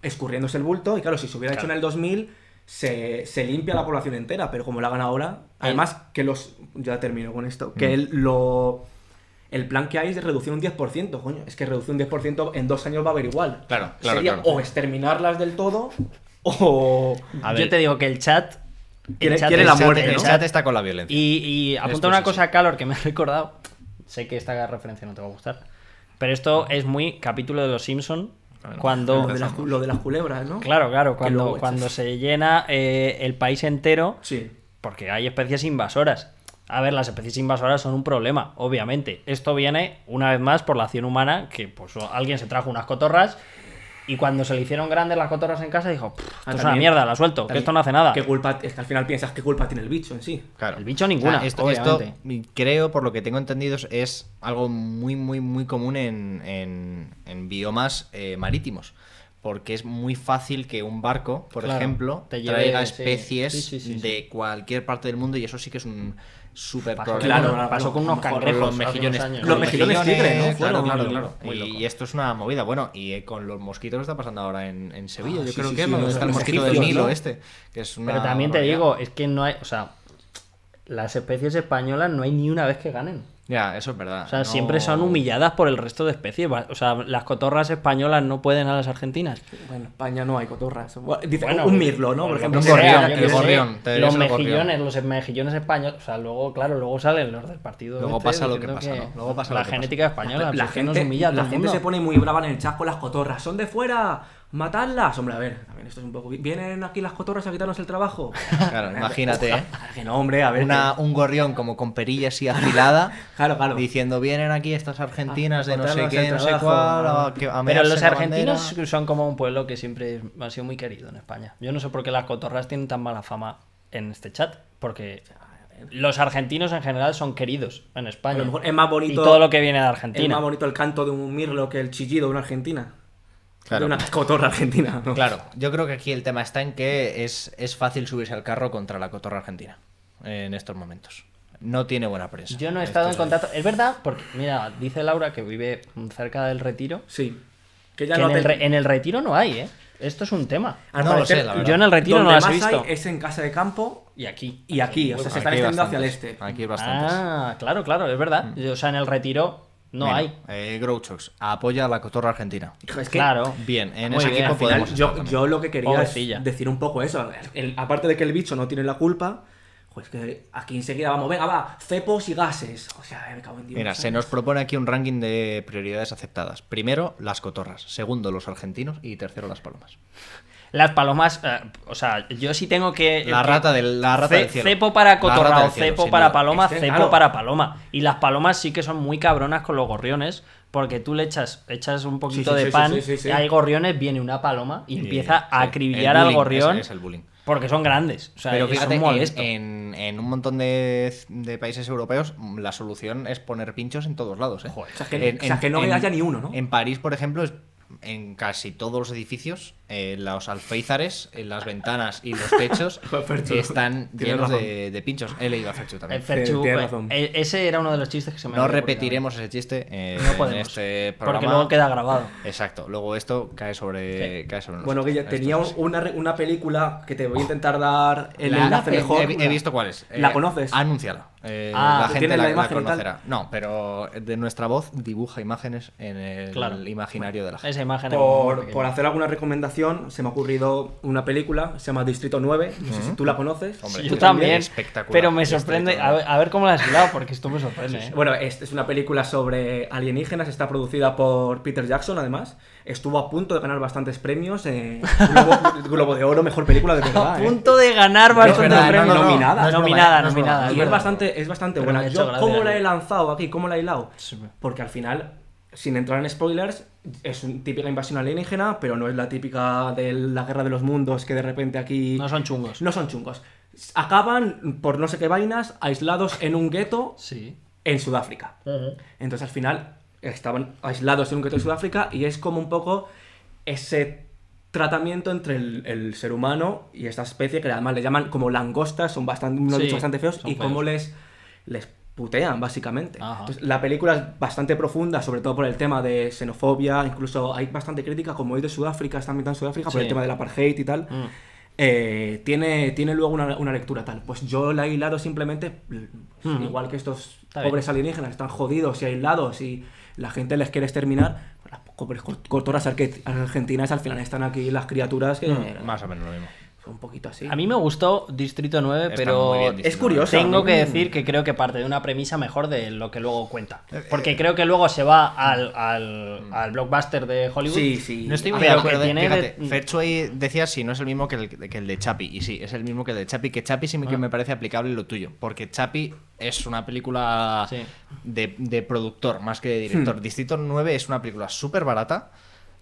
Speaker 3: escurriéndose el bulto y claro, si se hubiera hecho
Speaker 2: Claro.
Speaker 3: en el 2000, se, se limpia la población entera, pero como la hagan ahora,
Speaker 2: El- Mm.
Speaker 3: además que los... Ya termino con esto, que el- lo... El plan que hay es de reducir un 10%, coño. Es que reducir un 10% en dos años va a haber igual.
Speaker 1: Claro, claro,
Speaker 3: Sería
Speaker 1: claro.
Speaker 3: o exterminarlas del todo o...
Speaker 1: A
Speaker 2: Yo
Speaker 1: ver.
Speaker 2: te digo que el chat. el
Speaker 3: Quiere-
Speaker 2: chat
Speaker 3: quiere
Speaker 2: es-
Speaker 3: la
Speaker 1: El chat-
Speaker 3: muerte,
Speaker 1: El
Speaker 3: ¿no?
Speaker 1: chat está con la violencia.
Speaker 2: Y, y apunta
Speaker 1: Esto es
Speaker 2: una
Speaker 1: así.
Speaker 2: cosa, Calor, que me ha recordado. Sé que esta referencia no te va a gustar. Pero esto es muy capítulo de Los Simpson
Speaker 1: Bueno,
Speaker 2: Cuando.
Speaker 3: Lo de, las, cu- lo de las culebras, ¿no?
Speaker 2: Claro, claro.
Speaker 3: Que
Speaker 2: Cuando,
Speaker 3: luego-
Speaker 2: cuando se llena eh, el país entero.
Speaker 3: Sí.
Speaker 2: Porque hay especies invasoras. A ver, las especies invasoras son un problema, obviamente. Esto viene, una vez más, por la acción humana, que pues alguien se trajo unas cotorras y cuando se le hicieron grandes las cotorras en casa dijo, "Pff, esto
Speaker 3: Ah,
Speaker 2: es una
Speaker 3: también-
Speaker 2: mierda, la suelto, que
Speaker 3: también,
Speaker 2: esto no hace nada.
Speaker 3: ¿Qué culpa, es que al final piensas qué culpa tiene el bicho en sí.
Speaker 1: Claro.
Speaker 2: El bicho ninguna,
Speaker 1: esto, esto,
Speaker 2: obviamente.
Speaker 1: creo, por lo que tengo entendido, es algo muy, muy, muy común en, en- en biomas eh, marítimos. Porque es muy fácil que un barco, por
Speaker 2: Claro,
Speaker 1: ejemplo,
Speaker 2: te lleve,
Speaker 1: traiga
Speaker 2: sí.
Speaker 1: especies
Speaker 2: Sí, sí, sí, sí.
Speaker 1: de cualquier parte del mundo y eso sí que es un súper
Speaker 2: Pasó,
Speaker 1: problema.
Speaker 3: Claro,
Speaker 2: con- pasó con
Speaker 3: a lo
Speaker 2: unos
Speaker 3: mejor
Speaker 2: cangrejos.
Speaker 1: los
Speaker 2: hace unos
Speaker 1: mejillones,
Speaker 2: años.
Speaker 3: Los mejillones tigre, ¿no?
Speaker 1: Claro,
Speaker 3: Fueron
Speaker 1: claro,
Speaker 3: muy
Speaker 1: claro.
Speaker 2: loco, muy
Speaker 1: Y
Speaker 2: loco.
Speaker 1: esto es una movida. Bueno, y eh, con los mosquitos está pasando ahora en, en Sevilla,
Speaker 3: Ah,
Speaker 1: yo
Speaker 3: sí,
Speaker 1: creo
Speaker 3: sí,
Speaker 1: que es
Speaker 3: sí,
Speaker 1: donde
Speaker 3: los-
Speaker 1: está el
Speaker 3: los
Speaker 1: mosquito del
Speaker 3: egipcios,
Speaker 1: Nilo
Speaker 3: ¿no?
Speaker 1: este. Que es una
Speaker 2: Pero también te
Speaker 1: barbaridad.
Speaker 2: digo, es que no hay, o sea, las especies españolas no hay ni una vez que ganen.
Speaker 1: Ya, eso es verdad.
Speaker 2: O sea, siempre son humilladas por el resto de especies. va- O sea, las cotorras españolas no pueden a las argentinas.
Speaker 3: Bueno, en España no hay cotorras. Bueno, dice,
Speaker 2: Bueno,
Speaker 3: un mirlo, ¿no? Por
Speaker 2: lo
Speaker 3: ejemplo,
Speaker 2: que
Speaker 1: un
Speaker 2: sea,
Speaker 1: gorrión,
Speaker 2: yo
Speaker 1: el
Speaker 2: qué sé.
Speaker 1: gorrión, te diría
Speaker 2: Los
Speaker 1: el gorrión.
Speaker 2: mejillones, los mejillones españoles. O sea, luego, claro, luego salen los del partido.
Speaker 1: Luego
Speaker 2: este
Speaker 1: pasa lo que
Speaker 2: diciendo
Speaker 1: pasa, ¿no? Luego pasa lo
Speaker 2: La
Speaker 1: que
Speaker 2: genética española. pues,
Speaker 3: la gente, la gente se pone muy brava en el chat con las cotorras. Son de fuera, matadlas. Hombre, a ver, también esto es un poco. Vienen aquí las cotorras a quitarnos el trabajo.
Speaker 1: Claro, imagínate, ¿eh?
Speaker 3: Claro que no, hombre, a ver.
Speaker 1: Una-
Speaker 3: que-
Speaker 1: un gorrión como con perilla así afilada.
Speaker 3: Claro, claro.
Speaker 1: Diciendo, vienen aquí estas argentinas
Speaker 3: Ah,
Speaker 1: de no sé
Speaker 3: contarnos
Speaker 1: qué,
Speaker 3: el
Speaker 1: no sé
Speaker 3: trabajo,
Speaker 1: cuál.
Speaker 3: ah.
Speaker 1: a que- a
Speaker 2: Pero
Speaker 1: mearse
Speaker 2: los
Speaker 1: la bandera".
Speaker 2: argentinos son como un pueblo que siempre ha sido muy querido en España. Yo no sé por qué las cotorras tienen tan mala fama en este chat. Porque los argentinos en general son queridos en España.
Speaker 3: A lo mejor es más bonito-
Speaker 2: Y todo lo que viene de
Speaker 3: Es
Speaker 2: Argentina.
Speaker 3: más bonito el canto de un mirlo que el chillido de una argentina.
Speaker 1: Claro.
Speaker 3: De una cotorra argentina. ¿no?
Speaker 1: Claro, yo creo que aquí el tema está en que es, es fácil subirse al carro contra la cotorra argentina en estos momentos. No tiene buena prensa.
Speaker 2: Yo no he
Speaker 1: Esto
Speaker 2: estado en
Speaker 1: es-
Speaker 2: contacto. Es verdad, porque mira, dice Laura que vive cerca del retiro.
Speaker 3: Sí. Que
Speaker 2: que
Speaker 3: no
Speaker 2: en, el
Speaker 3: te-
Speaker 2: re- en el retiro no hay, ¿eh? Esto es un tema.
Speaker 1: No lo
Speaker 3: parecer,
Speaker 1: sé, la verdad.
Speaker 2: Yo en el retiro
Speaker 3: donde
Speaker 2: no las he
Speaker 3: más
Speaker 2: visto.
Speaker 3: hay es en casa de campo
Speaker 2: Y aquí.
Speaker 3: y aquí. O sea, se están
Speaker 1: Aquí hay
Speaker 3: extendiendo hacia el
Speaker 1: bastantes,
Speaker 3: este.
Speaker 1: Aquí hay bastantes. Mm.
Speaker 2: Ah, claro, claro, es verdad. Yo, O sea, en el retiro no
Speaker 1: Mira,
Speaker 2: hay.
Speaker 1: Eh, Grouchox, apoya a la cotorra argentina.
Speaker 3: Hijo, es que-
Speaker 2: Claro.
Speaker 1: Bien, en
Speaker 2: Muy
Speaker 1: ese
Speaker 2: bien,
Speaker 1: equipo
Speaker 2: al final
Speaker 1: podemos. estar
Speaker 3: Yo,
Speaker 1: también.
Speaker 3: yo lo que quería
Speaker 2: Pobrecilla.
Speaker 3: es decir un poco eso. El- aparte de que el bicho no tiene la culpa, pues que aquí enseguida vamos, venga, va, cepos y gases. O sea, eh, me cago en Dios.
Speaker 1: Mira, se
Speaker 3: ¿sabes?
Speaker 1: nos propone aquí un ranking de prioridades aceptadas. Primero, las cotorras. Segundo, los argentinos. Y tercero, las palomas.
Speaker 2: Las palomas, eh, o sea, yo sí tengo que.
Speaker 1: La
Speaker 2: que-
Speaker 1: rata del, la rata
Speaker 2: Ce-
Speaker 1: del cielo.
Speaker 2: Cepo para
Speaker 1: La rata
Speaker 2: cotorra
Speaker 1: del
Speaker 2: o
Speaker 1: cielo,
Speaker 2: cepo
Speaker 1: sin
Speaker 2: para
Speaker 1: duda.
Speaker 2: paloma,
Speaker 3: Es que,
Speaker 2: cepo
Speaker 3: claro.
Speaker 2: para paloma. Y las palomas sí que son muy cabronas con los gorriones, porque tú le echas, echas un poquito
Speaker 3: sí,
Speaker 2: de
Speaker 3: sí,
Speaker 2: pan,
Speaker 3: sí, sí, sí.
Speaker 2: y hay gorriones, viene una paloma y
Speaker 1: Y-
Speaker 2: empieza a
Speaker 1: sí, el
Speaker 2: acribillar al
Speaker 1: bullying,
Speaker 2: gorrión.
Speaker 1: ese es el bullying.
Speaker 2: Porque son grandes. O sea,
Speaker 1: Pero
Speaker 2: son
Speaker 1: fíjate,
Speaker 2: molestos.
Speaker 1: en, en- en un montón de, de países europeos la solución es poner pinchos en todos lados. ¿eh?
Speaker 2: Joder.
Speaker 3: O sea, que- o sea, que no haya ni uno, ¿no?
Speaker 1: En París, por ejemplo, es- en casi todos los edificios, eh, los alféizares, en las ventanas y los techos
Speaker 3: Ferchu,
Speaker 1: están
Speaker 3: tienes
Speaker 1: llenos
Speaker 3: razón.
Speaker 1: de, de pinchos. He leído a Ferchu también.
Speaker 2: El Ferchu,
Speaker 3: Tienes
Speaker 2: eh,
Speaker 3: razón.
Speaker 2: eh, ese era uno de los chistes que se me
Speaker 1: No
Speaker 2: había ocurrido.
Speaker 1: repetiremos ese chiste eh,
Speaker 2: No podemos,
Speaker 1: en este programa.
Speaker 2: Porque luego queda grabado.
Speaker 1: Exacto, luego esto cae sobre, cae sobre
Speaker 3: Bueno,
Speaker 1: nosotros.
Speaker 3: Guille,
Speaker 1: Esto
Speaker 3: tenía
Speaker 1: es así.
Speaker 3: una, re- una película que te voy a intentar dar el
Speaker 1: La-
Speaker 3: enlace
Speaker 1: he-
Speaker 3: mejor.
Speaker 1: He, he visto cuál es. Eh,
Speaker 3: ¿La conoces?
Speaker 1: Anúnciala. Eh,
Speaker 2: Ah,
Speaker 1: la gente
Speaker 3: ¿tienes
Speaker 1: la,
Speaker 3: la
Speaker 1: la
Speaker 3: imagen y tal?
Speaker 1: conocerá. No, pero de nuestra voz dibuja imágenes en el
Speaker 2: Claro.
Speaker 1: imaginario de la gente.
Speaker 2: Esa imagen era muy
Speaker 3: por,
Speaker 2: pequeña.
Speaker 3: por hacer alguna recomendación recomendación se me ha ocurrido una película, se llama Distrito 9, no sé si tú la conoces.
Speaker 1: Hombre,
Speaker 2: Sí,
Speaker 1: es
Speaker 2: yo
Speaker 1: muy
Speaker 2: también.
Speaker 1: espectacular,
Speaker 2: Pero me
Speaker 1: es
Speaker 2: sorprende. A
Speaker 1: espectacular.
Speaker 2: ver, a ver cómo la has hilado, porque esto me sorprende. ¿eh?
Speaker 3: Bueno, es, es una película sobre alienígenas, está producida por Peter Jackson, además. Estuvo a punto de ganar bastantes premios. eh, Globo, Globo de Oro, mejor película de
Speaker 2: A
Speaker 3: verdad. eh.
Speaker 2: punto de ganar bastante
Speaker 1: verdad,
Speaker 2: premios.
Speaker 1: no, no, no,
Speaker 3: Nominada.
Speaker 1: no es broma,
Speaker 2: Nominada,
Speaker 1: no es broma,
Speaker 2: nominada,
Speaker 1: no
Speaker 3: Y es
Speaker 1: broma.
Speaker 3: bastante, es bastante
Speaker 2: Pero me
Speaker 3: buena.
Speaker 2: ha hecho
Speaker 3: Yo,
Speaker 2: gracia,
Speaker 3: ¿Cómo la
Speaker 2: ¿no?
Speaker 3: he lanzado aquí? ¿Cómo la he hilado?
Speaker 2: Sí.
Speaker 3: Porque al final, sin entrar en spoilers, es una típica invasión alienígena, pero no es la típica de la guerra de los mundos que de repente aquí.
Speaker 2: No son chungos.
Speaker 3: No son chungos. Acaban, por no sé qué vainas, aislados en un gueto
Speaker 2: Sí.
Speaker 3: en Sudáfrica. Entonces al final estaban aislados en un gueto de Sudáfrica y es como un poco ese tratamiento entre el, el ser humano y esta especie que además le llaman como langostas, son bastante, unos
Speaker 2: Sí,
Speaker 3: bichos bastante feos
Speaker 2: son
Speaker 3: y cómo
Speaker 2: feos.
Speaker 3: les, les putean básicamente.
Speaker 2: Ajá.
Speaker 3: Entonces, la película es bastante profunda, sobre todo por el tema de xenofobia, incluso hay bastante crítica como es de Sudáfrica, está ambientada en Sudáfrica por
Speaker 2: Sí.
Speaker 3: el tema del apartheid y tal.
Speaker 2: Mm.
Speaker 3: Eh, tiene, tiene luego una, una lectura tal. Pues yo la he hilado simplemente,
Speaker 2: Mm.
Speaker 3: igual que estos
Speaker 2: Está bien.
Speaker 3: pobres alienígenas están jodidos y aislados y la gente les quiere exterminar, pues las pobres cort- cortoras arque- argentinas al final están aquí las criaturas que
Speaker 1: Más o menos lo mismo.
Speaker 3: son un poquito así.
Speaker 2: A mí me gustó Distrito 9,
Speaker 1: Está muy
Speaker 2: pero
Speaker 1: bien,
Speaker 3: es curioso.
Speaker 2: tengo
Speaker 3: a mí-
Speaker 1: mm.
Speaker 2: que decir que creo que parte de una premisa mejor de lo que luego cuenta.
Speaker 1: Eh,
Speaker 2: Porque creo que luego se va al,
Speaker 1: Mm.
Speaker 2: al, al blockbuster de Hollywood.
Speaker 3: Sí, sí.
Speaker 1: No estoy
Speaker 2: Ah,
Speaker 1: muy de
Speaker 2: pero que
Speaker 1: acuerdo. eh.
Speaker 2: tiene
Speaker 1: Fíjate,
Speaker 2: de-
Speaker 1: Ferchu ahí decía si no es el mismo que el, que el de Chapi. Y sí, es el mismo que el de Chapi. Que Chapi sí me-
Speaker 2: Ah.
Speaker 1: que me parece aplicable lo tuyo. Porque Chapi es una película
Speaker 2: Sí.
Speaker 1: de, de productor más que de
Speaker 3: Hmm.
Speaker 1: director. Distrito 9 es una película súper barata.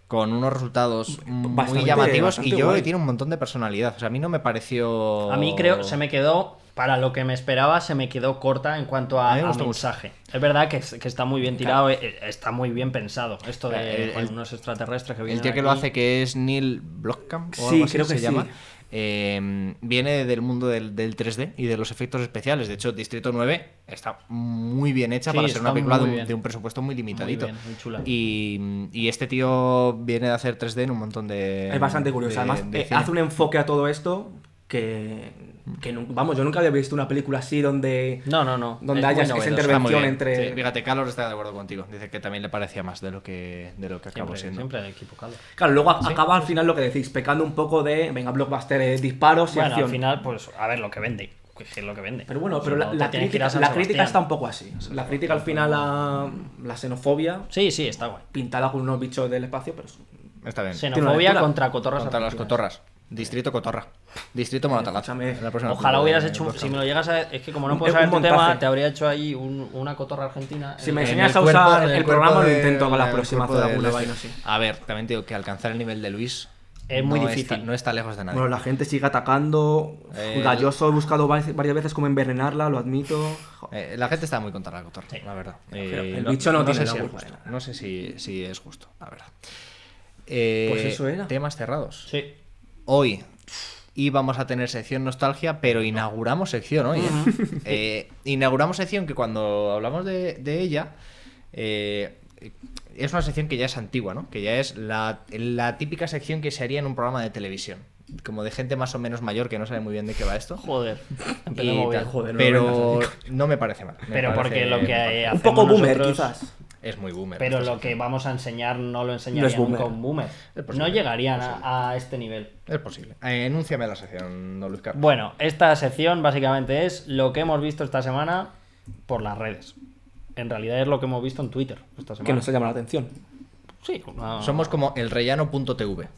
Speaker 1: Con unos resultados muy
Speaker 3: Bastante-
Speaker 1: llamativos.
Speaker 3: bastante
Speaker 1: Y yo creo
Speaker 3: guay.
Speaker 1: que tiene un montón de personalidad. O sea, a mí no me pareció.
Speaker 2: A mí creo, se me quedó, para lo que me esperaba, se me quedó corta en cuanto a,
Speaker 1: A mí me
Speaker 2: a
Speaker 1: gustó
Speaker 2: mensaje. Es verdad que, que está muy bien tirado, eh, está muy bien pensado esto de
Speaker 1: El-
Speaker 2: joder,
Speaker 1: Eh, el-
Speaker 2: unos extraterrestres que vienen
Speaker 1: El tío que
Speaker 2: aquí.
Speaker 1: lo hace, que es Neil Blomkamp, o
Speaker 3: Sí,
Speaker 1: algo así
Speaker 3: creo que
Speaker 1: se
Speaker 3: sí.
Speaker 1: llama, eh, viene del mundo del, del 3D y de los efectos especiales. De hecho, Distrito 9 está muy bien hecha
Speaker 2: Sí,
Speaker 1: para ser
Speaker 2: está
Speaker 1: una película de
Speaker 2: muy
Speaker 1: un,
Speaker 2: bien.
Speaker 1: de un presupuesto muy limitadito.
Speaker 2: bien, muy chula.
Speaker 1: y, y este tío viene de hacer 3D en un montón de.
Speaker 3: Es bastante curioso.
Speaker 1: de-
Speaker 3: Además,
Speaker 1: de
Speaker 3: eh,
Speaker 1: cine.
Speaker 3: hace un enfoque a todo esto que, que nu- vamos, yo nunca había visto una película así donde,
Speaker 2: No, no, no.
Speaker 3: donde
Speaker 2: Es
Speaker 3: haya
Speaker 2: muy novedoso.
Speaker 3: esa
Speaker 1: Está muy
Speaker 3: intervención
Speaker 1: bien.
Speaker 3: entre...
Speaker 1: Sí, fíjate, Calor está de acuerdo contigo. Dice que también le parecía más de lo que, de lo que acabó
Speaker 2: Siempre,
Speaker 1: siendo.
Speaker 2: siempre equivocado.
Speaker 3: Claro, luego a- acaba al final lo que decís, pecando un poco de, venga, blockbuster, eh, disparos y
Speaker 2: Bueno,
Speaker 3: acción.
Speaker 2: al final, pues, a ver lo que vende. que es lo que vende.
Speaker 3: Pero bueno,
Speaker 2: Si
Speaker 3: pero la,
Speaker 2: no,
Speaker 3: la
Speaker 2: te tienes que ir
Speaker 3: crítica,
Speaker 2: a San
Speaker 3: la crítica
Speaker 2: Sebastián.
Speaker 3: está un poco así. La crítica al final a la xenofobia,
Speaker 2: Sí, sí, está guay.
Speaker 3: pintada con unos bichos del espacio, pero es-
Speaker 1: Está bien.
Speaker 2: Xenofobia
Speaker 3: lectura.
Speaker 2: contra cotorras.
Speaker 1: Contra las cotorras. Distrito Cotorra. Distrito Monatalacha.
Speaker 3: Escúchame.
Speaker 1: La próxima
Speaker 2: Ojalá
Speaker 1: película
Speaker 2: hubieras
Speaker 1: de
Speaker 2: hecho.
Speaker 1: Blomkamp.
Speaker 2: Si me lo llegas a. Es que como no
Speaker 3: Un-
Speaker 2: puedo
Speaker 3: un
Speaker 2: saber tu tema,
Speaker 3: montaje.
Speaker 2: te habría hecho ahí un- una cotorra argentina.
Speaker 3: Si
Speaker 2: Eh,
Speaker 3: me
Speaker 1: En
Speaker 3: enseñas
Speaker 1: el
Speaker 3: a
Speaker 1: cuerpo-
Speaker 3: usar
Speaker 1: en
Speaker 3: el,
Speaker 1: el
Speaker 3: programa,
Speaker 1: cuerpo
Speaker 3: lo
Speaker 1: de-
Speaker 3: intento con las
Speaker 1: en el
Speaker 3: próximas
Speaker 1: cuerpo
Speaker 3: de
Speaker 1: de-
Speaker 3: alguna
Speaker 1: de-
Speaker 3: vaina así.
Speaker 1: A ver, también te digo que alcanzar el nivel de Luis
Speaker 2: Es muy
Speaker 1: no
Speaker 2: difícil.
Speaker 1: está- no está lejos de nadie.
Speaker 3: Bueno, la gente sigue atacando.
Speaker 1: Eh,
Speaker 3: Galloso, he buscado va- varias veces cómo envenenarla, lo admito. Joder.
Speaker 1: Eh, la gente está muy contra la cotorra, la verdad.
Speaker 3: Pero
Speaker 1: Eh,
Speaker 3: el bicho no tiene
Speaker 1: sé si
Speaker 3: la
Speaker 1: es
Speaker 3: culpa.
Speaker 1: justo. No sé si, si es justo, la verdad. Eh,
Speaker 3: Pues eso era.
Speaker 1: Temas cerrados.
Speaker 2: Sí.
Speaker 1: Hoy íbamos a tener sección nostalgia, pero inauguramos sección hoy. ¿eh? Eh, inauguramos sección que cuando hablamos de, de ella, eh, es una sección que ya es antigua, ¿no? Que ya es la, la típica sección que se haría en un programa de televisión. Como de gente más o menos mayor que no sabe muy bien de qué va esto.
Speaker 2: Joder.
Speaker 1: Y
Speaker 2: Empezamos bien.
Speaker 1: tal.
Speaker 3: joder, no lo
Speaker 1: pero no me parece mal. me
Speaker 2: Pero
Speaker 1: parece-
Speaker 2: porque lo
Speaker 1: me
Speaker 2: que
Speaker 1: parece-
Speaker 2: eh,
Speaker 3: Un
Speaker 2: hacemos
Speaker 3: poco boomer,
Speaker 2: nosotros-
Speaker 3: quizás.
Speaker 1: es muy boomer.
Speaker 2: Pero
Speaker 1: esta
Speaker 2: lo que
Speaker 1: sección.
Speaker 2: vamos a enseñar no lo enseñarían
Speaker 3: boomer. Eh,
Speaker 2: nunca un boomer. No
Speaker 1: posible,
Speaker 2: llegarían a, a este nivel.
Speaker 1: Es posible. Eh, enúnciame la sección, no Luzca.
Speaker 2: Bueno, esta sección básicamente es lo que hemos visto esta semana por las redes. En realidad es lo que hemos visto en Twitter esta semana.
Speaker 3: Que nos ha llamado la atención.
Speaker 2: Sí, una-
Speaker 1: Somos como el rellano.tv.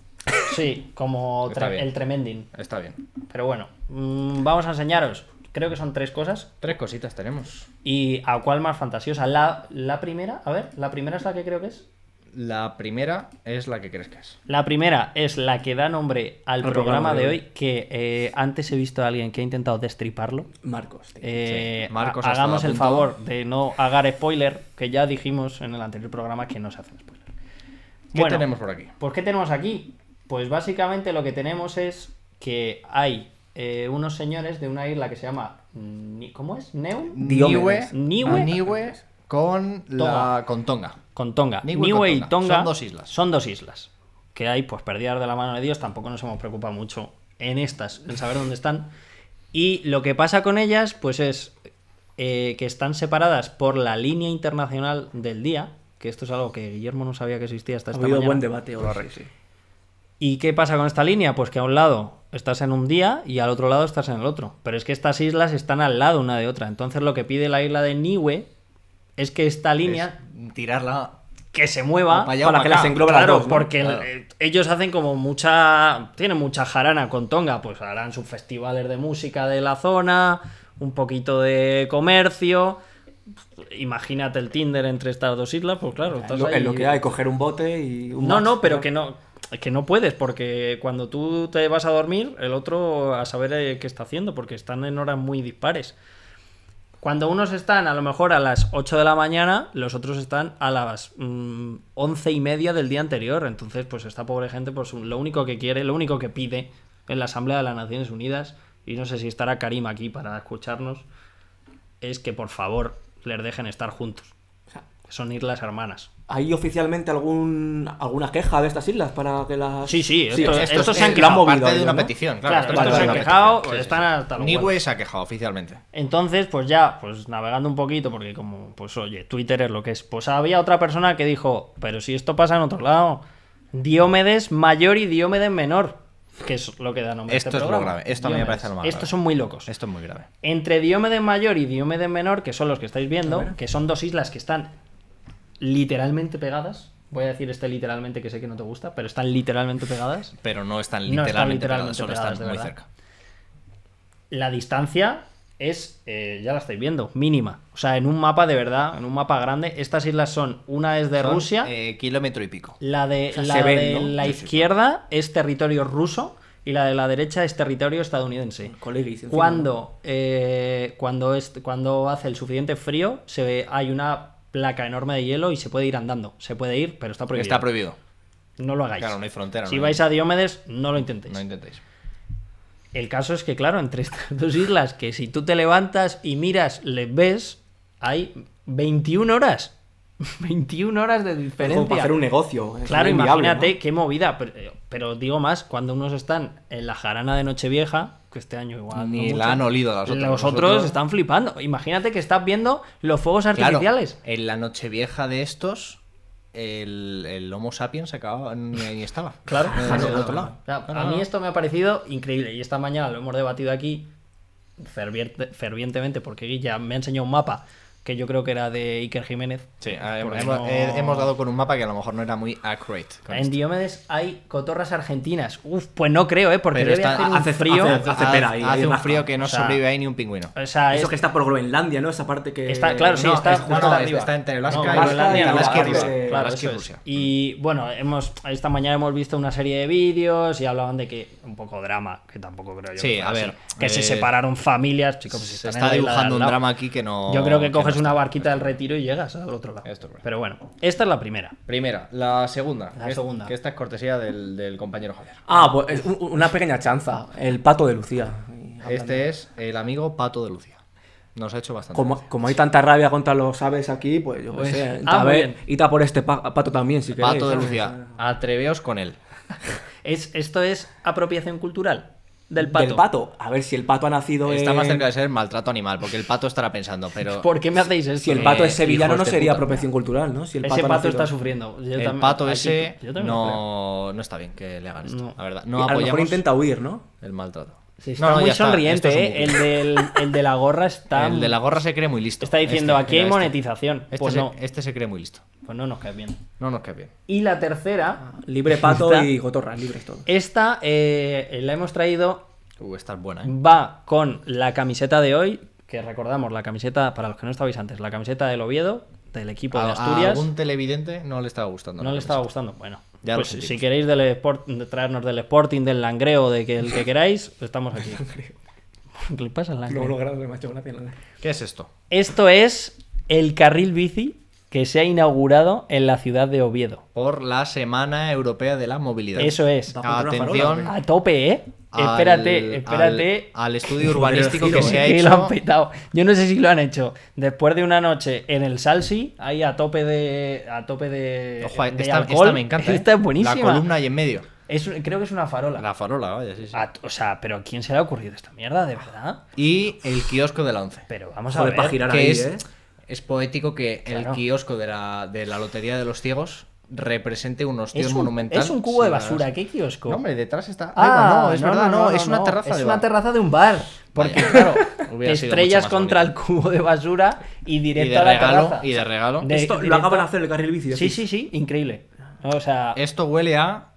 Speaker 2: Sí, como
Speaker 1: Está
Speaker 2: tre-
Speaker 1: bien.
Speaker 2: el tremending.
Speaker 1: Está bien.
Speaker 2: Pero bueno, mm, vamos a enseñaros. Creo que son tres cosas.
Speaker 1: Tres cositas tenemos.
Speaker 2: ¿Y a cuál más fantasiosa? La, la primera, a ver, la primera es la que creo que es.
Speaker 1: La primera es la que crees que es.
Speaker 2: La primera es la que da nombre al
Speaker 3: Al
Speaker 2: programa, de hoy, que eh, antes he visto a alguien que ha intentado destriparlo.
Speaker 3: Marcos. tío.
Speaker 2: Eh,
Speaker 1: Sí, Marcos
Speaker 2: ha-
Speaker 1: hasta
Speaker 2: hagamos el
Speaker 1: punto.
Speaker 2: favor de no hagar spoiler, que ya dijimos en el anterior programa que no se hacen spoiler.
Speaker 1: ¿Qué tenemos por aquí?
Speaker 2: Pues ¿qué tenemos aquí? Pues básicamente lo que tenemos es que hay eh, unos señores de una isla que se llama... Ni- ¿Cómo es? ¿Neu?
Speaker 3: Diómedes.
Speaker 2: Niue.
Speaker 1: Ah, Niue con, la, con Tonga.
Speaker 2: Con Tonga.
Speaker 1: Niue y
Speaker 2: Niue y
Speaker 1: Tonga.
Speaker 2: Tonga
Speaker 1: Son dos islas.
Speaker 2: Son dos islas. Que hay, pues perdidas de la mano de Dios, tampoco nos hemos preocupado mucho en estas, en saber dónde están. Y lo que pasa con ellas, pues es eh, que están separadas por la línea internacional del día, que esto es algo que Guillermo no sabía que existía hasta
Speaker 3: ha
Speaker 2: esta
Speaker 3: habido
Speaker 2: mañana.
Speaker 3: buen debate hoy. sí, sí.
Speaker 2: ¿Y qué pasa con esta línea? Pues que a un lado estás en un día y al otro lado estás en el otro. Pero es que estas islas están al lado una de otra. Entonces lo que pide la isla de Niue es que esta línea
Speaker 1: Es Tirarla.
Speaker 2: que se mueva
Speaker 1: O pa' allá o
Speaker 2: para
Speaker 1: pa'
Speaker 2: que
Speaker 1: acá.
Speaker 2: las englobe
Speaker 3: Claro,
Speaker 2: las dos, ¿no? porque
Speaker 1: claro.
Speaker 2: eh, ellos hacen como mucha tienen mucha jarana con Tonga pues harán sus festivales de música de la zona un poquito de comercio imagínate el Tinder entre estas dos islas pues claro estás
Speaker 3: Es lo,
Speaker 2: ahí-
Speaker 3: es lo que hay, coger un bote y un
Speaker 2: no
Speaker 3: match,
Speaker 2: no pero que no que no puedes porque cuando tú te vas a dormir el otro a saber eh, qué está haciendo porque están en horas muy dispares cuando unos están a lo mejor a las 8 de la mañana, los otros están a las mm, once 11 y media del día anterior. Entonces, pues esta pobre gente, pues lo único que quiere, lo único que pide en la Asamblea de las Naciones Unidas, y no sé si estará Karim aquí para escucharnos, es que por favor les dejen estar juntos. Son islas hermanas.
Speaker 3: ¿Hay oficialmente algún, alguna queja de estas islas para que las.
Speaker 2: Sí, sí, esto-
Speaker 3: o sea,
Speaker 2: esto
Speaker 3: es-
Speaker 2: se han
Speaker 3: lo han
Speaker 2: quejado,
Speaker 3: movido
Speaker 1: Parte de
Speaker 3: ellos,
Speaker 1: una
Speaker 3: ¿no?
Speaker 1: petición, claro.
Speaker 2: Claro,
Speaker 1: esto es pues, parte
Speaker 3: estos se han
Speaker 1: de una
Speaker 2: quejado,
Speaker 1: petición,
Speaker 2: están hasta los
Speaker 1: Niue
Speaker 2: huevos.
Speaker 1: se ha quejado oficialmente.
Speaker 2: Entonces, pues ya, pues navegando un poquito, porque como, pues oye, Twitter es lo que es. Pues había otra persona que dijo, pero si esto pasa en otro lado, Diómedes mayor y Diómedes menor, que es lo que da nombre a
Speaker 1: Esto
Speaker 2: este
Speaker 1: es lo
Speaker 2: programa.
Speaker 1: grave, esto a mí me
Speaker 2: Diómedes.
Speaker 1: parece lo más
Speaker 2: Estos
Speaker 1: grave.
Speaker 2: son muy locos.
Speaker 1: Esto es muy grave.
Speaker 2: Entre Diómedes mayor y Diómedes menor, que son los que estáis viendo, que son dos islas que están literalmente pegadas. Voy a decir este literalmente que sé que no te gusta, pero están literalmente pegadas.
Speaker 1: Pero no están
Speaker 2: No están
Speaker 1: literalmente,
Speaker 2: literalmente
Speaker 1: pegadas, solo
Speaker 2: pegadas, de
Speaker 1: están muy
Speaker 2: verdad.
Speaker 1: cerca.
Speaker 2: la distancia es, eh, ya la estáis viendo, mínima. O sea, en un mapa de verdad, en un mapa grande, estas islas son, una es de
Speaker 1: Son,
Speaker 2: Rusia,
Speaker 1: eh, kilómetro y pico.
Speaker 2: la de,
Speaker 3: sea,
Speaker 2: la,
Speaker 3: se ven,
Speaker 2: de
Speaker 3: ¿no?
Speaker 2: la
Speaker 3: Sí, sí, sí.
Speaker 2: izquierda es territorio ruso y la de la derecha es territorio estadounidense.
Speaker 3: Coleguis, encima.
Speaker 2: Cuando, eh, cuando, es, cuando hace el suficiente frío, se ve, hay una placa enorme de hielo y se puede ir andando. Se puede ir, pero está prohibido.
Speaker 1: Está prohibido.
Speaker 2: No lo hagáis.
Speaker 1: Claro, no hay frontera,
Speaker 2: Si
Speaker 1: no hay-
Speaker 2: vais a Diómedes, no lo intentéis.
Speaker 1: No intentéis.
Speaker 2: El caso es que, claro, entre estas dos islas, que si tú te levantas y miras, les ves, hay 21 horas. 21 horas de diferencia.
Speaker 3: Como para hacer un negocio. es
Speaker 2: Claro,
Speaker 3: inviable,
Speaker 2: imagínate
Speaker 3: ¿no?
Speaker 2: qué movida. Pero, pero digo más, cuando unos están en la jarana de Nochevieja, que este año igual.
Speaker 1: Ni
Speaker 2: no
Speaker 1: la
Speaker 2: mucho,
Speaker 1: han olido las otras.
Speaker 2: Los
Speaker 1: Nosotros-
Speaker 2: otros están flipando. Imagínate que estás viendo los fuegos
Speaker 1: Claro,
Speaker 2: artificiales.
Speaker 1: en la noche vieja de estos, el, el Homo sapiens acababa, ni ahí estaba.
Speaker 2: Claro,
Speaker 1: No,
Speaker 2: claro,
Speaker 1: del Ah, otro
Speaker 2: claro.
Speaker 1: lado.
Speaker 2: Claro,
Speaker 1: No,
Speaker 2: a
Speaker 1: no,
Speaker 2: mí
Speaker 1: no.
Speaker 2: esto me ha parecido increíble y esta mañana lo hemos debatido aquí ferviente- fervientemente porque Guilla me ha enseñado un mapa que yo creo que era de Iker Jiménez.
Speaker 1: Sí, a-
Speaker 2: Porque
Speaker 1: hemos,
Speaker 2: no-
Speaker 1: eh, hemos dado con un mapa que a lo mejor no era muy accurate. con
Speaker 2: En
Speaker 1: esto.
Speaker 2: Diómedes hay cotorras argentinas. Uf, pues no creo, ¿eh? Porque
Speaker 1: Pero
Speaker 2: debe
Speaker 1: está-
Speaker 2: hacer un
Speaker 1: hace-
Speaker 2: frío.
Speaker 3: hace- hace pera ahí, ahí
Speaker 1: hace un
Speaker 3: baja.
Speaker 1: frío que no
Speaker 2: O sea,
Speaker 1: sobrevive ahí ni un pingüino.
Speaker 2: O sea,
Speaker 3: Eso
Speaker 2: es-
Speaker 3: que está por Groenlandia, ¿no? Esa parte que.
Speaker 2: Está, claro, sí,
Speaker 1: no,
Speaker 2: está,
Speaker 1: es
Speaker 2: justo
Speaker 1: justo
Speaker 2: arriba.
Speaker 1: está entre Alaska
Speaker 3: y Groenlandia,
Speaker 2: Alaska
Speaker 3: Alaska
Speaker 2: y
Speaker 3: y
Speaker 2: Rusia.
Speaker 3: Rusia.
Speaker 2: Claro,
Speaker 1: Alaska y
Speaker 2: eso es.
Speaker 1: Rusia.
Speaker 2: Y bueno, hemos, esta mañana hemos visto una serie de vídeos y hablaban de que un poco drama, que tampoco creo yo.
Speaker 1: Sí,
Speaker 2: que fuera
Speaker 1: a ver,
Speaker 2: así, Que se
Speaker 1: eh,
Speaker 2: separaron familias, chicos. pues,
Speaker 1: Se
Speaker 2: están en
Speaker 1: está
Speaker 2: la isla de al
Speaker 1: dibujando un
Speaker 2: lado.
Speaker 1: drama aquí que no.
Speaker 2: Yo creo que
Speaker 1: no
Speaker 2: coges
Speaker 1: está.
Speaker 2: una barquita del retiro y llegas al otro lado.
Speaker 1: Esto es verdad.
Speaker 2: Pero bueno, esta es la primera.
Speaker 1: Primera, la segunda.
Speaker 2: La
Speaker 1: que es-
Speaker 2: segunda.
Speaker 1: Que esta es cortesía del, del compañero Javier.
Speaker 3: Ah, pues es un- una pequeña chanza. El pato de Lucía.
Speaker 1: Este es el amigo Pato de Lucía. Nos ha hecho bastante.
Speaker 3: Como, como hay tanta rabia contra los aves aquí, pues yo qué
Speaker 2: Pues-
Speaker 3: sé.
Speaker 2: Ah,
Speaker 3: a
Speaker 2: muy
Speaker 3: ver,
Speaker 2: bien.
Speaker 3: ita por este pa- pato también, si queréis.
Speaker 1: Pato de
Speaker 3: ¿sabes?
Speaker 1: Lucía, atreveos con él.
Speaker 2: Es, esto es apropiación cultural del pato.
Speaker 3: Del pato. A ver si el pato ha nacido
Speaker 1: Está más
Speaker 3: en-
Speaker 1: cerca de ser maltrato animal, porque el pato estará pensando, pero
Speaker 2: ¿Por qué me hacéis esto?
Speaker 3: Si el pato
Speaker 1: Eh,
Speaker 3: es sevillano
Speaker 1: hijos
Speaker 3: no
Speaker 1: de
Speaker 3: sería
Speaker 1: puta.
Speaker 3: apropiación cultural, ¿no? Si el
Speaker 2: Ese
Speaker 3: ha
Speaker 2: pato
Speaker 3: nacido-
Speaker 2: está sufriendo. Yo
Speaker 1: el
Speaker 2: también-
Speaker 1: pato
Speaker 2: aquí-
Speaker 1: ese
Speaker 2: yo también lo creo.
Speaker 1: no, no está bien que le hagan esto.
Speaker 2: No.
Speaker 1: La verdad,
Speaker 3: Y
Speaker 1: no
Speaker 3: a lo mejor
Speaker 1: apoyamos
Speaker 3: intenta huir, ¿no?
Speaker 1: el maltrato.
Speaker 2: Sí,
Speaker 1: No,
Speaker 2: está
Speaker 1: no,
Speaker 2: muy
Speaker 1: ya está, esto
Speaker 2: sonriente,
Speaker 1: es
Speaker 2: ¿eh?
Speaker 1: un
Speaker 2: El,
Speaker 1: bucle.
Speaker 2: del- el de la gorra está.
Speaker 1: El de la gorra se cree muy listo.
Speaker 2: Está diciendo,
Speaker 1: Este,
Speaker 2: aquí hay
Speaker 1: mira, este.
Speaker 2: monetización.
Speaker 1: Este,
Speaker 2: pues
Speaker 1: se,
Speaker 2: no,
Speaker 1: este se cree muy listo.
Speaker 2: pues no nos cae bien. Ah,
Speaker 1: No nos cae bien.
Speaker 2: Y la tercera,
Speaker 3: Libre pato
Speaker 2: Está-
Speaker 3: y cotorras, libres todo.
Speaker 2: esta eh, la hemos traído,
Speaker 1: Uh, esta es buena, ¿eh?
Speaker 2: va con la camiseta de hoy, que recordamos, la camiseta, para los que no estabais antes, la camiseta del Oviedo, del equipo
Speaker 1: A,
Speaker 2: de
Speaker 1: a
Speaker 2: Asturias.
Speaker 1: algún televidente no le estaba gustando.
Speaker 2: No
Speaker 1: la
Speaker 2: le estaba
Speaker 1: camiseta.
Speaker 2: gustando. Bueno,
Speaker 1: Ya lo
Speaker 2: pues
Speaker 1: sentimos.
Speaker 2: si queréis del Sport- de traernos del Sporting, del Langreo, de que el que queráis, estamos aquí. ¿Qué le pasa al Langreo?
Speaker 3: No, no, gracias, me ha hecho gracia. la-
Speaker 1: ¿Qué es esto?
Speaker 2: Esto es el carril bici que se ha inaugurado en la ciudad de Oviedo.
Speaker 1: Por la Semana Europea de la Movilidad.
Speaker 2: Eso es.
Speaker 3: Va contra una
Speaker 1: Atención.
Speaker 3: farola,
Speaker 2: A tope, ¿eh?
Speaker 1: al-
Speaker 2: espérate, espérate.
Speaker 1: Al, al estudio urbanístico que
Speaker 3: giro,
Speaker 1: se ha
Speaker 2: Sí, lo han
Speaker 1: hecho.
Speaker 2: petado. Yo no sé si lo han hecho. Después de una noche en el Salsi, ahí a tope de. A tope de.
Speaker 1: Eh, Ojo,
Speaker 2: de
Speaker 1: esta,
Speaker 2: alcohol.
Speaker 1: esta me encanta. ¿eh?
Speaker 2: Esta es buenísima.
Speaker 1: La columna y en medio.
Speaker 2: Es un- creo que es una farola.
Speaker 1: La farola, vaya, sí, sí.
Speaker 2: A- o sea, pero ¿a quién se le ha ocurrido esta mierda, de verdad?
Speaker 1: Y el kiosco de la once.
Speaker 2: Pero vamos
Speaker 3: Joder,
Speaker 2: a
Speaker 3: pa'
Speaker 2: ver.
Speaker 3: girar. Claro,
Speaker 1: Que
Speaker 3: ahí,
Speaker 1: es,
Speaker 3: ¿eh?
Speaker 1: es poético que
Speaker 2: Claro.
Speaker 1: el kiosco de la, de la Lotería de los Ciegos represente unos tíos
Speaker 2: es, un,
Speaker 1: monumentales.
Speaker 2: es un cubo de basura, ¿qué kiosco?
Speaker 1: No, hombre, detrás está.
Speaker 2: Ah,
Speaker 1: Ah, no, es verdad, no, es una terraza
Speaker 2: es
Speaker 1: de
Speaker 2: una
Speaker 1: bar.
Speaker 2: terraza de un bar.
Speaker 1: Vaya,
Speaker 2: Porque
Speaker 1: claro,
Speaker 2: te
Speaker 1: hubiera sido
Speaker 2: estrellas
Speaker 1: mucho más
Speaker 2: contra el
Speaker 1: bonito.
Speaker 2: cubo de basura y directo
Speaker 1: y de
Speaker 2: a la
Speaker 1: regalo
Speaker 2: terraza.
Speaker 1: y de regalo.
Speaker 2: De-
Speaker 3: Esto lo
Speaker 2: directo-
Speaker 3: acaban de hacer el carril bici.
Speaker 2: Sí, sí, sí, increíble. O sea,
Speaker 1: Esto huele a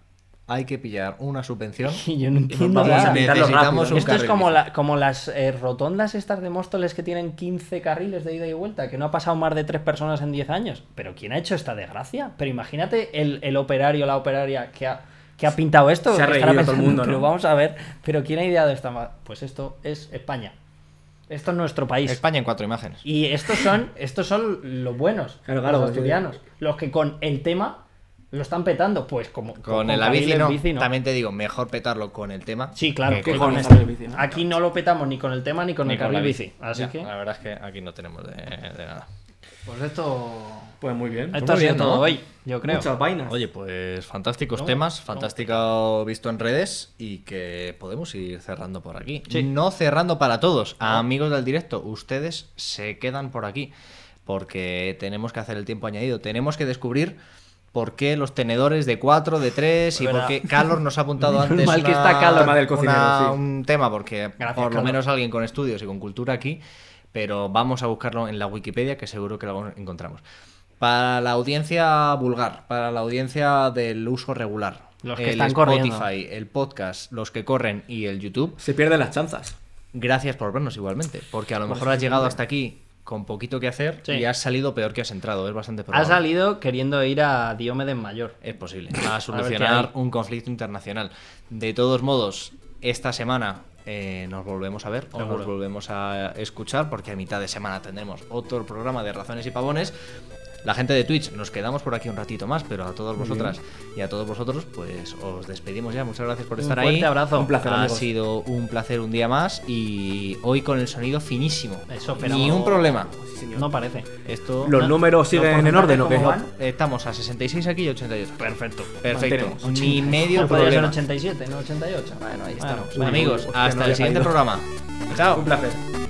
Speaker 1: hay que pillar una subvención.
Speaker 2: yo no entiendo
Speaker 1: Vamos,
Speaker 3: vamos a
Speaker 2: nada.
Speaker 3: pintarlo
Speaker 1: necesitamos
Speaker 3: rápido.
Speaker 1: un
Speaker 2: Esto es
Speaker 1: carril
Speaker 2: como,
Speaker 1: bici.
Speaker 2: la- como las eh, rotondas estas de Móstoles que tienen 15 carriles de ida y vuelta, que no ha pasado más de tres personas en 10 años. Pero ¿quién ha hecho esta desgracia? Pero imagínate el, el operario, la operaria que ha, que ha pintado esto.
Speaker 3: Se ha
Speaker 2: que estará
Speaker 3: reído todo el mundo, ¿no?
Speaker 2: Pero vamos a ver, pero ¿quién ha ideado esta? ma- Pues esto es España. Esto es nuestro país.
Speaker 1: España en cuatro imágenes.
Speaker 2: Y estos son, estos son los buenos,
Speaker 3: Claro, claro,
Speaker 2: los
Speaker 3: sí.
Speaker 2: asturianos, los que con el tema lo están petando, pues como
Speaker 1: Con el la bici,
Speaker 2: carriles
Speaker 1: no.
Speaker 2: bici, no.
Speaker 1: También te digo, mejor petarlo con el tema.
Speaker 2: Sí, claro.
Speaker 1: que
Speaker 2: que
Speaker 3: con
Speaker 2: con
Speaker 3: el
Speaker 2: esto.
Speaker 3: carril bici, ¿no?
Speaker 2: Aquí no lo petamos ni con el tema ni con
Speaker 1: ni
Speaker 2: el
Speaker 1: con la
Speaker 2: carril bici. Así
Speaker 1: Ya,
Speaker 2: que,
Speaker 1: La verdad es que aquí no tenemos de, de nada.
Speaker 2: pues esto,
Speaker 3: Pues muy bien.
Speaker 2: esto ha
Speaker 1: bien,
Speaker 2: sido todo
Speaker 1: ¿no?
Speaker 2: hoy, yo creo.
Speaker 3: Muchas vainas.
Speaker 1: Oye, pues fantásticos
Speaker 2: No,
Speaker 1: temas,
Speaker 2: no.
Speaker 1: fantástico visto en redes y que podemos ir cerrando por aquí. No cerrando para todos, amigos del directo, ustedes se quedan por aquí porque tenemos que hacer el tiempo añadido, tenemos que descubrir por qué los tenedores de 4, de 3 y
Speaker 2: Verdad.
Speaker 1: por qué Calor nos ha apuntado
Speaker 2: Menos
Speaker 1: antes
Speaker 2: Pues mal que está Calor.
Speaker 3: Tema del cocinero, sí.
Speaker 1: un tema porque
Speaker 2: Gracias,
Speaker 1: por lo
Speaker 2: Calor.
Speaker 1: menos alguien con estudios y con cultura aquí, pero vamos a buscarlo en la Wikipedia que seguro que lo encontramos. Para la audiencia vulgar, para la audiencia del uso regular,
Speaker 2: Los que
Speaker 1: el
Speaker 2: están
Speaker 1: Spotify,
Speaker 2: corriendo.
Speaker 1: el podcast, los que corren y el YouTube,
Speaker 3: Se pierden las chanzas.
Speaker 1: gracias por vernos igualmente, porque a lo mejor has llegado hasta aquí con poquito que hacer
Speaker 2: Pues Sí.
Speaker 1: y has salido peor que has entrado, es bastante
Speaker 2: Ha
Speaker 1: probable.
Speaker 2: salido queriendo ir a Diomedes Mayor.
Speaker 1: Es posible. A
Speaker 2: A ver
Speaker 1: solucionar
Speaker 2: qué
Speaker 1: un conflicto internacional. De todos modos, esta semana eh, nos volvemos a ver o
Speaker 2: Seguro.
Speaker 1: nos volvemos a escuchar porque a mitad de semana tendremos otro programa de Razones y Pavones. La gente de Twitch, nos quedamos por aquí un ratito más, pero a todas vosotras y a todos vosotros, pues os despedimos ya. Muchas gracias por
Speaker 2: Un
Speaker 1: estar ahí.
Speaker 2: fuerte abrazo.
Speaker 3: Un placer,
Speaker 1: ha
Speaker 3: amigos.
Speaker 1: sido un placer un día más y hoy con el sonido finísimo.
Speaker 2: Eso, pero-
Speaker 1: Ni un problema.
Speaker 2: No parece.
Speaker 1: Esto
Speaker 3: Los números siguen en orden, ¿o qué?
Speaker 2: ¿Cómo van?
Speaker 1: Estamos a 66 aquí y 88. Perfecto. Perfecto.
Speaker 3: Mantenemos.
Speaker 1: Ni medio
Speaker 2: Pero podría ser
Speaker 1: problema.
Speaker 2: 87, no 88. Bueno, ahí estamos.
Speaker 1: Amigos,
Speaker 3: Uy, uy, uy,
Speaker 1: hasta
Speaker 3: hostia, no
Speaker 1: el
Speaker 3: había
Speaker 1: siguiente
Speaker 3: caído.
Speaker 1: programa. Chao.
Speaker 3: Un placer.